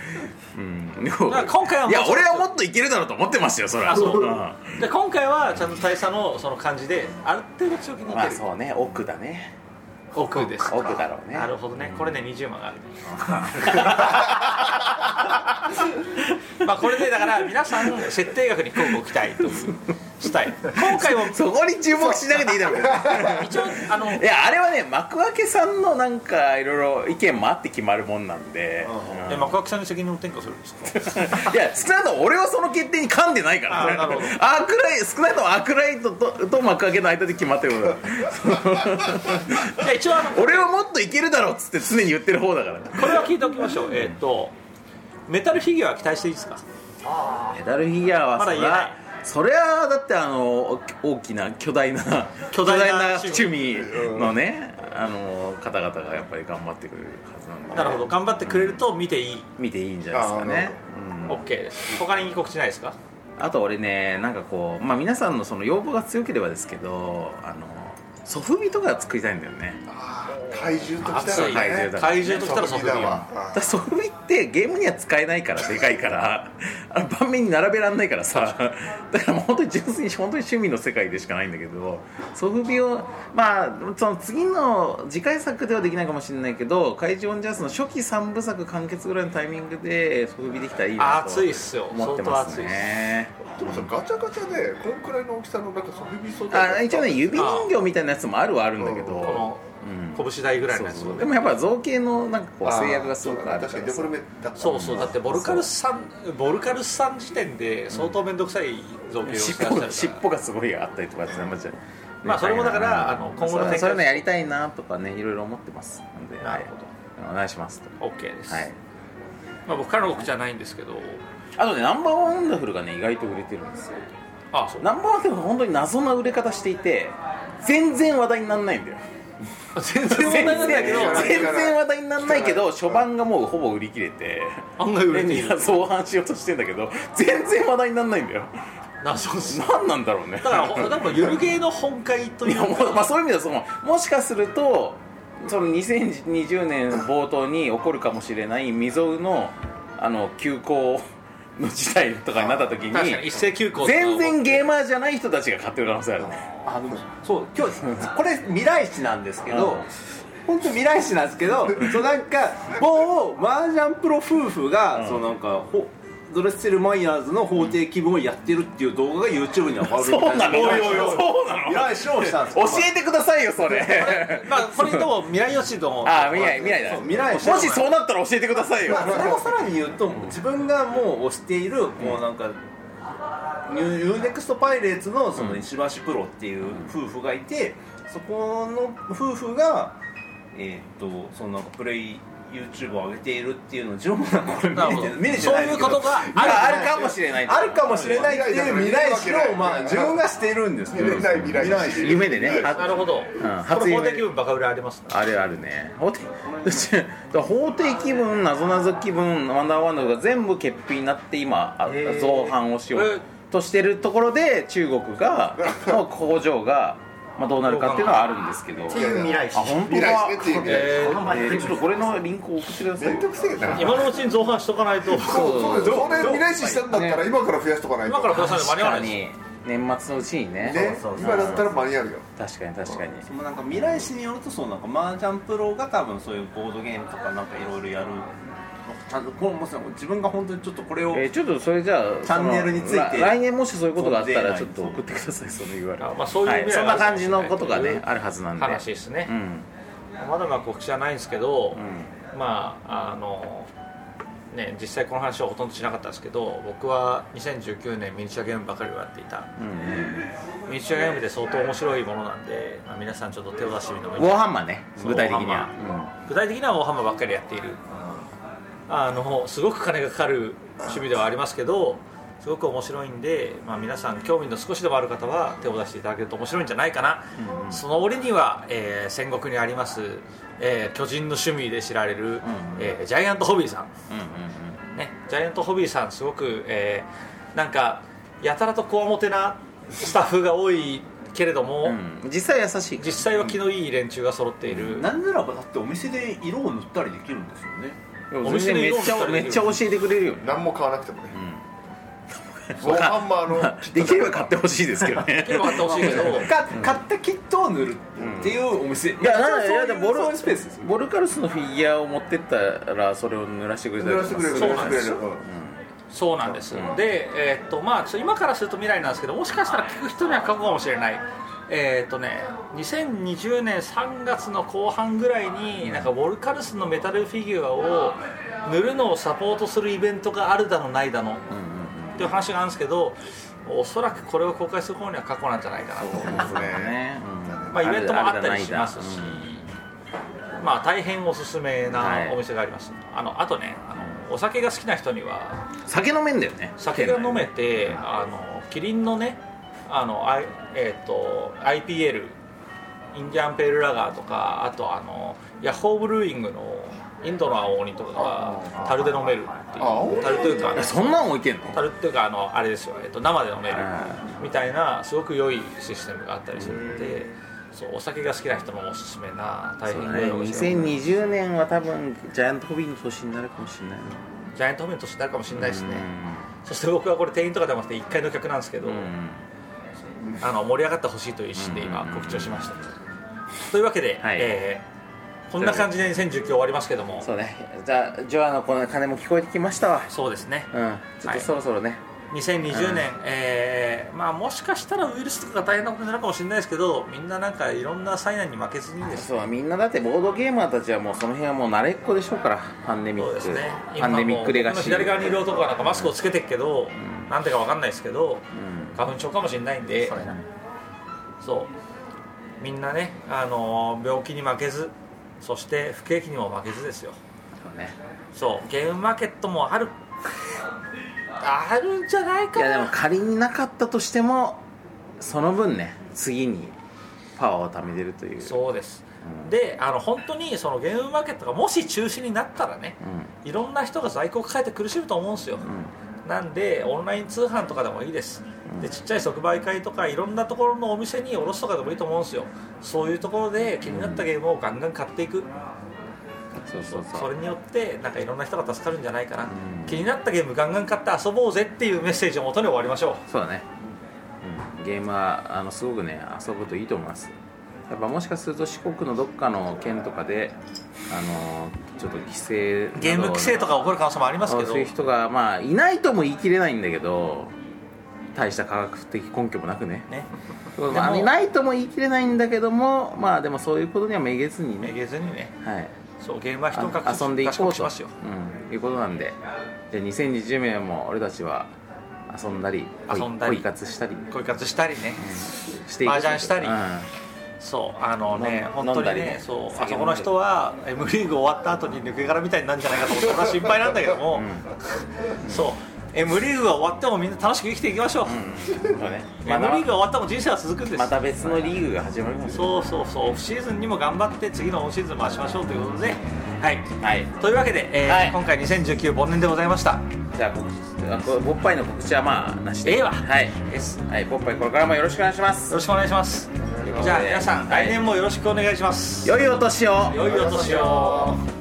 うん、でもだから今回はもういや俺はもっといけるだろうと思ってますよそれはあそうまで今回はちゃんと大佐のその感じである程度強気にいけあるそうね奥だね奥です奥だろうねなるほどねこれで20万がある まあこれでだから皆さん設定額に今後期待というしたい今回もそこに注目しなくていいだろう 一応あのいやあれはね幕開けさんのなんかいろいろ意見もあって決まるもんなんで、うんえ幕開けさんに責任を転嫁するんですかいや少なくとも俺はその決定に噛んでないからあなるほどアークライ少なくともアークライトとと幕開けの間で決まってることだじゃあ一応あ の俺はもっといけるだろうっつって常に言ってる方だからこれは聞いておきましょうえっ、とメタルフィギュアは期待していいですかメダルフィギュアはまそだり言えないゃそれはだってあのお大きな巨大な巨大な巨趣味のね、あの方々がやっぱり頑張ってくれるはずなんでなるほど頑張ってくれると見ていい見ていいんじゃないですかねうん OK です他に告知ないですかあと俺ねなんかこうまあ皆さんのその要望が強ければですけどあのソフビとか作りたいんだよね怪獣ときた暑いらねね怪獣ときたらソフビだはわだからソフビってゲームには使えないからでかいから あの盤面に並べられないからさだからもう本当に純粋に本当に趣味の世界でしかないんだけどソフビをまあその次の次回作ではできないかもしれないけど「怪獣オンジャース」の初期3部作完結ぐらいのタイミングでソフビできたらいいなと暑いっすよ思ってますねでもさガチャガチャでこんくらいの大きさのなんかソフビソあ一応ね指人形みたいなやつもあるはあるんだけどこのうん拳台ぐらいのやつそうそうでもやっぱ造形のなんかこう制約がすごくある確かかにらデさフォルメだったそうそうだってボルカルスさんボルカルスさん時点で相当面倒くさい造形をしてらっしゃる尻か尾ら尻尾がすごいあったりとかってまじまあそれもだからあの今後の展開そういうのやりたいなとかねいろいろ思ってますなんでなるほはいお願いしますと OK です、はいまあ、僕からの告知はないんですけどあとねナンバーワンワンダフルがね意外と売れてるんですよあそうナンバーワンダフルが本当に謎な売れ方していて全然話題にならないんだよ 全然問題ないんだけど全然話題にならないけど初版がもうほぼ売り切れて案外売れていみんなる造反しようとしてんだけど全然話題にならないんだよ謎ですだ何なんだろうねからほなんかゆるゲーの本会といいやうもう、 まあ、そういう意味ではそのもしかするとその2020年冒頭に起こるかもしれない未曾有のあの休校の事態とかになった時確かにに一斉休校とか全然ゲーマーじゃない人たちが買ってる可能性あるねあのそう今日これ未来史なんですけど、本当未来史なんです けどそうなんか某麻雀プロ夫婦が、んそうなんかほドレッセルマイヤーズの法定規模をやってるっていう動画が YouTube に上がるみそうなたいのなそうなの未来史をしたんです教えてくださいよそれまあこれとも未来予知のああ未来未来だそう未来史もしそうなったら教えてくださいよまあそれをさらに言うと自分がもう推しているこうなんかニューユーネクストパイレーツのその石橋プロっていう夫婦がいてそこの夫婦がえーっとそのなんかプレイ YouTube を上げているっていうの情報なんかこれ見れてる見れてそうないんいだうけこどとがいやああるるかもしれないあるかもしれないっていう未来視をまあ自分がしているんですけど見れない未来視夢でねなるほど、んこの初夢法的部分バカ売れありますねあれあるね法廷 法廷気分なぞなぞ気分ワンダーワンダーが全部欠品になって今あへー造反をしようとしてるところで中国 がの工場が、まあ、どうなるかっていうのはあるんですけどていう未来あ本当未だ来視っていう意味えでーこの前えーちょっとこれのリンクを送ってくださいめんどくせえな今のうちに造反しとかないそとうそうですそれ未来視したんだったら今から増やしとかないと今から増やさないと間に合わないですに年末のうちにねね今だったら間に合うよ確かに確かにそのなんか未来史によるとそのなんか麻雀プロが多分そういうボードゲームとかなんかいろいろやるちゃんとこうもちろん自分が本当にちょっとこれをえーちょっとそれじゃあチャンネルについてそのら来年もしそういうことがあったらちょっと送ってくださいその URL まあそういうは未来そんがあなる感じのことがといねうあるはずなんで話ですねうんまだまだ告知はないんですけど、うまああのね実際この話はほとんどしなかったですけど僕は2019年ミニチュアゲームばかりをやっていたミニチュアゲームで相当面白いものなんで、まあ、皆さんちょっと手を出してみてもいいウォーハンマーね具体的にウォーハンは具体的にはウォーハンマーばっかりやっている、あのすごく金がかかる趣味ではありますけどすごく面白いんで、まあ、皆さん興味の少しでもある方は手を出していただけると面白いんじゃないかな、その折には、えー戦国にあります、えー巨人の趣味で知られる、えージャイアントホビーさんうんうんうんね、ジャイアントホビーさんすごく、えーなんかやたらとこわもてなスタッフが多いけれども、うん実際優しい実際は気のいい連中が揃っている、なんならばだってお店で色を塗ったりできるんですよねでもお店全然でめ用っ意ちされゃてるめっちゃ教えてくれ るよね何も買わなくてもねわワンかんハンマーのまあ できれば買ってほしいですけどね でもあってほしいけどか買ったキットを塗るっていうお店、いやなんいやでもボルそういうスペースですよボルカルスのフィギュアを持ってったらそれを濡らしてくれたり濡らとかしてくれるそ濡うらしてくれるそううんそうなんです、で、えーっとまあ、ちょっと今からすると未来なんですけどもしかしたら聞く人には過去かもしれないえーっとね2020年3月の後半ぐらいになんかウォルカルスのメタルフィギュアを塗るのをサポートするイベントがあるだのないだの、っていう話があるんですけどおそらくこれを公開する方には過去なんじゃないかなとそうですねねうんまあ、イベントもあったりしだまだすないだし、まあ、大変おすすめはいなお店があります、あのあとねあのお酒が好きな人にはうん酒飲めんだよね酒が飲めてあのキリンのねあの、I えー、と IPL インディアンペールラガーとかあとあのヤッホーブルーイングのインドの青鬼とかが樽で飲めるっていう樽というかえそんなん置いてんのタルっていうかあのあれですよ、えっと、生で飲めるうみたいなすごく良いシステムがあったりするのでそうお酒が好きな人のおすすめな大そう変だで、ねね、ジ2020年は多分ジャイアントホビーの年になるかもしれないなャイアントホームの年になるかもしれないですねそして僕はこれ店員とかではなくて1階の客なんですけど、うんうんあの盛り上がってほしいという一心で今うん告知をしました、というわけで、はいえーこんな感じで2019終わりますけどもそうねじゃあジョアのこの鐘も聞こえてきましたわそうですねうんちょっとそろそろね、 2020年、えーまあ、もしかしたらウイルスとかが大変なことになるかもしれないですけどみんななんかいろんな災難に負けずにですねそうみんなだってボードゲーマーたちはもうその辺はもう慣れっこでしょうからパンデミそうッですク、ねパンデミックレガシー今もう僕の左側にいる男はなんかマスクをつけてるけど、なんてかわかんないですけど、花粉症かもしれないんでそうみんなね、あのー病気に負けずそして不景気にも負けずですよそうねそうゲームマーケットもあるあるんじゃないいかなやでも仮になかったとしてもその分ね次にパワーを貯めてるというそうです、であの本当にそのゲームマーケットがもし中止になったらね、いろんな人が在庫を抱えて苦しむと思うんですよ、なんでオンライン通販とかでもいいです、でちっちゃい即売会とかいろんなところのお店に卸すとかでもいいと思うんですよそういうところで気になったゲームをガンガン買っていく、そうそうそうそれによってなんかいろんな人が助かるんじゃないかな、気になったゲームガンガン買って遊ぼうぜっていうメッセージをもとに終わりましょうそうだね、うん、ゲームはあのすごくね遊ぶといいと思いますやっぱもしかすると四国のどっかの県とかであのちょっと規制などゲーム規制とか起こる可能性もありますけどそういう人がまあいないとも言い切れないんだけど大した科学的根拠もなくねねまあいないとも言い切れないんだけどもまあでもそういうことにはめげずにめね、げずにねはい、そうゲームは人をあ遊んでい賢こうくしとますようん、いうことなんでじゃあ2020年も俺たちは遊んだり恋遊んだり恋活したり恋活したりねしていく麻雀したりうんそうあのね飲ん本当に飲んだりねねそうあ酒そ飲んでこの人は M リーグ終わった後に抜け殻みたいになるんじゃないかと思って俺は心配なんだけども、そう M リーグが終わってもみんな楽しく生きていきましょう、 ま M だリーグが終わっても人生は続くんですまた別のリーグが始まりますそうそうそうオフシーズンにも頑張って次のオフシーズン回しましょうということではい、というわけで、えー今回2019忘年でございましたじゃあ告知あこボッパイの告知はまあなしでええわはい、はい、ボッパイこれからもよろしくお願いしますよろしくお願いしますじゃあ皆さん来年もよろしくお願いします良いお年を良いお年を